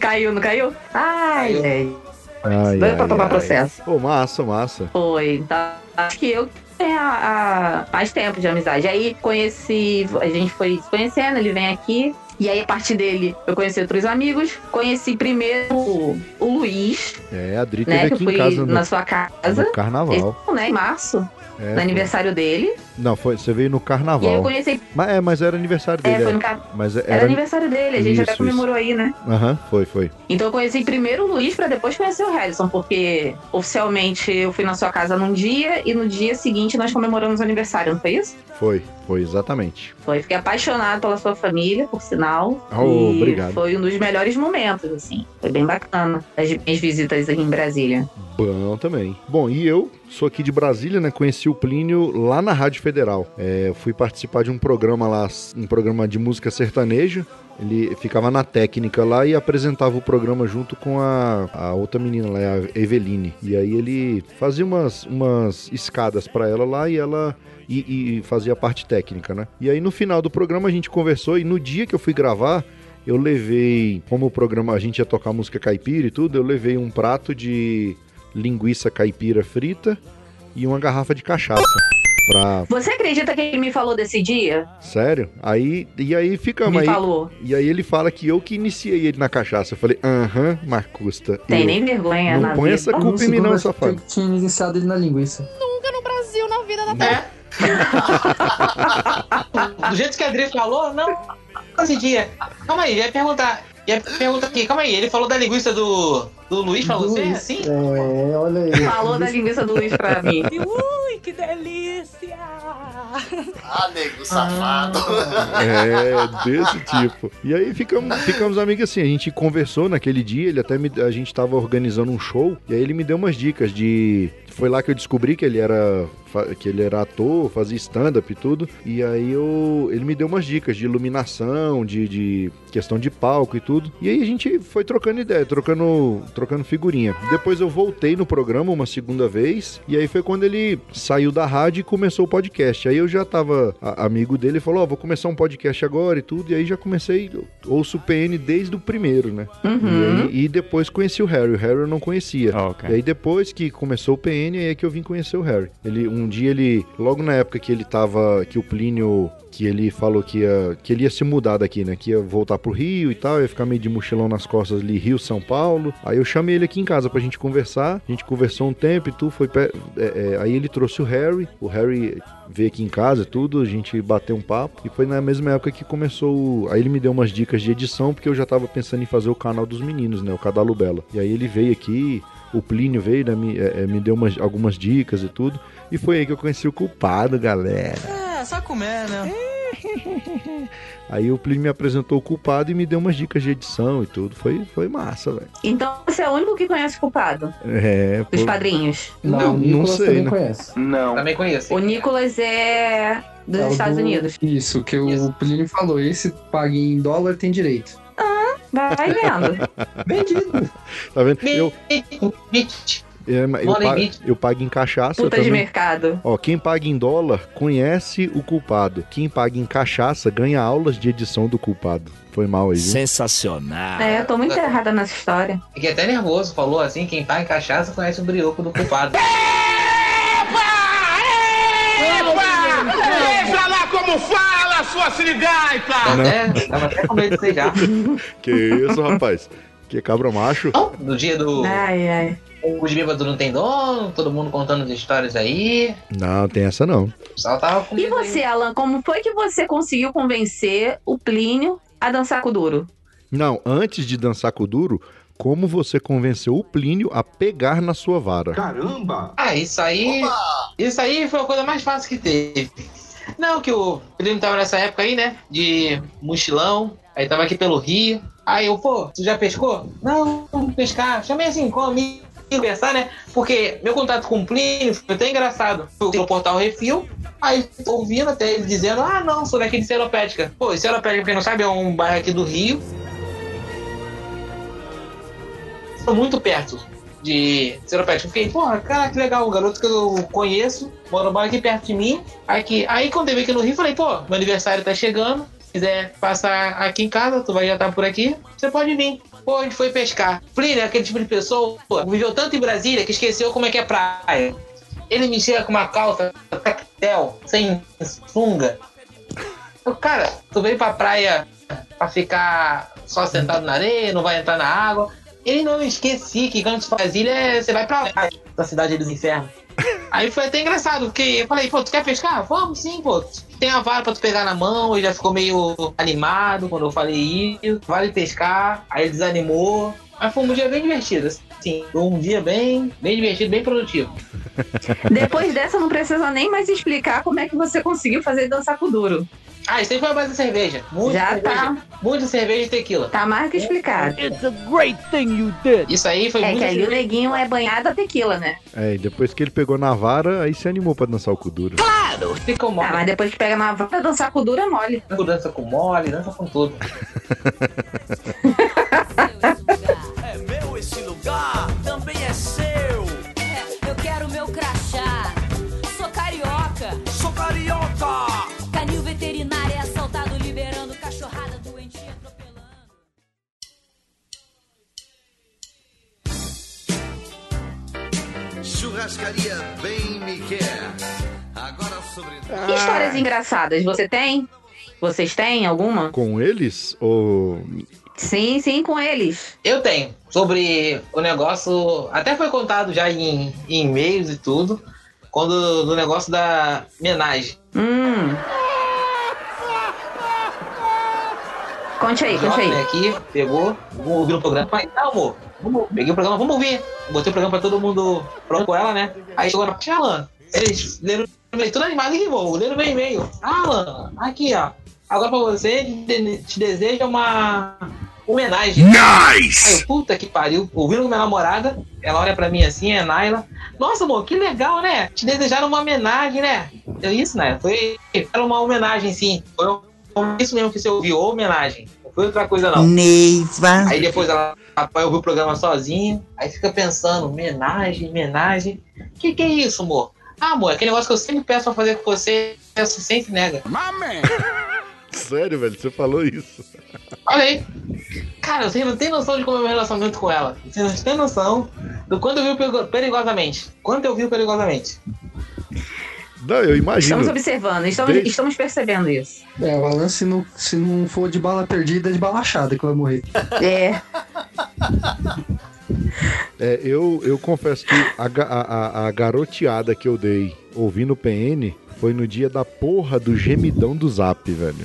S4: Caiu, não caiu? Ai, gente.
S2: ai
S4: Doido pra tomar processo.
S2: Pô, massa, massa.
S4: Foi. Então, acho que eu tenho a, a- mais tempo de amizade. Aí conheci, a gente foi se conhecendo, ele vem aqui. E aí, a partir dele, eu conheci outros amigos. Conheci primeiro o, o Luiz,
S2: É, a Dri
S4: né?
S2: teve
S4: Que eu
S2: aqui
S4: fui
S2: em casa.
S4: na sua casa.
S2: no carnaval.
S4: Esse, né, em março.
S2: É,
S4: no
S2: foi.
S4: aniversário dele.
S2: Não, foi, você veio no carnaval.
S4: E aí eu conheci.
S2: Mas, é, mas era aniversário dele.
S4: É, foi no
S2: é.
S4: car-
S2: Mas
S4: Era, aniversário dele, a gente
S2: Isso,
S4: até comemorou aí, né?
S2: isso. Aham, foi, foi.
S4: Então eu conheci primeiro o Luiz pra depois conhecer o Harrison, porque oficialmente eu fui na sua casa num dia e no dia seguinte nós comemoramos o aniversário, não foi isso?
S2: Foi, foi, exatamente.
S4: Foi, fiquei apaixonado pela sua família, por sinal.
S2: Oh,
S4: e
S2: obrigado.
S4: Foi um dos melhores momentos, assim. Foi bem bacana as minhas visitas aqui em Brasília.
S2: Bom também. Bom, e eu sou aqui de Brasília, né? Conheci o Plínio lá na Rádio Federal. É, eu fui participar de um programa lá, um programa de música sertaneja. Ele ficava na técnica lá e apresentava o programa junto com a, a outra menina lá, a Eveline. E aí ele fazia umas, umas escadas pra ela lá e ela e, e fazia a parte técnica, né? E aí no final do programa a gente conversou e no dia que eu fui gravar, eu levei, como o programa a gente ia tocar música caipira e tudo, eu levei um prato de linguiça caipira frita e uma garrafa de cachaça. Pra...
S4: Você acredita que ele me falou desse dia?
S2: Sério? Aí, e aí ficamos
S4: Me
S2: aí.
S4: falou.
S2: E aí ele fala que eu que iniciei ele na cachaça. Eu falei, aham, Marcusta.
S4: Tem
S2: eu.
S4: nem vergonha
S2: Não
S4: na
S2: põe
S4: vida.
S2: essa culpa em mim não, safado.
S11: Eu tinha iniciado ele na linguiça.
S19: Nunca no Brasil, na vida da
S1: É. Do jeito que a Adri falou, não. Esse dia. Calma aí, ia perguntar. Ia perguntar aqui, calma aí. Ele falou da linguiça do, do Luiz pra você? Assim?
S11: É, olha aí.
S4: [LAUGHS] Falou da linguiça do Luiz pra mim.
S19: Ui, que delícia!
S3: Ah, nego, safado.
S5: Ah.
S2: É, desse tipo. E aí ficamos, ficamos amigos assim. A gente conversou naquele dia, ele até me, a gente tava organizando um show, e aí ele me deu umas dicas de. Foi lá que eu descobri que ele era fa- que ele era ator, fazia stand-up e tudo. E aí eu, ele me deu umas dicas de iluminação, de, de questão de palco e tudo. E aí a gente foi trocando ideia, trocando, trocando figurinha. Depois eu voltei no programa uma segunda vez, e aí foi quando ele saiu da rádio e começou o podcast. Aí eu já tava a- amigo dele e falou: Ó, vou começar um podcast agora e tudo, e aí já comecei, eu ouço o PN desde o primeiro, né?
S20: Uhum.
S2: [LAUGHS]
S20: Ah,
S2: E, aí- e depois conheci o Harry, o Harry eu não conhecia.
S20: ok.
S2: E aí depois que começou o PN, aí é que eu vim conhecer o Harry. Ele, um dia ele, logo na época que ele tava, que o Plínio que ele falou que ia, que ele ia se mudar daqui, né? Que ia voltar pro Rio e tal, ia ficar meio de mochilão nas costas ali, Rio, São Paulo. Aí eu chamei ele aqui em casa pra gente conversar. A gente conversou um tempo e tudo, foi. pe- é, é, aí ele trouxe o Harry. O Harry veio aqui em casa e tudo, a gente bateu um papo. E foi na mesma época que começou. o- Aí ele me deu umas dicas de edição, porque eu já tava pensando em fazer o canal dos meninos, né? O Cadalo Bela. E aí ele veio aqui. O Plínio veio, né, me, é, é, me deu umas- algumas dicas e tudo. E foi aí que eu conheci o culpado, galera.
S16: É, só comer, né?
S2: Aí o Plínio me apresentou o culpado e me deu umas dicas de edição e tudo. Foi, foi massa, velho.
S4: Então você é o único que conhece o culpado.
S2: É,
S4: Os
S2: pô.
S4: padrinhos.
S2: Não, Não, o Nicolas não sei, também né?
S11: conhece.
S1: Não. Também conheço.
S4: O Nicolas é dos
S2: Tá
S11: É o
S4: Estados
S11: do-
S4: Unidos.
S11: Isso, que o Plínio falou. Esse paga em dólar tem direito.
S4: Vai vendo.
S11: Vendido.
S2: tá vendo? Eu, é, mas eu,
S4: Mora em
S2: pago,
S4: Beach.
S2: eu pago em cachaça
S4: Puta de
S2: também.
S4: mercado.
S2: Ó, quem paga em dólar conhece o culpado. Quem paga em cachaça ganha aulas de edição do culpado. Foi mal aí, viu? Sensacional.
S4: É, eu tô muito errada nessa história.
S1: Fiquei até nervoso, falou assim, quem paga em cachaça conhece o brioco do
S2: [LAUGHS]
S1: culpado.
S14: Vem pra lá como fala, sua sirigaita!
S1: É, tava até com medo de ser
S4: [LAUGHS]
S1: já.
S2: que isso, rapaz? Que cabra macho.
S1: No dia do.
S4: Ai, ai.
S1: Os bêbados não tem dono, todo mundo contando as histórias aí.
S2: Não, tem essa não.
S1: O pessoal tava com
S4: E você, Alan, como foi que você conseguiu convencer o Plínio a dançar com o duro?
S2: Não, antes de dançar com o duro, como você convenceu o Plínio a pegar na sua vara?
S1: Caramba! Ah, isso aí. Isso aí foi a coisa mais fácil que teve. Não, que o Pedrinho tava nessa época aí, né? De mochilão. Aí tava aqui pelo Rio. Aí eu, pô, tu já pescou? Não, não vou pescar. Chamei assim, comigo, conversar, né? Porque meu contato com o Plínio foi até engraçado. Fui pelo portal Refil. Aí tô ouvindo até ele dizendo, ah, não, sou daqui de Seropédica. Pô, Seropédica, pra quem não sabe, é um bairro aqui do Rio. Tô muito perto de Seropédica. Fiquei, porra, cara, que legal, um garoto que eu conheço, mora mora aqui perto de mim. Aqui. Aí quando eu vi aqui no Rio, falei, pô, meu aniversário tá chegando, se quiser passar aqui em casa, tu vai já estar por aqui, você pode vir. Pô, a gente foi pescar. Plínio é aquele tipo de pessoa, pô, viveu tanto em Brasília que esqueceu como é que é praia. Ele me chega com uma calça tactel, sem sunga. Eu, cara, tu veio pra praia pra ficar só sentado na areia, não vai entrar na água. Ele não esqueci que antes de Brasília é- você vai pra lá, da cidade dos infernos. Aí foi até engraçado, porque eu falei, pô, tu quer pescar? Vamos sim, pô. Tem a vara pra tu pegar na mão, ele já ficou meio animado quando eu falei isso, vale pescar, aí ele desanimou. Mas foi um dia bem divertido, assim, foi um dia bem, bem divertido, bem produtivo.
S4: Depois dessa, não precisa nem mais explicar como é que você conseguiu fazer dançar com o duro.
S1: Ah, isso aí foi a base da cerveja. Muita
S4: Já
S1: cerveja. Muita cerveja e tequila.
S4: Tá mais que explicado.
S1: It's a great thing you did. Isso aí foi
S4: É
S1: muito
S4: que aí o neguinho é banhado a tequila, né?
S2: É, e depois que ele pegou na vara, aí se animou pra dançar o cu duro.
S1: Claro! Ficou mole.
S4: Ah, mas depois que pega na vara, dançar com o duro é mole.
S1: Dança com mole, dança com tudo.
S14: É meu esse lugar, também é seu.
S21: É, eu quero meu crachá. Sou carioca. Sou carioca. Canil veterinário é assaltado, liberando cachorrada doentia.
S14: Churrascaria bem me quer. Agora sobre.
S4: Que histórias engraçadas você tem? Vocês têm alguma?
S2: Com eles? Ou.
S4: Sim, sim, com eles.
S1: Eu tenho. Sobre o negócio. Até foi contado já em, em e-mails e tudo. Quando do negócio da homenagem.
S4: Hum. Conte aí, conte aí.
S1: né, aqui, pegou, ouviu o programa. Falei, tá, amor, vamos, peguei o programa, vamos ouvir. Botei o programa pra todo mundo procurar ela, né? Aí chegou na parte, Alan, eles leram tudo animado e rimou, leram meu e-mail. Ah, Alan, aqui, ó. Agora pra você, te, te deseja uma homenagem. Nice! Aí eu, puta que pariu, ouvindo com minha namorada, ela olha pra mim assim, é Naila. Nossa, amor, que legal, né? Te desejaram uma homenagem, né? Eu, isso, né? Foi era uma homenagem, sim. Foi um- isso mesmo que você ouviu, homenagem. foi outra coisa, não.
S20: Neiva.
S1: Aí depois ela rapaz, ouviu o programa sozinha, aí fica pensando, homenagem, homenagem. Que que é isso, amor? Ah, amor, aquele negócio que eu sempre peço pra fazer com você, você sempre nega. Mame!
S2: Sério, velho, você falou isso.
S1: Olha aí. Cara, você não tem noção de como é o meu relacionamento com ela. Você não tem noção do quanto eu vi perigo- perigosamente. Quanto eu vi perigosamente.
S2: Não, eu imagino.
S4: Estamos observando, estamos,
S2: Desde-
S4: estamos percebendo isso.
S11: É, o Alan, se não, se não for de bala perdida, é de bala achada que vai morrer.
S4: É.
S2: É, eu, eu confesso que a, ga- a- a- a garoteada que eu dei ouvindo o PN foi no dia da porra do gemidão do Zap, velho.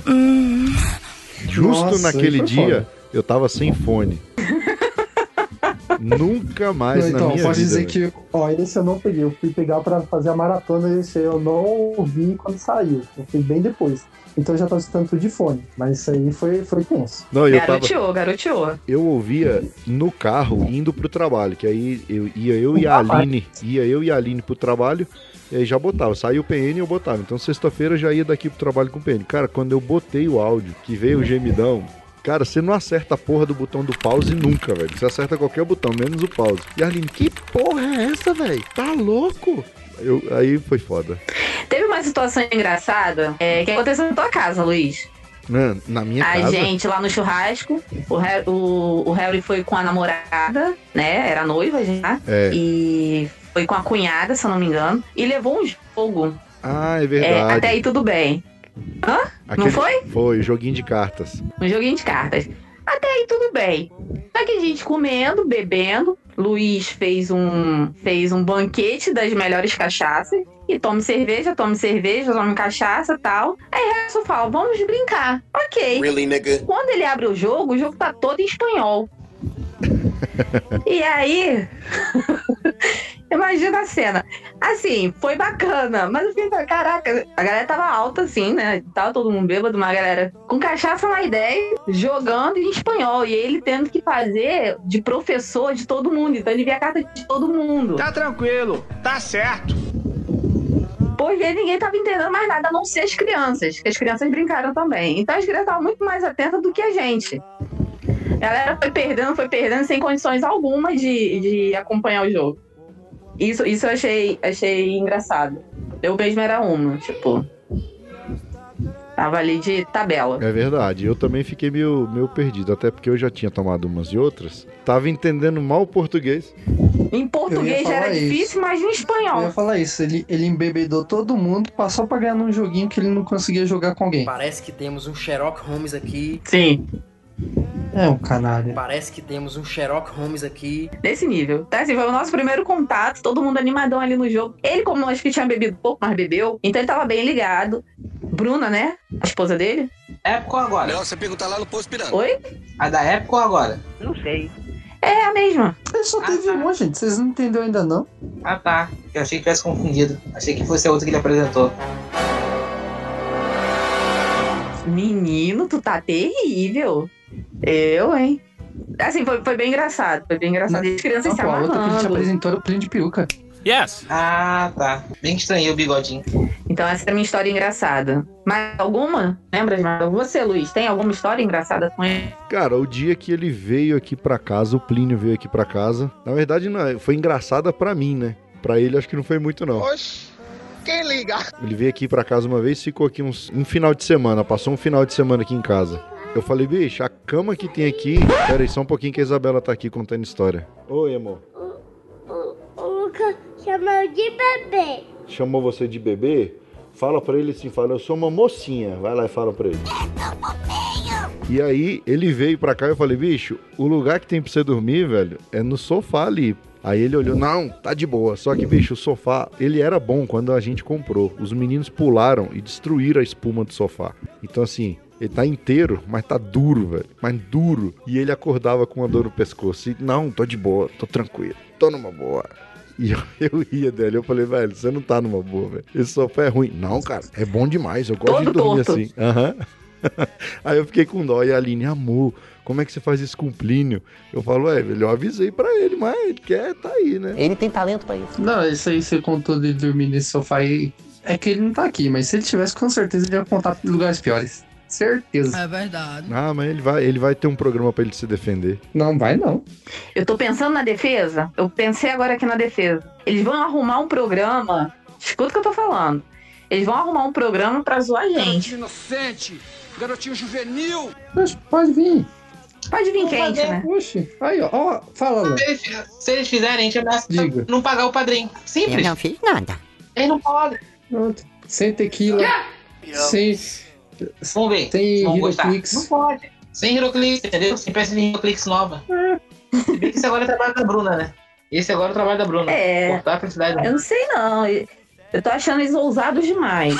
S2: Justo
S11: Nossa,
S2: naquele
S11: aí foi
S2: dia,
S11: foda.
S2: eu tava sem
S11: [LAUGHS]
S2: fone. Nunca mais
S11: Não,
S2: na
S11: então,
S2: minha
S11: pode
S2: vida. né?
S11: dizer
S2: velho.
S11: que, ó, esse eu não peguei. Eu fui pegar pra fazer a maratona, esse eu não ouvi quando saiu. Eu fui bem depois. Então eu já tava escutando tudo de fone. Mas isso aí foi, foi tenso.
S2: Não, eu tava-
S4: garoteou, garoteou.
S2: Eu ouvia no carro indo pro trabalho, que aí eu ia eu e a Aline, ia eu e a Aline pro trabalho, e aí já botava, saiu o PN e eu botava. Então sexta-feira eu já ia daqui pro trabalho com o PN. Cara, quando eu botei o áudio, que veio o gemidão, cara, você não acerta a porra do botão do pause nunca, velho. Você acerta qualquer botão, menos o pause. E a Aline, que porra é essa, velho? Tá louco? Eu, aí foi foda.
S4: Teve uma situação engraçada é, que aconteceu na tua casa, Luiz.
S2: Na, na minha
S4: a
S2: casa.
S4: gente lá no churrasco, o, Har- o, o Harry foi com a namorada, né? Era noiva já.
S2: É.
S4: E foi com a cunhada, se eu não me engano, e levou um jogo.
S2: Ah, é
S4: É,
S2: verdade.
S4: até aí tudo bem. Hã? Não
S2: Aquele-
S4: foi?
S2: Foi, joguinho de cartas.
S4: Um joguinho de cartas. Até aí tudo bem. Só que a gente comendo, bebendo. Luiz fez um, fez um banquete das melhores cachaças. E tome cerveja, tome cerveja, tome cachaça e tal. Aí Harrison fala, vamos brincar. Ok.
S3: Really, nigga?
S4: Quando ele abre o jogo, o jogo tá todo em espanhol. E aí, [LAUGHS] imagina a cena. Assim, foi bacana, mas eu fiquei, caraca, a galera tava alta assim, né? Tava todo mundo bêbado, uma galera com cachaça na ideia, jogando em espanhol. E ele tendo que fazer de professor de todo mundo. Então ele via a carta de todo mundo.
S6: Tá tranquilo, tá certo.
S4: Por ver, ninguém tava entendendo mais nada, a não ser as crianças, que as crianças brincaram também. Então as crianças estavam muito mais atentas do que a gente. A galera foi perdendo, foi perdendo, sem condições alguma de, de acompanhar o jogo. Isso, isso eu achei, achei engraçado. Eu mesmo era uma, tipo. Tava ali de tabela.
S2: É verdade, eu também fiquei meio, meio perdido, até porque eu já tinha tomado umas e outras. Tava entendendo mal o português.
S4: Em
S11: Eu ia
S4: português já
S11: falar
S4: era
S11: isso.
S4: difícil, mas em
S11: Eu
S4: espanhol.
S11: ia falar isso, ele, ele embebedou todo mundo passou pra ganhar num joguinho que ele não conseguia jogar com alguém.
S20: Parece que temos um Sherlock Holmes aqui.
S4: Sim.
S11: É um canalha.
S20: Parece que temos um Sherlock Holmes aqui.
S4: Nesse nível. Tá, assim, foi o nosso primeiro contato, todo mundo animadão ali no jogo. Ele, como acho que tinha bebido pouco, mas bebeu, então ele tava bem ligado. Bruna, né? A esposa dele?
S1: Época ou agora?
S4: Não,
S1: você perguntar lá no posto pirando.
S4: Oi?
S1: A da época ou agora?
S4: Não sei. É a mesma.
S11: Ele só teve um, gente. Vocês não entenderam ainda, não?
S1: Ah tá. Eu achei que tivesse confundido. Achei que fosse a outra que ele apresentou.
S4: Menino, tu tá terrível. Eu, hein? Assim, foi, foi bem engraçado. Foi bem engraçado. As crianças
S1: tá
S4: se
S11: Pô, a outra que ele te
S4: amarrando.
S11: apresentou era o Plínio de Peruca.
S1: Yes. Ah tá. Bem estranhei o bigodinho.
S4: Então essa é a minha história engraçada. Mais alguma? Lembra de mais alguma? Você, Luiz, tem alguma história engraçada com ele?
S2: Cara, o dia que ele veio aqui pra casa, o Plínio veio aqui pra casa. Na verdade, não, foi engraçada pra mim, né? Pra ele, acho que não foi muito, não.
S16: Quem liga?
S2: Ele veio aqui pra casa uma vez, ficou aqui uns, um final de semana, passou um final de semana aqui em casa. Eu falei, bicho, a cama que tem aqui. Pera aí, só um pouquinho que a Isabela tá aqui contando história. Oi, amor.
S22: O Luca chamou de bebê.
S2: Chamou você de bebê? Fala pra ele assim, fala, eu sou uma mocinha. Vai lá e fala pra ele. E aí ele veio pra cá e eu falei, bicho, o lugar que tem pra você dormir, velho, é no sofá ali. Aí ele olhou, não, tá de boa. Só que, bicho, o sofá, ele era bom quando a gente comprou. Os meninos pularam e destruíram a espuma do sofá. Então, assim, ele tá inteiro, mas tá duro, velho. Mas duro. E ele acordava com uma dor no pescoço. E, não, tô de boa, tô tranquilo, tô numa boa. E eu, [LAUGHS] eu ria dele. Eu falei, velho, você não tá numa boa, velho. Esse sofá é ruim. Não, cara, é bom demais. Eu gosto de
S4: Todo
S2: dormir
S4: torto.
S2: assim. Aham. [LAUGHS] Aí eu fiquei com dó. E a Aline, amor, como é que você faz isso com o Plínio? Eu falo, é, velho, eu avisei pra ele, mas ele quer, tá aí, né?
S11: Ele tem talento pra isso. Não, isso aí você contou dele dormir nesse sofá aí. É que ele não tá aqui, mas se ele tivesse, com certeza ele ia contar lugares piores. Certeza.
S2: É verdade. Ah, mas ele vai, ele vai ter um programa pra ele se defender.
S11: Não vai, não.
S4: Eu tô pensando na defesa. Eu pensei agora aqui na defesa. Eles vão arrumar um programa. Escuta o que eu tô falando. Eles vão arrumar um programa pra zoar a gente.
S16: Garotinho inocente! Garotinho juvenil!
S11: Mas pode vir.
S4: Pode vir quente, né?
S11: Oxi, aí, ó, ó fala lá.
S1: Se eles, se eles fizerem, a gente ameaça
S11: Diga.
S1: não pagar o padrinho. Simples.
S11: Eu não
S1: fiz nada. Eles não podem.
S11: Pronto. Sem tequila. Sem.
S1: Vamos ver.
S11: Sem
S1: Vão gostar. Não
S11: Heroclix.
S1: pode. Sem Heroclix, entendeu? Sem peça de Heroclix nova. Se bem que esse agora é o trabalho da Bruna, né? Esse agora é o trabalho da Bruna.
S4: É.
S1: Cortar a felicidade da
S4: Eu não sei, não. Eu tô achando eles ousados demais.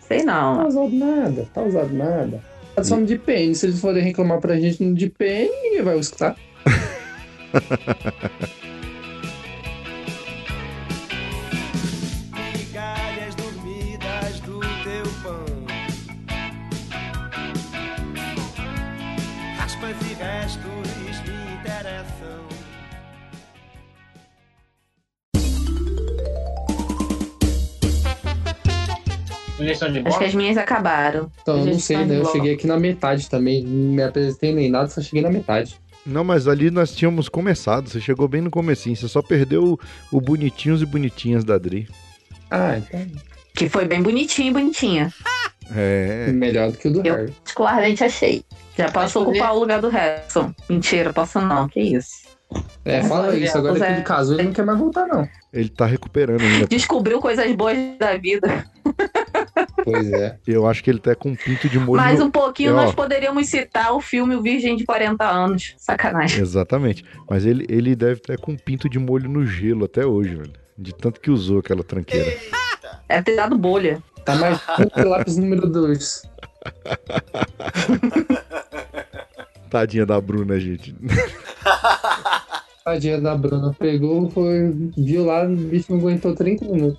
S4: sei
S11: Não tá
S4: não.
S11: usado nada, tá usado nada. Tá só no DPN. Se eles forem reclamar pra gente no DPN, ninguém vai escutar.
S7: migalhas dormidas do teu pão. Raspas e restos me interessam.
S1: sugestão de
S4: Acho que
S1: bola.
S4: as minhas acabaram.
S11: Então, eu
S4: Sugestão
S11: não sei, né?
S4: de
S11: Eu
S4: bola.
S11: cheguei aqui na metade também. Não me apresentei nem nada, só cheguei na metade.
S2: Não, mas ali nós tínhamos começado. Você chegou bem no comecinho. Você só perdeu o, o bonitinhos e bonitinhas da Dri.
S11: Ah, então.
S4: Que foi bem bonitinho, bonitinha.
S2: É.
S11: então, Melhor do que o do Harry.
S4: Particularmente achei. Já posso ocupar o lugar do Harrison. Mentira, posso não. Que isso.
S11: É, fala isso. Agora que
S4: Pois é.
S11: ele casou, ele não quer mais voltar, não.
S2: Ele tá recuperando ainda.
S4: Descobriu coisas boas da vida.
S11: Pois é.
S2: Eu acho que ele tá com um pinto de molho.
S4: Mais
S2: no-
S4: um pouquinho
S2: Ó,
S4: nós poderíamos citar o filme O Virgem de 40 Anos. Sacanagem.
S2: Exatamente. Mas ele, ele deve estar com um pinto de molho no gelo até hoje, velho. De tanto que usou aquela tranqueira.
S4: É ter dado bolha.
S11: Tá
S4: [LAUGHS]
S11: mais puto que lápis número 2.
S2: Tadinha da Bruna, gente.
S11: Tadinha da Bruna. Pegou, foi, viu lá, o bicho não aguentou 30 [LAUGHS] minutos.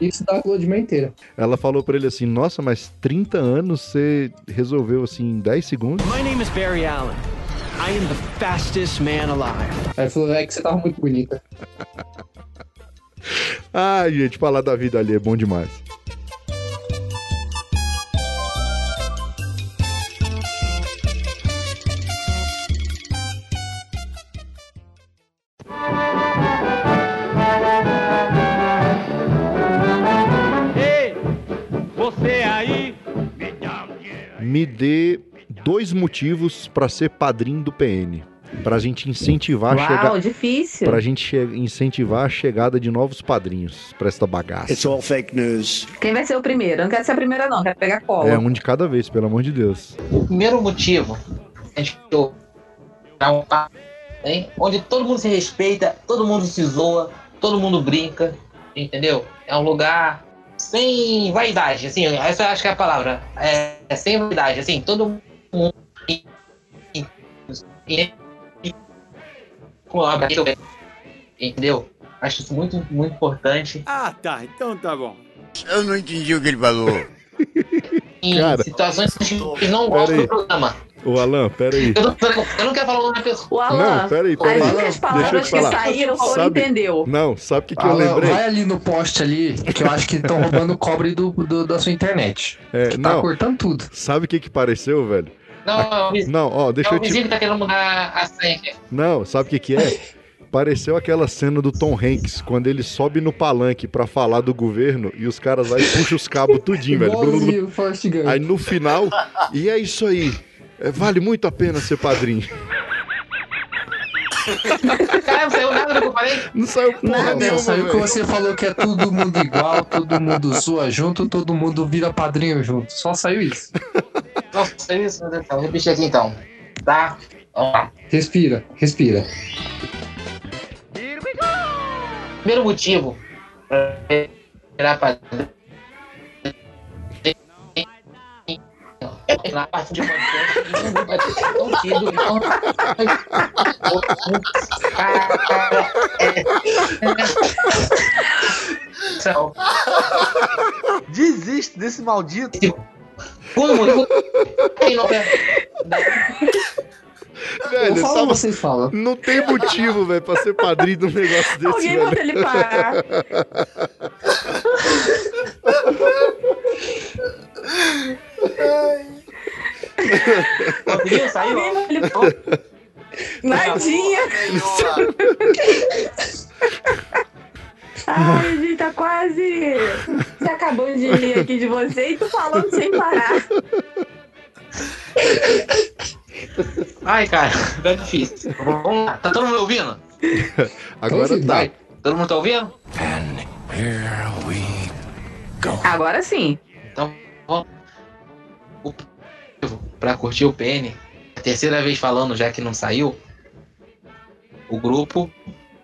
S11: Isso dá a Clodimar inteira.
S2: Ela falou pra ele assim: Nossa, mas 30 anos você resolveu assim em 10 segundos?
S5: My name is Barry Allen. I am the fastest man alive.
S11: Aí falou, é que você tava muito bonita.
S2: Ai, gente, falar da vida ali é bom demais.
S7: Ei, você aí? um
S2: Me dê dois motivos pra ser padrinho do PN. Pra gente incentivar a
S4: Uau,
S2: chegar.
S4: difícil.
S2: Pra gente che- incentivar a chegada de novos padrinhos pra esta bagaça.
S5: It's all fake news.
S4: Quem vai ser o primeiro? Eu não quero ser a primeira, não. Quero pegar cola.
S2: É um de cada vez, pelo amor de Deus.
S1: O primeiro motivo é a gente criou pra um papo, hein? onde todo mundo se respeita, todo mundo se zoa, todo mundo brinca, entendeu? É um lugar sem vaidade, assim, essa eu acho que é a palavra. É, é sem vaidade, assim, todo mundo. E, e, e, e- com a- entendeu? Acho isso muito, muito importante.
S7: Ah, tá, então tá bom.
S5: Eu não entendi o que ele falou.
S1: Em
S2: Cara.
S1: situações que eles não gostam
S2: Peraí.
S1: do programa.
S2: Ô, Alan, [LAUGHS] peraí.
S1: Eu não, eu não quero falar o nome da pessoa.
S4: O Alan,
S2: Não, tá- peraí,
S4: as
S2: peraí.
S4: únicas palavras que saíram foram
S2: Sabe-
S4: entendeu.
S2: Não, sabe o
S11: [LAUGHS]
S2: que, que eu
S11: Fala,
S2: lembrei?
S11: Vai ali no poste ali, que eu acho que estão roubando o cobre do, do- da sua internet.
S2: É,
S11: Tá
S2: não,
S11: cortando tudo.
S2: sabe o que que pareceu, velho?
S1: Não, não,
S2: Não, ó, deixa
S1: é
S2: eu
S1: o vizinho
S2: te...
S1: que tá querendo mudar a senha.
S2: Não, sabe o que que [LAUGHS] é? Pareceu aquela cena do Tom Hanks, quando ele sobe no palanque pra falar do governo e os caras lá e puxam os cabos tudinho, velho.
S11: Igualzinho o Forrest Gump.
S2: Aí no final, e é isso aí. É, vale muito a pena ser padrinho.
S1: Cara, não saiu nada do que eu falei?
S2: Não saiu porra
S11: Não,
S2: nenhuma,
S11: saiu que
S2: velho.
S11: você falou que é todo mundo igual, todo mundo zoa junto, todo mundo vira padrinho junto. Só saiu isso.
S1: Nossa, saiu isso, meu Deus do céu. Vou Repetir aqui então. Tá? Vamos lá.
S11: Respira, respira.
S1: Primeiro motivo é, pra virar padrinho. Na parte de podcast, não tem sentido, não. Cara, é- Não.
S5: Desiste desse maldito.
S1: Como? Quem não quer?
S11: Eu
S2: velho
S11: falo,
S2: sabe-
S11: vocês falam.
S2: Não tem motivo, velho, pra ser padrinho de um negócio desse,
S4: Alguém
S2: velho. [LAUGHS]
S4: manda ele parar.
S1: Conseguiu? Saiu?
S2: [LAUGHS]
S4: Nadinha! Ai, a gente tá quase se acabando de rir aqui de você e tu falando sem parar.
S1: Ai, cara, tá difícil. Vamos lá. Tá todo mundo ouvindo?
S2: Agora tá.
S1: Todo mundo tá ouvindo?
S4: Agora sim.
S1: Então, ó, o para curtir o PN, a terceira vez falando já que não saiu, o grupo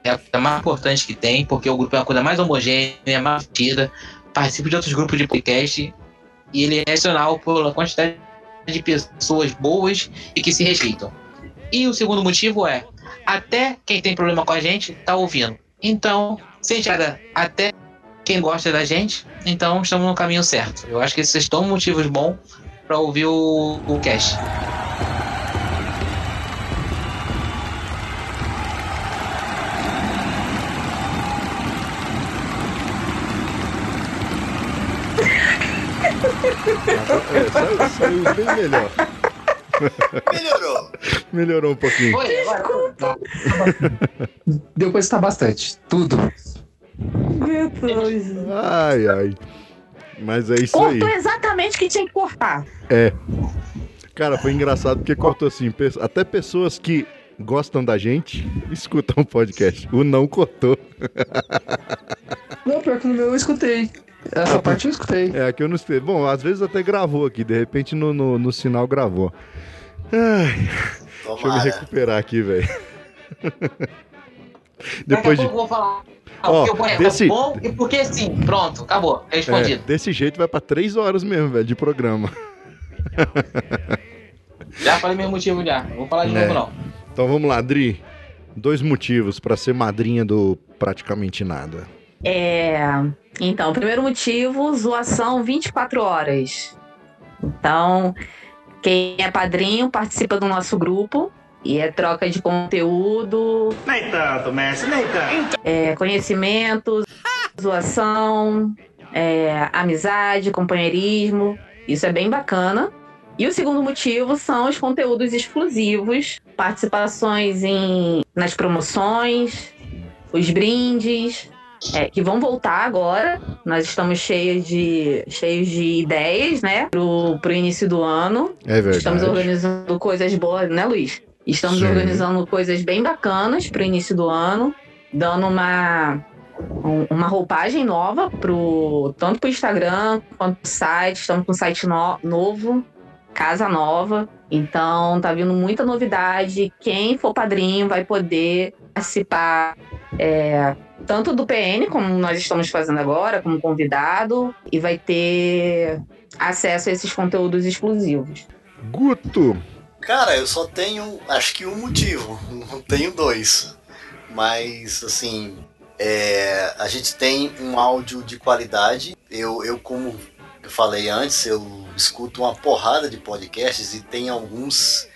S1: é a coisa mais importante que tem, porque o grupo é a coisa mais homogênea, mais tida, participa de outros grupos de podcast e ele é nacional pela quantidade de pessoas boas e que se respeitam. E o segundo motivo é até quem tem problema com a gente tá ouvindo. Então, sem tirar até quem gosta da gente, então estamos no caminho certo. Eu acho que esses são motivos bons para ouvir o, o cast.
S2: É, saiu, saiu bem melhor.
S3: Melhorou.
S2: Melhorou um pouquinho.
S4: Desculpa.
S11: Deu pra escutar bastante. Tudo.
S4: Meu Deus.
S2: Ai, ai. Mas é isso aí.
S4: Cortou exatamente o que tinha que cortar.
S2: É. Cara, foi engraçado porque cortou assim, pe- até pessoas que gostam da gente escutam o podcast. O não cortou.
S11: Não, pior que no meu eu escutei. Essa parte eu escutei.
S2: É, que eu não sei. Bom, às vezes até gravou aqui, de repente no, no, no sinal gravou. Ai, deixa eu me
S3: Tomara.
S2: recuperar aqui, velho.
S1: Daqui a
S2: Depois de.
S1: pouco eu vou falar.
S2: Ó,
S1: porque o boneco
S2: desse-
S1: é bom e porque sim. Pronto, acabou. Respondido.
S2: É, desse jeito vai pra três horas mesmo, velho, de programa.
S1: Já falei meu motivo já. Não Vou falar de
S2: É.
S1: novo, não.
S2: Então vamos lá, Dri. Dois motivos pra ser madrinha do Praticamente Nada.
S4: É. Então, primeiro motivo, zoação 24 horas. Então, quem é padrinho participa do nosso grupo e é troca de conteúdo,
S6: Nem tanto, mestre, nem tanto.
S4: é, conhecimentos, zoação, é, amizade, companheirismo. Isso é bem bacana. E o segundo motivo são os conteúdos exclusivos, participações em, nas promoções, os brindes, é, que vão voltar agora. Nós estamos cheios de, cheios de ideias, né? Pro, pro início do ano.
S2: É verdade.
S4: Estamos organizando coisas boas, né, Luiz? Estamos
S2: Sim.
S4: organizando coisas bem bacanas para o início do ano, dando uma, um- uma roupagem nova pro, tanto para o Instagram quanto para o site. Estamos com um site no- novo, casa nova. Então tá vindo muita novidade. Quem for padrinho vai poder participar é, tanto do PN, como nós estamos fazendo agora, como convidado, e vai ter acesso a esses conteúdos exclusivos.
S2: Guto!
S3: Cara, eu só tenho, acho que um motivo, não tenho dois. Mas, assim, é, a gente tem um áudio de qualidade. Eu, eu, como eu falei antes, eu escuto uma porrada de podcasts e tem alguns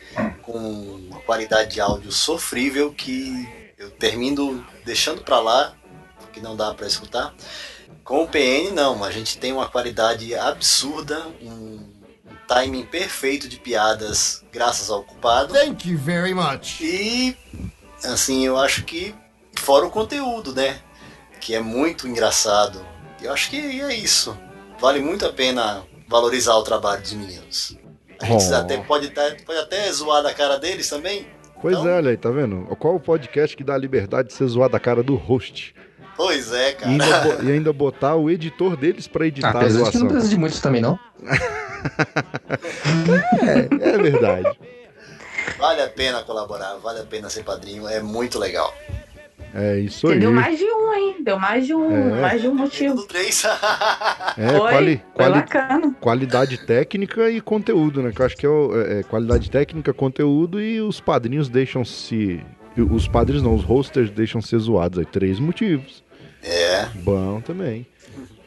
S3: com uma qualidade de áudio sofrível que eu termino deixando pra lá, que não dá pra escutar. Com o PN, não, a gente tem uma qualidade absurda, um timing perfeito de piadas, graças ao culpado.
S8: Thank you very much.
S3: E assim, eu acho que fora o conteúdo, né? Que é muito engraçado. Eu acho que é isso. Vale muito a pena valorizar o trabalho dos meninos. A gente
S2: Oh.
S3: até pode, tá- pode até zoar da cara deles também.
S2: Pois
S4: Então?
S2: é, olha aí, tá vendo? Qual o podcast que dá a liberdade de ser zoado a cara do host?
S3: Pois é,
S2: E ainda,
S3: cara.
S2: bo- e ainda botar o editor deles pra editar a
S11: Ah, Apesar de que
S2: zoação.
S11: não precisa de muito também, não.
S2: É, é verdade.
S3: Vale a pena colaborar, vale a pena ser padrinho, é muito legal.
S2: É isso
S4: Porque
S2: aí.
S4: Deu mais de um, hein? Deu mais de um,
S2: É.
S4: mais de um motivo.
S3: Três. [LAUGHS]
S2: É,
S4: Foi,
S2: quali-
S4: foi
S2: quali-
S4: bacana.
S2: Qualidade técnica e conteúdo, né? Que eu acho que é, o- é- é qualidade técnica, conteúdo e os padrinhos deixam se. Os padrinhos não, os hosters deixam ser zoados aí. Três motivos.
S3: É.
S2: Bom também.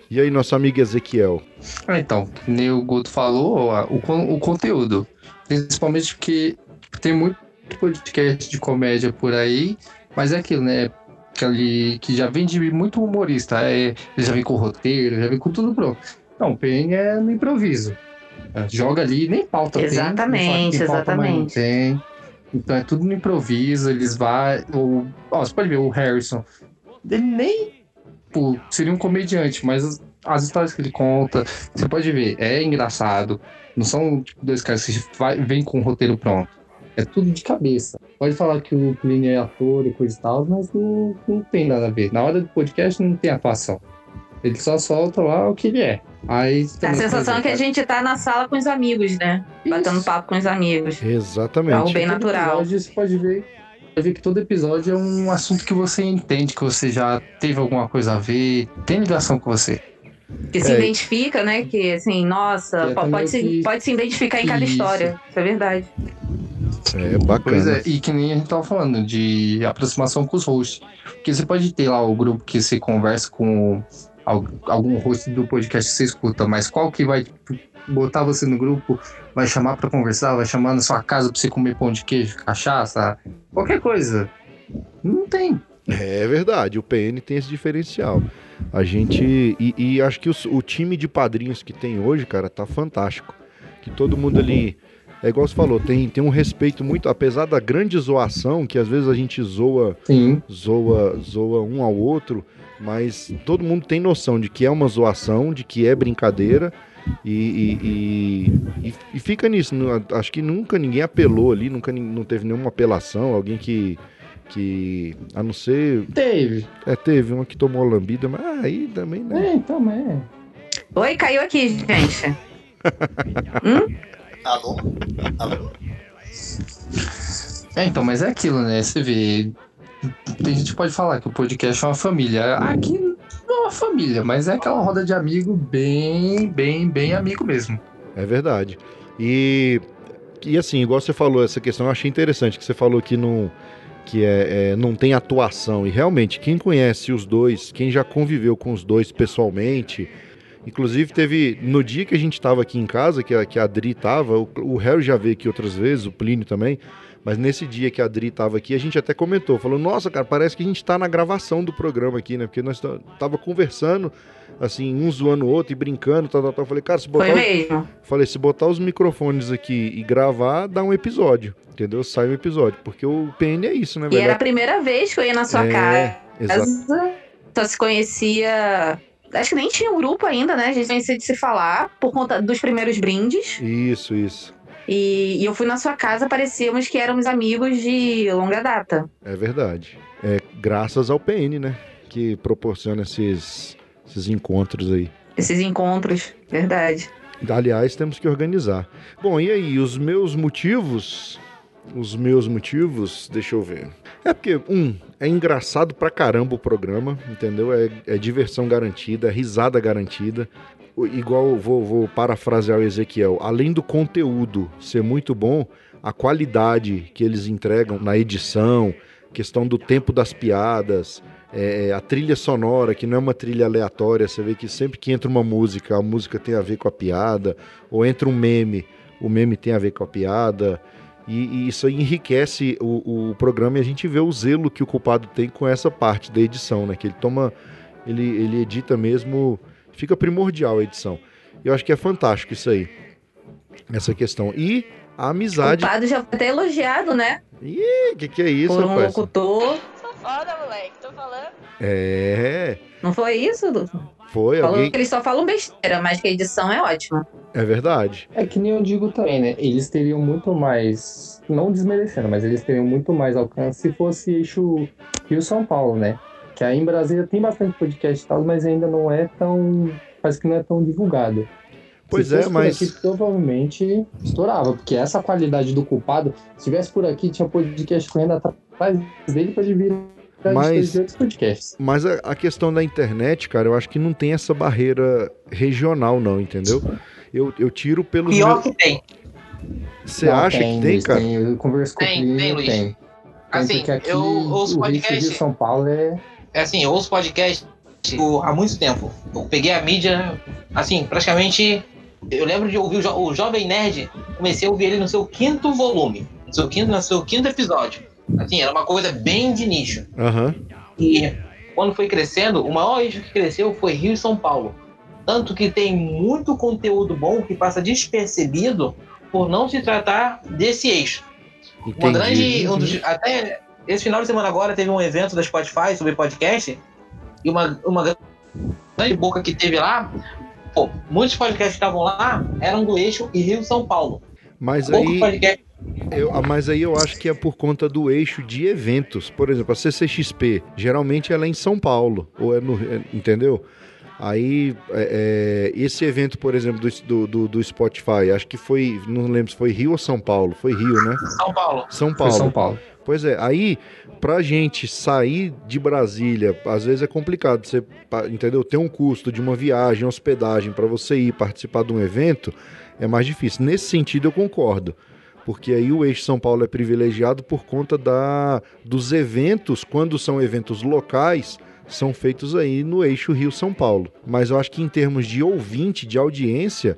S2: E aí, nosso amigo Ezequiel?
S11: Ah, então, que nem o Guto falou, ó, o, con- o conteúdo. Principalmente porque tem muito podcast de comédia por aí, mas é aquilo, né? Aquele que já vem de muito humorista. É, ele já vem com roteiro, já vem com tudo pronto. Não, o PN é no improviso. É, Joga ali, nem pauta
S4: Exatamente,
S11: tem. não fala que tem pauta,
S4: exatamente.
S11: mas Não tem. Então é tudo no improviso, eles vai. O, ó, você pode ver, o Harrison. Ele nem. pô, seria um comediante, mas as, as histórias que ele conta, você pode ver, é engraçado. Não são tipo, dois caras que vai, vem com o roteiro pronto. É tudo de cabeça. Pode falar que o Plínio é ator e coisa e tal, mas não, não tem nada a ver. Na hora do podcast não tem atuação. Ele só solta lá o que ele é. Aí,
S4: A
S11: também, por
S2: Uhum.
S4: sensação é que a
S11: exemplo,
S4: gente tá na sala com os amigos, né? Batendo papo com os amigos.
S2: Exatamente.
S4: Algo bem
S11: Todo
S4: natural.
S11: episódio você pode ver, pode ver que todo episódio é um assunto que você entende, que você já teve alguma coisa a ver, tem ligação com você.
S4: Que se
S11: É.
S4: identifica, né? Que assim, nossa,
S11: É
S4: po-
S11: também
S4: pode se,
S11: que-
S4: pode se identificar em cada
S11: Isso.
S4: história. Isso é verdade.
S2: É bacana.
S11: Pois é, e que nem a gente tava falando, de aproximação com os hosts. Porque você pode ter lá o grupo que você conversa com al- algum host do podcast que você escuta, mas qual que vai tipo, botar você no grupo, vai chamar pra conversar, vai chamar na sua casa pra você comer pão de queijo, cachaça, qualquer coisa. Não tem.
S2: É verdade, o PN tem esse diferencial. A gente. E, e acho que os- o time de padrinhos que tem hoje, cara, tá fantástico. Que todo mundo ali. É igual você falou, tem, tem um respeito muito, apesar da grande zoação, que às vezes a gente zoa, zoa, zoa um ao outro, mas todo mundo tem noção de que é uma zoação, de que é brincadeira, e, e- e- e- e fica nisso. Nu- Acho que nunca ninguém apelou ali, nunca nin- não teve nenhuma apelação, alguém que. que a não ser.
S11: Teve.
S2: É, teve uma que tomou lambida, mas aí também, né?
S11: É, então, é.
S4: Oi, caiu aqui, gente.
S3: Alô? Alô?
S11: É, então, mas é aquilo, né? Você vê. Tem gente que pode falar que o podcast é uma família. Aqui não é uma família, mas é aquela roda de amigo bem, bem, bem amigo mesmo.
S2: É verdade. E, e assim, igual você falou, essa questão eu achei interessante, que você falou que não, que é, é, não tem atuação. E realmente, quem conhece os dois, quem já conviveu com os dois pessoalmente. Inclusive, teve. No dia que a gente estava aqui em casa, que a, que a Adri tava, o, o Harry já veio aqui outras vezes, o Plínio também. Mas nesse dia que a Adri tava aqui, a gente até comentou, falou, nossa, cara, parece que a gente tá na gravação do programa aqui, né? Porque nós tá- tava conversando, assim, um zoando o outro e brincando, tal, tal, tal. Eu Falei, cara, se botar. um os-
S4: mesmo.
S2: Falei, se botar os microfones aqui e gravar, dá um episódio. Entendeu? Sai um episódio. Porque o PN é isso, né,
S4: E
S2: velho?
S4: era a primeira vez que eu ia na sua
S2: É,
S4: casa.
S2: exato.
S4: Só se conhecia. Acho que nem tinha um grupo ainda, né? A gente conhecia de se falar por conta dos primeiros brindes.
S2: Isso, isso.
S4: E, e eu fui na sua casa, parecíamos que éramos amigos de longa data.
S2: É verdade. É graças ao PN, né? Que proporciona esses, esses encontros aí.
S4: Esses encontros, verdade.
S2: Aliás, temos que organizar. Bom, e aí, os meus motivos? Os meus motivos, deixa eu ver. É porque, um, é engraçado pra caramba o programa, entendeu? É, é diversão garantida, é risada garantida. O- Igual, vou, vou parafrasear o Ezequiel, além do conteúdo ser muito bom, a qualidade que eles entregam na edição, questão do tempo das piadas, é, a trilha sonora, que não é uma trilha aleatória, você vê que sempre que entra uma música, a música tem a ver com a piada, ou entra um meme, o meme tem a ver com a piada, e, e isso aí enriquece o, o programa e a gente vê o zelo que o culpado tem com essa parte da edição, né? Que ele toma, ele, ele edita mesmo, fica primordial a edição. Eu acho que é fantástico isso aí, essa questão. E a
S4: O
S2: amizade.
S4: Pado já foi até elogiado, né?
S2: Ih, que que é isso,
S4: Por um
S2: rapaz?
S4: locutor.
S19: Foda, moleque, tô falando.
S2: É,
S4: Não foi isso, Dudu?
S2: foi
S4: Falou
S2: alguém.
S4: que eles só falam besteira, mas que a edição é ótima.
S2: É verdade.
S11: É que nem eu digo também, né? Eles teriam muito mais. Não desmerecendo, mas eles teriam muito mais alcance se fosse eixo Rio-São Paulo, né? Que aí em Brasília tem bastante podcast e tal, mas ainda não é tão. Parece que não é tão divulgado.
S2: Pois
S11: se
S2: é,
S11: fosse por
S2: mas-
S11: Aqui, provavelmente estourava, porque essa qualidade do culpado, se tivesse por aqui, tinha podcast correndo atrás dele pra ele vir.
S2: Mas-
S11: de outros podcasts.
S2: Mas a, a questão da internet, cara, eu acho que não tem essa barreira regional, não, entendeu? Eu, eu tiro pelos.
S1: Pior
S2: meus-
S1: que tem.
S2: Você
S11: Não,
S2: acha que tem,
S11: Luiz,
S2: cara?
S11: Eu converso com
S1: Tem,
S11: o Plínio,
S1: tem, Luiz.
S11: tem.
S1: Assim,
S11: porque aqui,
S1: eu ouço
S11: o
S1: podcast-
S11: Rio de São Paulo é
S1: É assim, eu ouço podcast tipo, há muito tempo. Eu peguei a mídia, assim, praticamente. Eu lembro de ouvir o, jo- o Jovem Nerd, comecei a ouvir ele no seu quinto volume, no seu quinto, no seu quinto episódio. Assim, era uma coisa bem de nicho.
S2: Aham.
S1: E quando foi crescendo, o maior eixo que cresceu foi Rio e São Paulo. Tanto que tem muito conteúdo bom que passa despercebido por não se tratar desse eixo. Uma
S2: Entendi.
S1: grande. um dos- até esse final de semana agora teve um evento da Spotify sobre podcast. E uma, uma grande boca que teve lá. Pô, muitos podcasts que estavam lá eram do eixo e Rio São Paulo.
S2: Mas
S1: Pouco
S2: aí,
S1: podcast.
S2: eu, ah, mas aí eu acho que é por conta do eixo de eventos. Por exemplo, a CCXP, geralmente ela é em São Paulo, ou é no, é- entendeu? Aí, é, é, esse evento, por exemplo, do, do- do, do Spotify, acho que foi, não lembro se foi Rio ou São Paulo, foi Rio, né?
S1: São Paulo.
S2: São
S11: Foi
S2: Paulo.
S11: São Paulo.
S2: Pois é, aí pra gente sair de Brasília, às vezes é complicado, você, pa- entendeu? Tem um custo de uma viagem, hospedagem pra você ir participar de um evento, é mais difícil. Nesse sentido eu concordo, porque aí o eixo São Paulo é privilegiado por conta da dos eventos, quando são eventos locais, são feitos aí no eixo Rio-São Paulo. Mas eu acho que em termos de ouvinte, de audiência,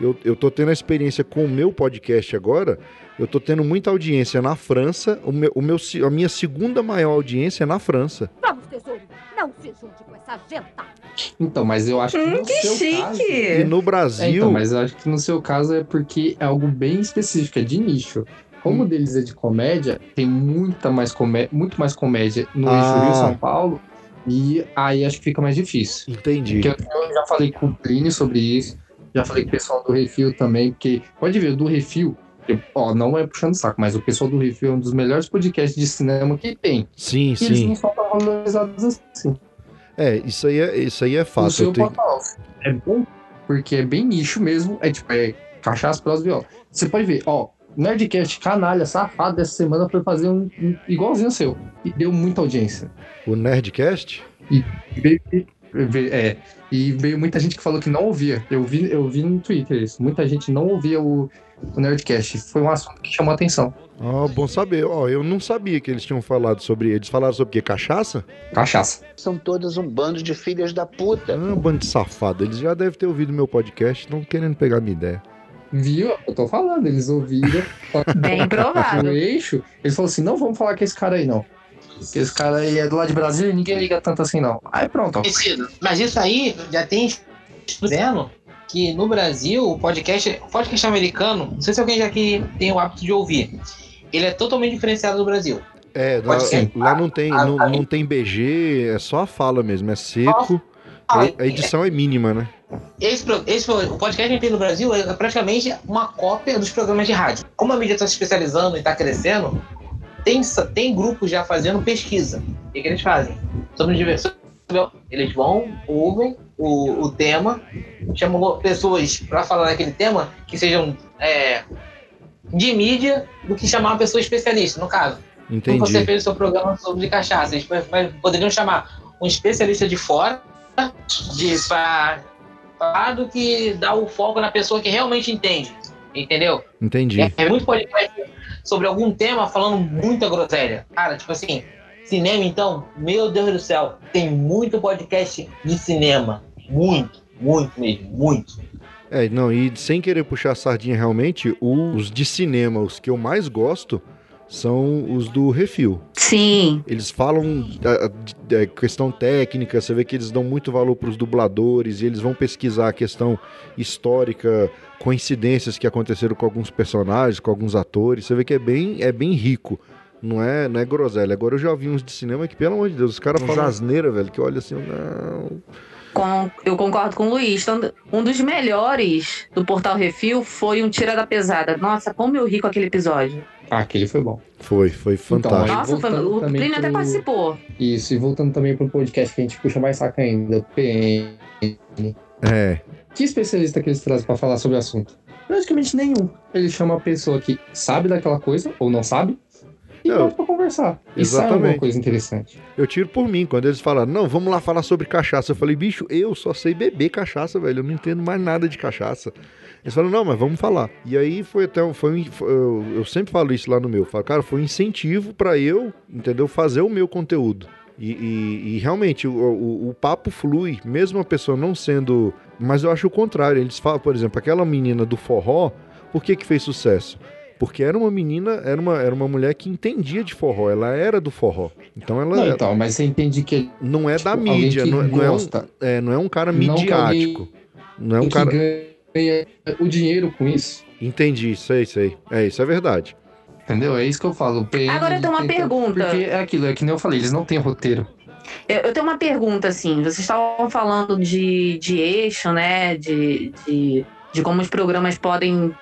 S2: eu, eu tô tendo a experiência com o meu podcast agora. Eu tô tendo muita audiência na França. O meu, o meu, se- a minha segunda maior audiência é na França.
S8: Vamos, tesouro, não se junte com essa jenta.
S11: Então, mas eu
S4: Hum,
S11: acho que no
S8: Hum, que
S11: seu
S8: chique!
S11: caso...
S2: E no Brasil...
S11: É, então, mas eu acho que no seu caso é porque é algo bem específico, é de nicho.
S2: Hum.
S11: Como o deles é de comédia, tem muita mais comé muito mais comédia no
S2: Ah.
S11: eixo Rio-São Paulo, e aí acho que fica mais difícil.
S2: Entendi.
S11: Porque eu, eu já falei com o Plínio sobre isso, já falei com o pessoal do Refil também, porque pode ver, o do Refil, eu- ó, não é puxando saco, mas o pessoal do Refil é um dos melhores podcasts de cinema que tem.
S2: Sim,
S11: e Eles
S2: sim.
S11: não são tão valorizados assim.
S2: É, isso aí é, isso aí é
S11: O
S2: fato.
S11: seu
S2: Eu tenho-
S11: portal é bom porque é bem nicho mesmo. É tipo, é cachaça, prosa e viola. Você pode ver, ó, Nerdcast canalha, safado, dessa semana foi fazer um, um igualzinho ao seu. E deu muita audiência.
S2: O Nerdcast?
S11: E veio, ve- é, e veio muita gente que falou que não ouvia. Eu vi, eu vi no Twitter isso. Muita gente não ouvia o, o Nerdcast. Foi um assunto que chamou atenção.
S2: Ah, bom saber. Ó, eu não sabia que eles tinham falado sobre. Eles falaram sobre o quê? Cachaça?
S11: Cachaça.
S17: São todas um bando de filhas da puta.
S2: Ah, um bando de safado. Eles já devem ter ouvido meu podcast, estão querendo pegar minha ideia.
S11: Viu? Eu tô falando, eles ouviram. só que
S2: Bem provável.
S11: No [LAUGHS] eixo, eles falaram assim: não vamos falar com esse cara aí, não. Porque esse cara aí é do lado de Brasília e ninguém liga tanto assim, não. Aí pronto. ó.
S1: Conhecido. Mas isso aí já tem estudo dizendo que no Brasil o podcast, o podcast americano, não sei se alguém já aqui tem o hábito de ouvir, ele é totalmente diferenciado do Brasil.
S2: É, lá,
S1: Pode ser.
S2: lá não tem, não, não tem BG, é só a fala mesmo, é seco. A a edição é mínima, né?
S1: Esse, pro- esse, pro- o podcast que tem no Brasil é praticamente uma cópia dos programas de rádio. Como a mídia está se especializando e está crescendo, tem, essa- tem grupos já fazendo pesquisa. O que, que eles fazem? Sobre diversão. Eles vão, ouvem o, o tema, chamam pessoas para falar daquele tema que sejam é, de mídia do que chamar uma pessoa especialista, no caso.
S2: Entendi.
S1: Como você fez o seu programa sobre cachaça, eles mas- mas poderiam chamar um especialista de fora de pra- falar do que dá o foco na pessoa que realmente entende, entendeu?
S2: Entendi.
S1: É muito podcast sobre algum tema falando muita groselha. Cara, tipo assim, cinema então, meu Deus do céu, tem muito podcast de cinema. Muito, muito mesmo, muito.
S2: É, não, e sem querer puxar a sardinha realmente, o- os de cinema, os que eu mais gosto, são os do Refil.
S4: Sim.
S2: Eles falam da, da é, questão técnica, você vê que eles dão muito valor para os dubladores, e eles vão pesquisar a questão histórica, coincidências que aconteceram com alguns personagens, com alguns atores, você vê que é bem, é bem rico. Não é, não é groselha. Agora eu já vi uns de cinema que, pelo amor de Deus, os caras falam asneira, velho, que olha assim, não.
S4: Com- eu concordo com o Luiz. Tanto- Um dos melhores do Portal Refil foi um Tira da Pesada. Nossa, como eu ri com aquele episódio.
S11: Ah, aquele foi bom.
S2: Foi, foi fantástico.
S4: Nossa, foi-
S11: voltando
S4: o
S11: também
S4: Plínio até
S11: pro-
S4: participou.
S11: Isso, e voltando também pro podcast que a gente puxa mais saco ainda, o PN.
S2: É.
S11: Que especialista que eles trazem pra falar sobre o assunto? Praticamente nenhum. Ele chama a pessoa que sabe daquela coisa, ou não sabe, e
S2: Não.
S11: bota pra conversar. E sai alguma
S2: Exatamente.
S11: coisa interessante.
S2: Eu tiro por mim. Quando eles falaram, não, vamos lá falar sobre cachaça. Eu falei, bicho, eu só sei beber cachaça, velho. Eu não entendo mais nada de cachaça. Eles falaram, não, mas vamos falar. E aí foi até um. Foi um foi- eu, eu sempre falo isso lá no meu. Eu Falo, cara, foi um incentivo pra eu, entendeu? Fazer o meu conteúdo. E, e- e realmente, o, o- o papo flui, mesmo a pessoa não sendo. Mas eu acho o contrário. Eles falam, por exemplo, aquela menina do forró, por que, que fez sucesso? Porque era uma menina, era uma, era uma mulher que entendia de forró, ela era do forró. Então ela.
S11: Não, então, mas você entende que.
S2: Não é da
S11: alguém
S2: mídia,
S11: que
S2: não, é- não é um,
S11: gosta.
S2: é, não é um cara
S11: Não que alguém-
S2: midiático. Não é um
S11: e que
S2: cara.
S11: ganha o dinheiro com isso.
S2: Entendi, sei, sei. É, isso é verdade.
S11: Entendeu? É isso que eu falo. O PM
S4: Agora eu tenho uma
S11: tenta-
S4: pergunta.
S11: Porque é aquilo, é que nem eu falei, eles não têm roteiro.
S4: Eu, eu tenho uma pergunta, assim. Vocês estavam falando de, de eixo, né? De, de, de como os programas podem,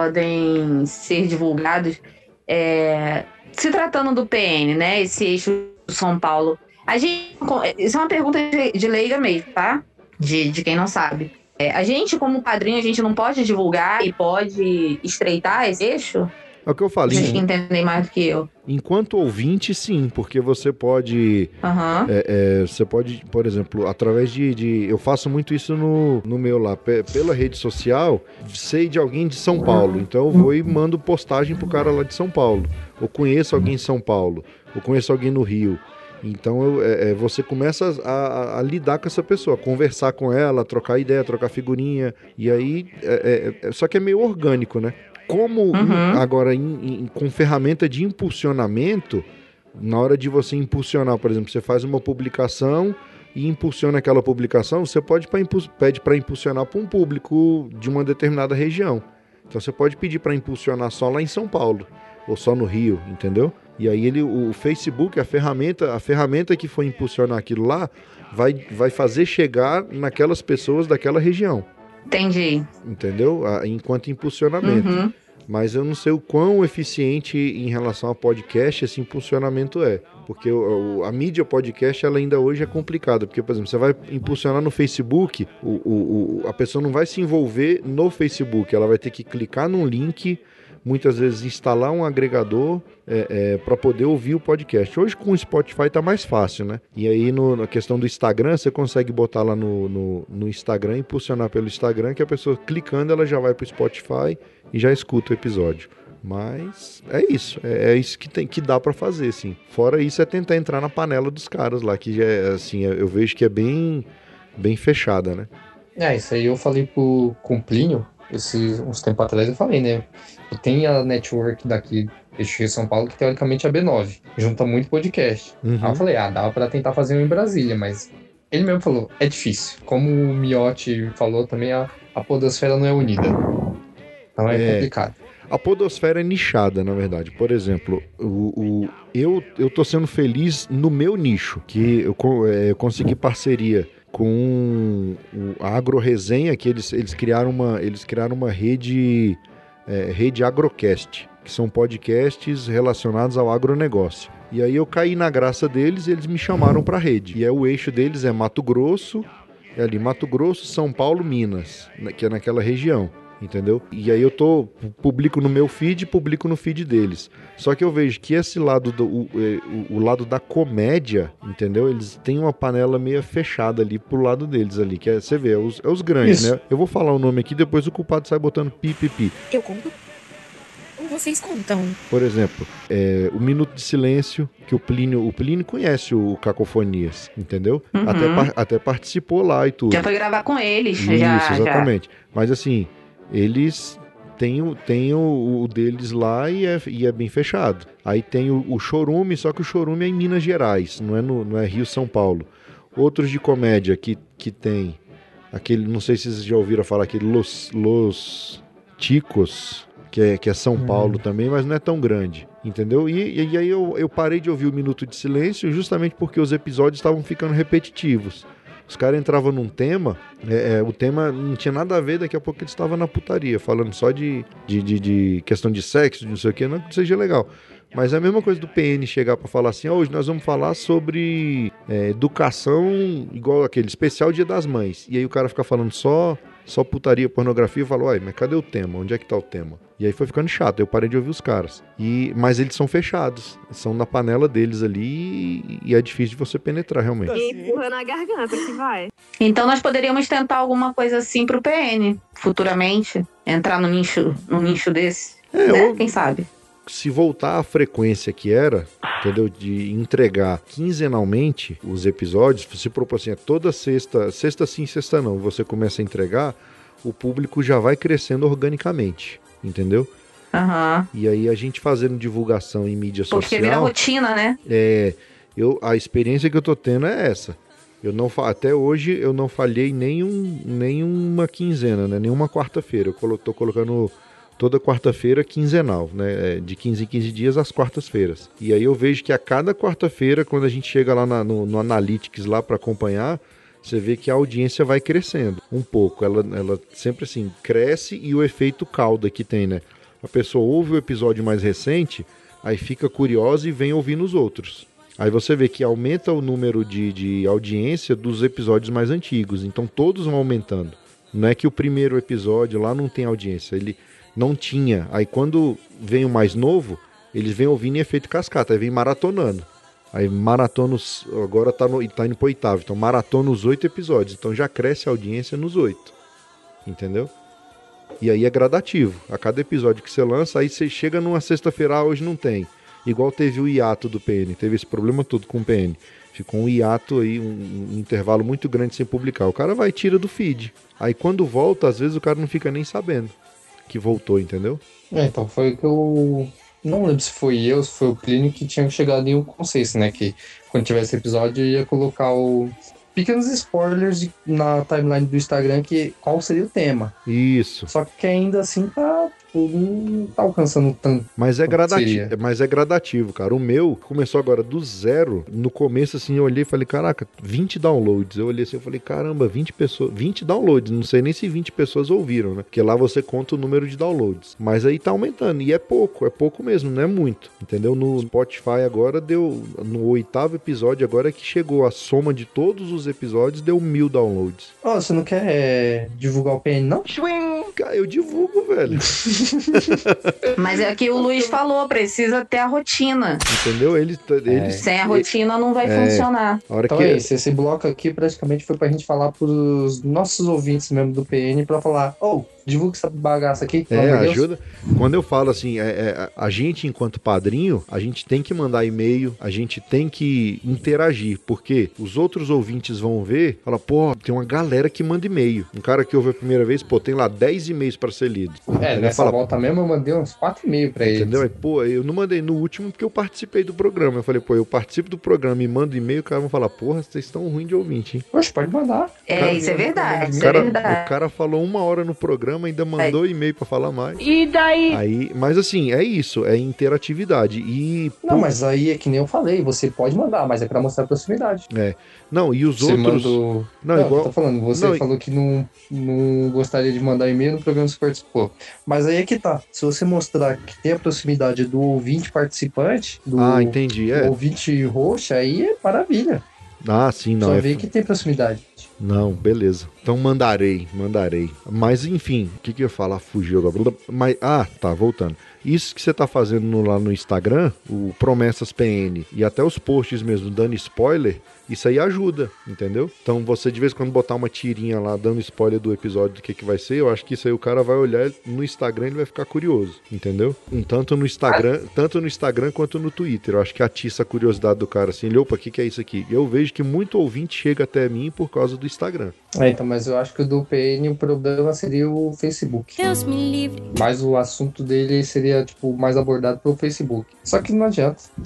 S4: podem ser divulgados. É, se tratando do PN, né? Esse eixo São Paulo. A gente, isso é uma pergunta de, de leiga mesmo, tá? De, de quem não sabe. É, a gente, como padrinho, a gente não pode divulgar e pode estreitar esse eixo?
S2: É o que eu falei.
S4: Vocês que entendem mais do que eu.
S2: Enquanto ouvinte, sim, porque você pode.
S4: Aham.
S2: é, é, você pode, por exemplo, através de, de- Eu faço muito isso no, no meu lá, pe- pela rede social, sei de alguém de São Paulo. Então eu vou e mando postagem pro cara lá de São Paulo. Ou conheço alguém em São Paulo, ou conheço alguém no Rio. Então eu- é, é, você começa a, a- a lidar com essa pessoa, conversar com ela, trocar ideia, trocar figurinha. E aí. é- é- é- só que é meio orgânico, né? Como
S4: Uhum.
S2: agora em- em- com ferramenta de impulsionamento, na hora de você impulsionar, por exemplo, você faz uma publicação e impulsiona aquela publicação, você pode pra impu- pede para impulsionar para um público de uma determinada região. Então você pode pedir para impulsionar só lá em São Paulo ou só no Rio, entendeu? E aí ele, o Facebook, a ferramenta, a ferramenta que for impulsionar aquilo lá, vai, vai fazer chegar naquelas pessoas daquela região
S4: Entendi.
S2: entendeu? A- Enquanto impulsionamento.
S4: Uhum.
S2: Mas eu não sei o quão eficiente em relação a podcast esse impulsionamento é. Porque o- o- a mídia podcast ela ainda hoje é complicada. Porque, por exemplo, você vai impulsionar no Facebook, o- o- o- a pessoa não vai se envolver no Facebook. Ela vai ter que clicar num link, muitas vezes instalar um agregador para poder ouvir o podcast. Hoje com o Spotify tá mais fácil, né? E aí no- na questão do Instagram, você consegue botar lá no, no, no Instagram, impulsionar pelo Instagram, que a pessoa clicando ela já vai pro Spotify e já escuta o episódio. Mas é isso, é, é isso que tem que dá para fazer, assim. Fora isso é tentar entrar na panela dos caras lá, que já é, assim, eu vejo que é bem bem fechada, né?
S11: É, isso aí eu falei pro, com o Plínio, esse, uns tempos atrás eu falei, né? E tem a network daqui, eixo Rio São Paulo, que teoricamente é a B9, junta muito podcast.
S2: Uhum.
S11: Aí eu falei, ah, dava pra tentar fazer um em Brasília, mas ele mesmo falou, é difícil. Como o Miotti falou também, a, a podosfera não é unida. Então é,
S2: É.
S11: complicado.
S2: A podosfera é nichada, na verdade. Por exemplo, o, o- eu, eu tô sendo feliz no meu nicho, que eu, co- é, eu consegui parceria com o- a AgroResenha, que eles, eles, criaram, uma, eles criaram uma rede, é, rede Agrocast, que são podcasts relacionados ao agronegócio. E aí eu caí na graça deles e eles me chamaram pra rede. E aí o eixo deles é Mato Grosso, é ali Mato Grosso, São Paulo, Minas, né, que é naquela região, entendeu? E aí eu tô publico no meu feed, publico no feed deles. Só que eu vejo que esse lado do o, é, o- o lado da comédia, entendeu? Eles têm uma panela meio fechada ali pro lado deles ali, que é, você vê, é os, é os grandes,
S13: Isso.
S2: né? Eu vou falar o nome aqui, depois o culpado sai botando pi pi pi.
S13: Eu conto. Ou vocês contam.
S2: Por exemplo, é, o Minuto de Silêncio, que o Plínio, o Plínio conhece o Cacofonias, entendeu?
S4: Uhum.
S2: Até, par- até participou lá e tudo.
S4: Já foi gravar com eles.
S2: Isso,
S4: já, já.
S2: exatamente. Mas assim, eles têm, o- têm o, o deles lá e é, e é bem fechado. Aí tem o, o Chorume, só que o Chorume é em Minas Gerais, não é, no, não é Rio São Paulo. Outros de comédia que, que tem aquele, não sei se vocês já ouviram falar, aquele Los, Los Ticos, que é, que é São Paulo também, mas não é tão grande, entendeu? E, e aí eu, eu parei de ouvir o Minuto de Silêncio justamente porque os episódios estavam ficando repetitivos. Os caras entravam num tema, é, é, o tema não tinha nada a ver, daqui a pouco eles estavam na putaria, falando só de, de, de- de questão de sexo, de não sei o que, não que seja legal. Mas é a mesma coisa do PN chegar pra falar assim, "Ó, hoje nós vamos falar sobre é, educação igual aquele especial Dia das Mães. E aí o cara fica falando só só putaria, pornografia, eu falo, uai, mas cadê o tema? Onde é que tá o tema? E aí foi ficando chato, eu parei de ouvir os caras. E Mas eles são fechados, são na panela deles ali e- e é difícil de você penetrar realmente.
S4: Empurra na garganta que vai. Então nós poderíamos tentar alguma coisa assim pro PN, futuramente. Entrar no nicho, num nicho desse.
S2: É,
S4: né? Quem sabe?
S2: se voltar à frequência que era, entendeu? De entregar quinzenalmente os episódios, se propor assim, é toda sexta, sexta sim, sexta não, você começa a entregar, o público já vai crescendo organicamente, entendeu?
S4: Aham.
S2: E aí a gente fazendo divulgação em mídia
S4: Porque
S2: social.
S4: vira rotina, né?
S2: É, eu, a experiência que eu tô tendo é essa. Eu não fa- até hoje eu não falhei nenhum, nenhuma quinzena, né? Nenhuma quarta-feira. Eu colo, tô colocando toda quarta-feira quinzenal, né? É, De 15 em 15 dias às quartas-feiras. E aí eu vejo que a cada quarta-feira, quando a gente chega lá na- no, no Analytics lá para acompanhar, você vê que a audiência vai crescendo um pouco. Ela, ela sempre assim cresce e o efeito cauda que tem, né? A pessoa ouve o episódio mais recente, aí fica curiosa e vem ouvindo os outros. Aí você vê que aumenta o número de, de audiência dos episódios mais antigos. Então todos vão aumentando. Não é que o primeiro episódio lá não tem audiência. Ele não tinha. Aí quando vem o mais novo, eles vêm ouvindo em efeito cascata. Aí vem maratonando. Aí maratona os- agora tá, no, tá indo pro oitavo, então maratona os oito episódios, então já cresce a audiência nos oito, entendeu? E aí é gradativo, a cada episódio que você lança, aí você chega numa sexta-feira, ah, hoje não tem. Igual teve o hiato do PN, teve esse problema todo com o PN. Ficou um hiato aí, um, um intervalo muito grande sem publicar. O cara vai e tira do feed. Aí quando volta, às vezes o cara não fica nem sabendo que voltou, entendeu?
S11: É, então foi o que eu. Não lembro se foi eu, se foi o Plínio que tinha chegado em um consenso, né? Que quando tivesse episódio eu ia colocar o. Pequenos spoilers de- na timeline do Instagram que qual seria o tema.
S2: Isso.
S11: Só que ainda assim tá. Tipo, não tá alcançando tanto.
S2: Mas é,
S11: quanto seria.
S2: gradativo, mas é gradativo, cara. O meu começou agora do zero. No começo, assim, eu olhei e falei, caraca, 20 downloads. Eu olhei assim e falei, caramba, 20 pessoas, 20 downloads. Não sei nem se 20 pessoas ouviram, né? Porque lá você conta o número de downloads. Mas aí tá aumentando. E é pouco, é pouco mesmo, não é muito. Entendeu? No Spotify agora deu. No oitavo episódio, agora que chegou a soma de todos os episódios, deu mil downloads.
S11: Ó, você não quer é, divulgar o PN,
S2: [LAUGHS]
S11: não?
S2: Cara, eu divulgo, velho.
S4: Mas é que o Luiz falou, precisa ter a rotina.
S2: Entendeu? Ele. tá- ele
S4: Sem a rotina não vai
S2: É.
S4: funcionar.
S2: A hora
S11: É. então
S2: que-
S11: é isso, esse bloco aqui praticamente foi pra gente falar pros nossos ouvintes mesmo do PN pra falar, ô, divulga essa bagaça aqui. pelo
S2: É,
S11: amor de Deus."
S2: ajuda. Quando eu falo assim, é- é, a gente, enquanto padrinho, a gente tem que mandar e-mail, a gente tem que interagir, porque os outros ouvintes vão ver, fala, pô, tem uma galera que manda e-mail. Um cara que ouve a primeira vez, pô, tem lá 10 e-mails pra ser lido.
S11: É,
S2: Ele
S11: nessa
S2: fala,
S11: volta mesmo eu mandei uns 4,5 pra ele.
S2: Entendeu? Aí, pô, eu não mandei no último porque eu participei do programa. Eu falei, pô, eu participo do programa e mando e-mail, o cara vai falar, porra, vocês estão ruim de ouvinte, hein?
S11: Poxa, pode mandar.
S4: É, isso é verdade,
S2: O
S4: isso é
S2: cara,
S4: verdade.
S2: o cara falou uma hora no programa, ainda mandou
S11: É.
S2: e-mail pra falar mais.
S4: E daí?
S2: Aí, mas assim, é isso, é interatividade. E.
S11: Não, mas aí é que nem eu falei, você pode mandar, mas é pra mostrar a proximidade.
S2: É. Não, e os
S11: Você
S2: outros.
S11: manda o-
S2: Não,
S11: Não, tá
S2: igual.
S11: eu tô falando, você
S2: Não, e-
S11: falou que não, não gostaria de mandar e-mail no programa que você participou. Mas aí é que tá. Se você mostrar que tem a proximidade do ouvinte participante, do
S2: Ah, entendi, é.
S11: ouvinte roxo, aí é maravilha.
S2: Ah, sim, não.
S11: Só
S2: é-
S11: vê que tem proximidade.
S2: Não, beleza. Então mandarei, mandarei. Mas enfim, o que, que eu ia falar? Fugiu da. Mas, ah, tá, voltando. Isso que você tá fazendo no- lá no Instagram, o Promessas PN, e até os posts mesmo dando spoiler, isso aí ajuda, entendeu? Então você de vez em quando botar uma tirinha lá dando spoiler do episódio do que, que vai ser, eu acho que isso aí o cara vai olhar no Instagram e ele vai ficar curioso, entendeu? Um Tanto no Instagram, tanto no Instagram quanto no Twitter. Eu acho que atiça a curiosidade do cara assim, ele, opa, o que, que é isso aqui? Eu vejo que muito ouvinte chega até mim por causa do Instagram.
S11: É, então, mas eu acho que o do PN o problema seria o Facebook.
S22: Deus me livre.
S11: Mas o assunto dele seria, tipo, mais abordado pelo Facebook. Só que não adianta. O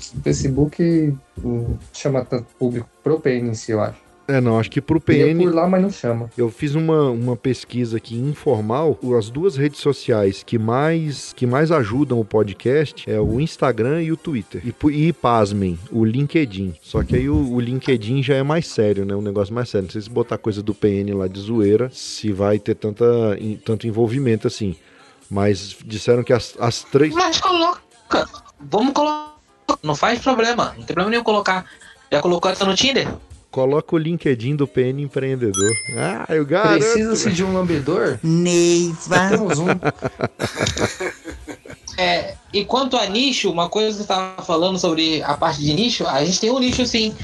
S11: Facebook hum, chama tanto público pro PN em si, eu acho.
S2: É, não, acho que pro
S11: Queria
S2: PN.
S11: por lá, mas não chama.
S2: Eu fiz uma, uma pesquisa aqui informal. As duas redes sociais que mais, que mais ajudam o podcast é o Instagram e o Twitter. E, pu- e pasmem, o LinkedIn. Só que aí o, o LinkedIn já é mais sério, né? Um negócio mais sério. Não sei se botar coisa do PN lá de zoeira, se vai ter tanta, em- tanto envolvimento assim. Mas disseram que as, as três.
S1: Mas coloca. Vamos colocar. Não faz problema. Não tem problema nenhum colocar. Já colocou essa no Tinder?
S2: Coloca o LinkedIn do PN empreendedor. Ah, eu garanto.
S11: Precisa-se de um [LAUGHS] lambedor?
S20: Neiva.
S11: Temos um.
S1: É, e quanto a nicho, uma coisa que você tava falando sobre a parte de nicho, a gente tem um nicho sim.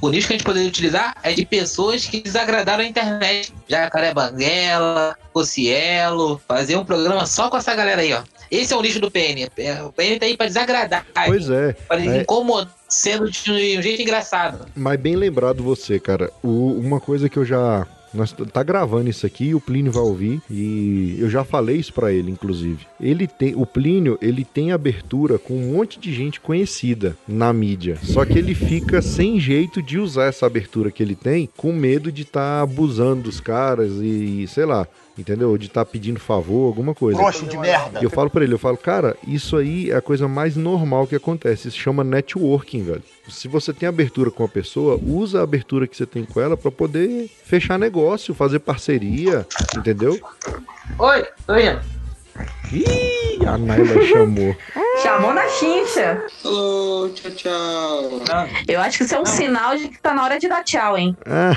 S1: O nicho que a gente poderia utilizar é de pessoas que desagradaram a internet. Jacaré Banguela, Cocielo, fazer um programa só com essa galera aí, ó. Esse é o nicho do PN. É, O PN tá aí pra desagradar.
S2: Pois é.
S1: Pra
S2: É.
S1: incomodar, sendo de um jeito engraçado.
S2: Mas bem lembrado você, cara. O- uma coisa que eu já Nós t- tá gravando isso aqui e o Plínio vai ouvir e eu já falei isso pra ele, inclusive. Ele tem, o Plínio, ele tem abertura com um monte de gente conhecida na mídia. Só que ele fica sem jeito de usar essa abertura que ele tem, com medo de estar abusando dos caras e, e sei lá. Entendeu? De estar pedindo favor, alguma coisa.
S3: Trouxa de merda.
S2: E eu falo pra ele, eu falo, cara, isso aí é a coisa mais normal que acontece. Isso chama networking, velho. Se você tem abertura com uma pessoa, usa a abertura que você tem com ela pra poder fechar negócio, fazer parceria, entendeu?
S1: Oi, tô indo.
S2: Ih, a Naila chamou.
S4: Chamou na chincha.
S1: Alô, tchau, tchau.
S4: Eu acho que isso é um sinal de que tá na hora de dar tchau, hein?
S2: Ah,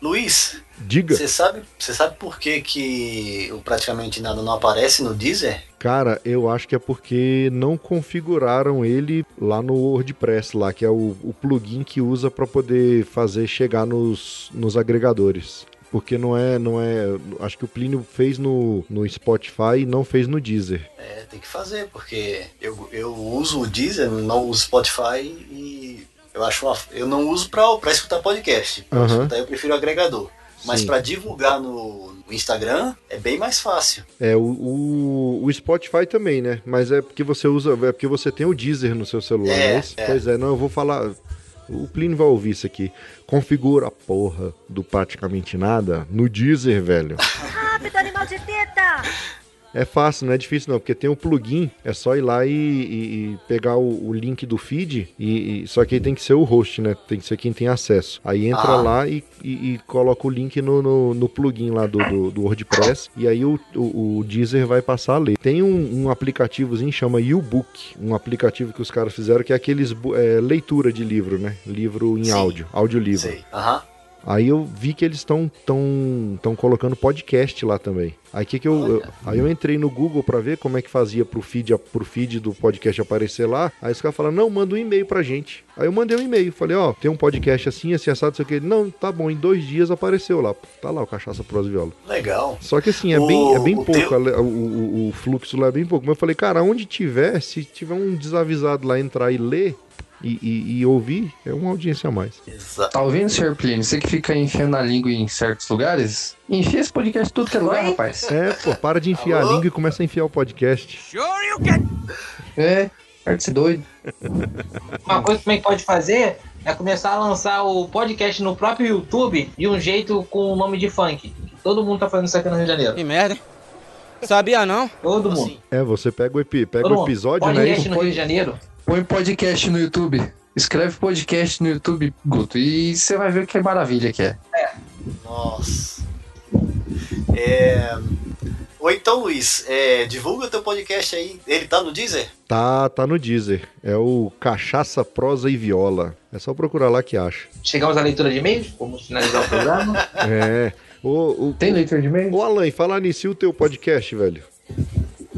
S3: Luiz,
S2: diga.
S3: você sabe, você sabe por que, que o praticamente nada não aparece no Deezer?
S2: Cara, eu acho que é porque não configuraram ele lá no WordPress, lá, que é o, o plugin que usa pra poder fazer chegar nos, nos agregadores. Porque não é, não é. Acho que o Plínio fez no, no Spotify e não fez no Deezer.
S3: É, tem que fazer, porque eu, eu uso o Deezer, não uso o Spotify e eu acho uma- eu não uso pra, pra escutar podcast. Pra
S2: Aham.
S3: escutar eu prefiro o agregador. Mas
S2: Sim.
S3: pra divulgar no, no Instagram é bem mais fácil.
S2: É, o, o, o Spotify também, né? Mas é porque você usa. É porque você tem o Deezer no seu celular,
S3: É,
S2: não é isso?
S3: é.
S2: Pois é, não, eu vou falar. O Plínio vai ouvir isso aqui. Configura a porra do praticamente nada no Deezer,
S22: [LAUGHS]
S2: velho.
S22: Rápido, animal de teta!
S2: É fácil, não é difícil não, porque tem um plugin, é só ir lá e, e- e pegar o, o link do feed, e, e- só que aí tem que ser o host, né? Tem que ser quem tem acesso. Aí entra
S3: Ah.
S2: lá e, e- e coloca o link no, no- no plugin lá do, do- do WordPress, e aí o, o- o Deezer vai passar a ler. Tem um, um aplicativozinho que chama YouBook, um aplicativo que os caras fizeram que é aqueles bu- é, leitura de livro, né? Livro em
S3: Sim.
S2: áudio, audiolivro.
S3: Sei. Aham.
S2: Aí eu vi que eles estão tão, tão colocando podcast lá também. Aí que que eu, eu- aí eu entrei no Google pra ver como é que fazia pro feed pro feed do podcast aparecer lá. Aí os caras falaram: "Não, manda um e-mail pra gente". Aí eu mandei um e-mail, falei: "Ó, tem um podcast assim, assim assado, sei o quê". Não, tá bom, em dois dias apareceu lá. Tá lá o cachaça pros viola.
S3: Legal.
S2: Só que assim, é
S3: O-
S2: bem, é bem
S3: o
S2: pouco,
S3: teu-
S2: a le- o, o- o fluxo lá é bem pouco. Mas eu falei, cara, onde tiver, se tiver um desavisado lá entrar e ler e, e- e ouvir, é uma audiência a mais.
S11: Tá ouvindo, Sr. Plínio? Você que fica enfiando a língua em certos lugares? Enfia esse podcast tudo que é lugar, rapaz.
S2: É, pô, para de enfiar
S11: Alô?
S2: a língua e começa a enfiar o podcast.
S11: É, parte de ser doido.
S1: Uma coisa também que pode fazer é começar a lançar o podcast no próprio YouTube de um jeito com o nome de funk. Todo mundo tá fazendo isso aqui no Rio de Janeiro. Que merda, hein? Sabia não? Todo
S3: Assim,
S1: mundo.
S2: É, você pega o, epi, pega
S1: Bruno,
S2: o episódio, né?
S1: podcast no Rio de Janeiro.
S11: Põe podcast no YouTube. Escreve podcast no YouTube, Guto, e você vai ver que maravilha que é.
S3: Nossa. É... Ou então, Luiz, é, divulga o teu podcast aí. Ele tá no Deezer?
S2: Tá, tá no Deezer. É o Cachaça, Prosa e Viola. É só procurar lá que acha.
S1: Chegamos à leitura de e-mails, vamos finalizar o programa.
S2: É. O, o,
S11: Tem leitor de e-mail?
S2: Ô, Alan, e falar nisso, e o teu podcast, velho?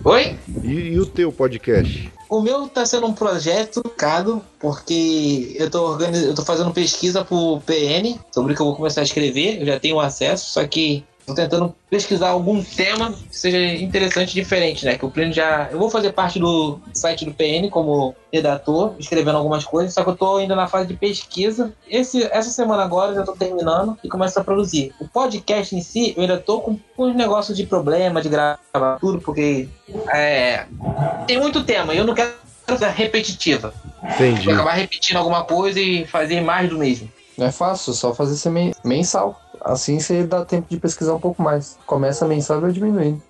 S1: Oi?
S2: E, e o teu podcast?
S1: O meu tá sendo um projeto caro, porque eu tô, organiz... eu tô fazendo pesquisa pro PN sobre o que eu vou começar a escrever, eu já tenho acesso, só que tô tentando pesquisar algum tema que seja interessante e diferente, né? Que o Pleno já. Eu vou fazer parte do site do PN como redator, escrevendo algumas coisas, só que eu tô ainda na fase de pesquisa. Esse, essa semana agora eu já tô terminando e começo a produzir. O podcast em si, eu ainda tô com, com uns negócios de problema, de gravar tudo, porque é, tem muito tema, eu não quero coisa repetitiva.
S2: Entendi.
S1: Vou acabar repetindo alguma coisa e fazer mais do mesmo.
S11: Não é fácil, só fazer ser men- mensal. Assim você dá tempo de pesquisar um pouco mais. Começa mensal e vai diminuindo.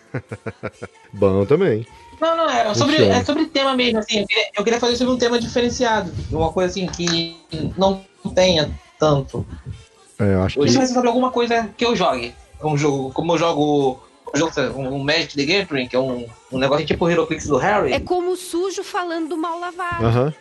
S2: Bom também.
S1: Não, não, é sobre,
S2: Funciona.
S1: é sobre tema mesmo, assim. eu queria- Eu queria fazer sobre um tema diferenciado. Uma coisa assim que não tenha tanto.
S2: É, eu acho que.
S1: Hoje vai ser sobre alguma coisa que eu jogue. Um jogo, como eu jogo. Um, jogo, sabe, um Magic the Gathering, que é um, um negócio tipo Heroclix do Harry.
S9: É como o sujo falando do mal lavado.
S2: Aham.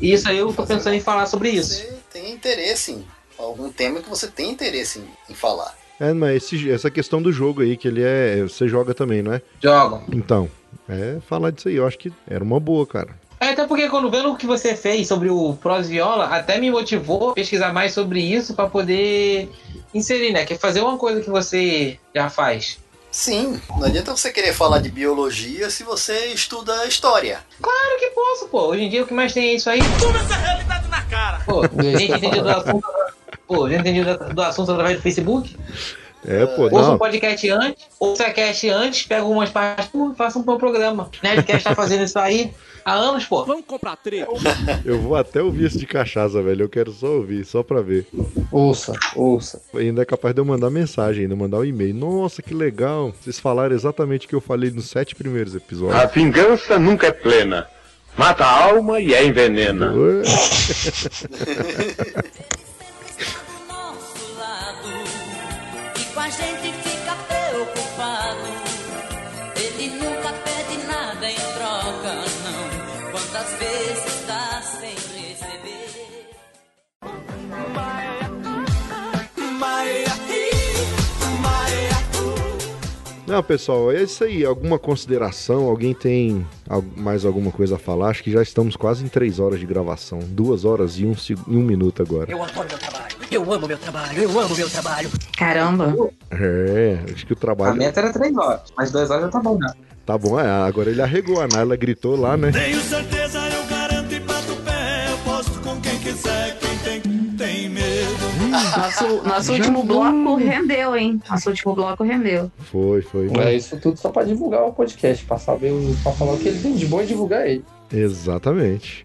S1: E isso aí eu tô pensando em falar sobre isso.
S3: Tem interesse em algum tema que você tem interesse em, em falar.
S2: É, mas esse- essa questão do jogo aí, que ele é. Você joga também, não é?
S1: Jogo.
S2: Então, é falar disso aí. Eu acho que era uma boa, cara.
S1: É, até porque quando vendo o que você fez sobre o Pros Viola, até me motivou a pesquisar mais sobre isso pra poder inserir, né? Que é fazer uma coisa que você já faz.
S3: Sim, não adianta você querer falar de biologia se você estuda história.
S1: Claro que posso, pô. Hoje em dia o que mais tem é isso aí. Toma essa realidade na cara! Pô, gente entende do assunto. Pô, já entendi da- do assunto através do Facebook.
S2: É, pô,
S1: Ouça um
S2: não.
S1: podcast antes, ouça a cast antes, pega algumas partes e faça um bom programa. Nerdcast tá fazendo isso aí há anos, pô. Vamos comprar três.
S2: Eu vou até ouvir esse de cachaça, velho. Eu quero só ouvir, só pra ver.
S11: Ouça, ouça.
S2: Ainda é capaz de eu mandar mensagem, ainda mandar um e-mail. Nossa, que legal. Vocês falaram exatamente o que eu falei nos sete primeiros episódios.
S12: A vingança nunca é plena. Mata a alma e a envenena.
S14: E com a gente fica preocupado. Ele nunca pede nada em troca, não. Quantas vezes dá sem receber?
S2: Não, pessoal, é isso aí. Alguma consideração? Alguém tem al- mais alguma coisa a falar? Acho que já estamos quase em três horas de gravação. Duas horas e um, seg- e um minuto agora.
S14: Eu adoro meu trabalho. Eu amo meu trabalho. Eu amo meu trabalho.
S4: Caramba.
S2: É, acho que o trabalho.
S1: A meta era três horas, mas duas horas já tá bom, né?
S2: Tá bom, é, agora ele arregou. A Nayla gritou lá, né?
S14: Tenho certeza, eu garanto e bato o pé. Eu posto com quem quiser, quem tem, tem medo.
S4: Nosso, nosso último bloco rendeu, hein? Nosso último bloco rendeu.
S2: Foi, foi.
S11: É isso tudo só pra divulgar o podcast, pra saber, o- pra falar o que ele tem de bom e divulgar ele.
S2: Exatamente.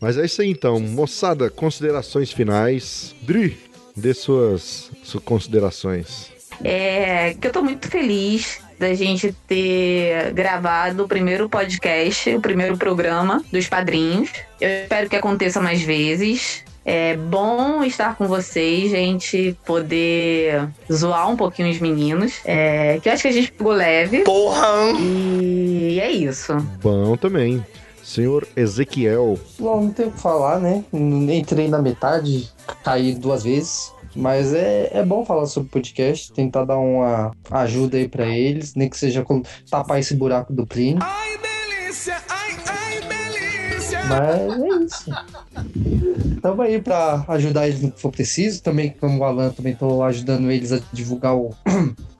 S2: Mas é isso aí então, moçada, considerações finais. Dri, dê suas, suas considerações.
S4: É que eu tô muito feliz da gente ter gravado o primeiro podcast, o primeiro programa dos padrinhos. Eu espero que aconteça mais vezes. É bom estar com vocês, gente, poder zoar um pouquinho os meninos. É, que eu acho que a gente pegou leve.
S2: Porra!
S4: E é isso.
S2: Bom também. Senhor Ezequiel,
S11: Bom, não tem o que falar, né? Não- Entrei na metade, caí duas vezes. Mas é, é bom falar sobre o podcast, tentar dar uma ajuda aí pra eles, nem que seja com- tapar esse buraco do Plínio.
S14: Delícia, ai, ai, delícia.
S11: Mas é isso. Tamo aí pra ajudar eles no que for preciso. Também, como o Alan, também tô ajudando eles a divulgar o,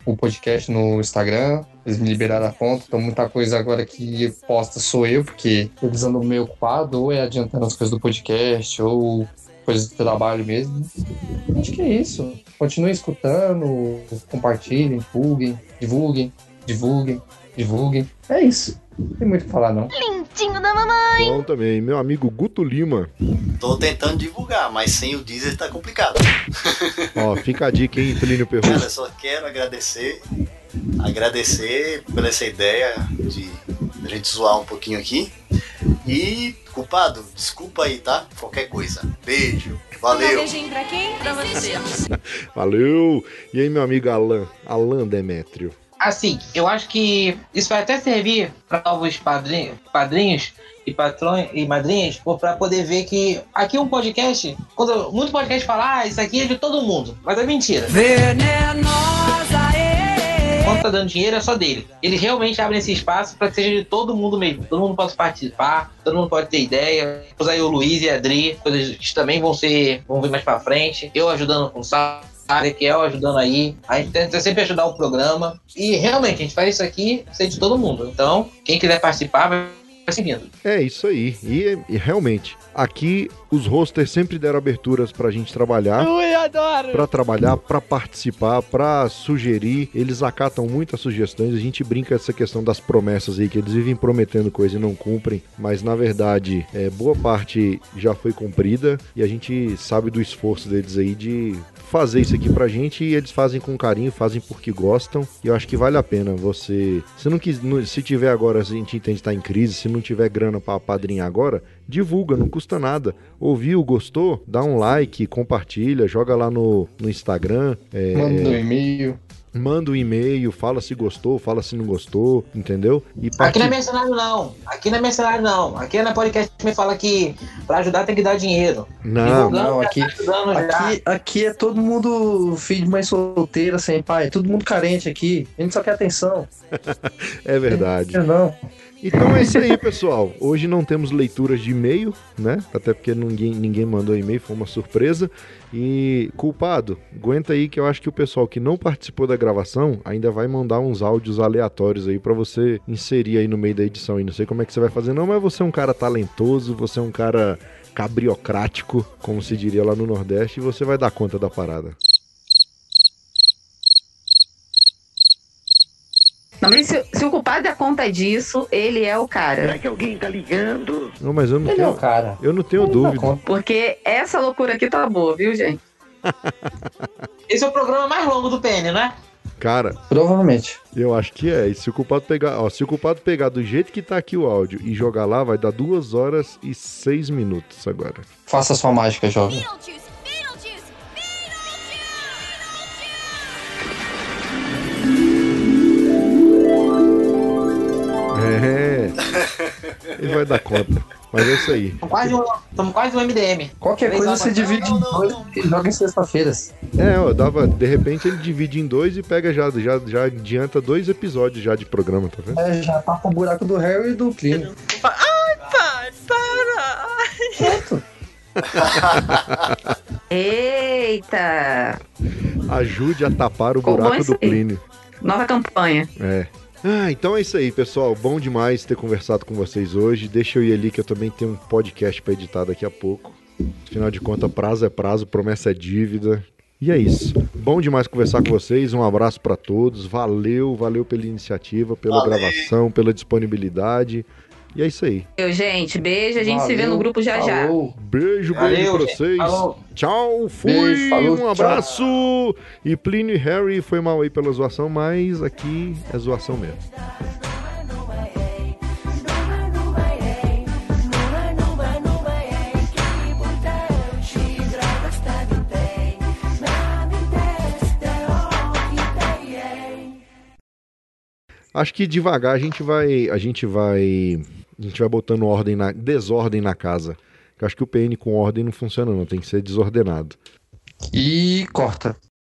S11: o um podcast no Instagram. Eles me liberaram a conta, então muita coisa agora que posta sou eu, porque eles andam meio ocupados, ou é adiantando as coisas do podcast, ou coisas do trabalho mesmo. Acho que é isso. Continuem escutando, compartilhem, divulguem, divulguem, divulguem, divulguem. É isso. Não tem muito o que falar, não.
S22: Lindinho da mamãe!
S2: bom também. Meu amigo Guto Lima.
S3: Tô tentando divulgar, mas sem o Deezer tá complicado.
S2: Ó, fica a dica, hein, Plínio Perru.
S3: Cara, eu só quero agradecer, agradecer por essa ideia de a gente zoar um pouquinho aqui. E, culpado, desculpa aí, tá? Qualquer coisa. Beijo,
S14: Um
S3: valeu.
S14: beijinho pra quem? Pra você.
S2: Valeu! E aí, meu amigo Alan, Alan Demétrio.
S1: Assim, eu acho que isso vai até servir para novos padrinhos, padrinhos e patrões e madrinhas, para poder ver que aqui é um podcast, quando muito podcast fala, ah, isso aqui é de todo mundo, mas é mentira.
S14: Venenosa,
S1: Quando tá dando dinheiro é só dele. Eles realmente abrem esse espaço para que seja de todo mundo mesmo. Todo mundo possa participar, todo mundo pode ter ideia. Vamos aí o Luiz e a Adri, coisas que também vão ser, vão vir mais para frente. Eu ajudando com o Sá, Ezequiel ajudando aí. A gente tenta sempre ajudar o programa. E realmente, a gente faz isso aqui ser de todo mundo. Então, quem quiser participar, vai vai seguindo.
S2: É isso aí. E, e realmente, aqui os hosters sempre deram aberturas pra gente trabalhar.
S16: Ui, adoro!
S2: Pra trabalhar, pra participar, pra sugerir. Eles acatam muitas sugestões. A gente brinca essa questão das promessas aí, que eles vivem prometendo coisa e não cumprem, mas na verdade, é, boa parte já foi cumprida e a gente sabe do esforço deles aí de fazer isso aqui pra gente e eles fazem com carinho, fazem porque gostam. E eu acho que vale a pena você, se não quis, não- se tiver agora, a gente entende que tá em crise, se não tiver grana pra padrinhar agora, divulga, não custa nada. Ouviu, gostou? Dá um like, compartilha, joga lá no, no Instagram. é,
S11: Manda um e-mail.
S2: Manda um e-mail, fala se gostou, fala se não gostou, entendeu? E
S1: Aqui não é
S2: parti-
S1: mercenário, não. Aqui não é mercenário, não. Aqui é na podcast que me fala que pra ajudar tem que dar dinheiro. tá
S2: Não,
S11: não, aqui,
S1: ajudando já.
S11: aqui, aqui é todo mundo filho de mãe solteira, é sem pai, todo mundo carente aqui. A gente só quer atenção.
S2: É verdade.
S11: Eu não.
S2: Então é isso aí, pessoal. Hoje não temos leituras de e-mail, né? Até porque ninguém, ninguém mandou e-mail, foi uma surpresa. E, culpado, aguenta aí que eu acho que o pessoal que não participou da gravação ainda vai mandar uns áudios aleatórios aí pra você inserir aí no meio da edição. E não sei como é que você vai fazer, não, mas você é um cara talentoso, você é um cara cabriocrático, como se diria lá no Nordeste, e você vai dar conta da parada.
S4: Não, mas se, se o culpado der conta disso, ele é o cara.
S14: que alguém tá ligando?
S2: Não, mas eu não
S11: Ele
S2: tenho.
S11: é o cara.
S2: Eu não tenho dúvida.
S4: Porque essa loucura aqui tá boa, viu, gente?
S1: Esse é o programa mais longo do PN, né?
S2: Cara.
S11: Provavelmente.
S2: Eu acho que é. E se o culpado pegar, ó, se o culpado pegar do jeito que tá aqui o áudio e jogar lá, vai dar duas horas e seis minutos agora.
S11: Faça sua mágica, jovem.
S2: É. Ele vai dar conta. Mas é isso aí.
S1: Estamos quase, um, tamo quase um MDM.
S11: Qualquer
S1: Três
S11: coisa
S1: horas.
S11: você divide em dois e joga em sexta-feiras.
S2: É, ó, dava, de repente ele divide em dois e pega já, já, já adianta dois episódios já de programa, tá vendo?
S11: É, já tá com o buraco do Harry e do Plínio.
S14: Ai, pai, para!
S4: Eita!
S2: Ajude a tapar o
S4: Ficou bom
S2: buraco
S4: isso
S2: do
S4: aí.
S2: Plínio.
S4: Nova campanha.
S2: É. Ah, então é isso aí, pessoal. Bom demais ter conversado com vocês hoje. Deixa eu ir ali que eu também tenho um podcast pra editar daqui a pouco. Afinal de contas, prazo é prazo, promessa é dívida. E é isso. Bom demais conversar com vocês. Um abraço pra todos. Valeu, valeu pela iniciativa, pela
S3: Valeu.
S2: gravação, pela disponibilidade. E é isso aí.
S4: Eu, gente, beijo. A gente se vê
S2: Valeu,
S4: no grupo já já.
S11: falou.
S2: Beijo, beijo
S1: Valeu,
S2: pra
S1: gente.
S2: vocês.
S1: Falou.
S2: Tchau, fui.
S11: Beijo, falou,
S2: um
S11: tchau.
S2: abraço. E Plínio e Harry foi mal aí pela zoação, mas aqui é zoação mesmo.
S14: é, é, tá é
S2: Acho que devagar a gente vai, a gente vai, a gente vai botando ordem na desordem na casa. Eu acho que o PN com ordem não funciona, não tem que ser desordenado.
S11: E corta.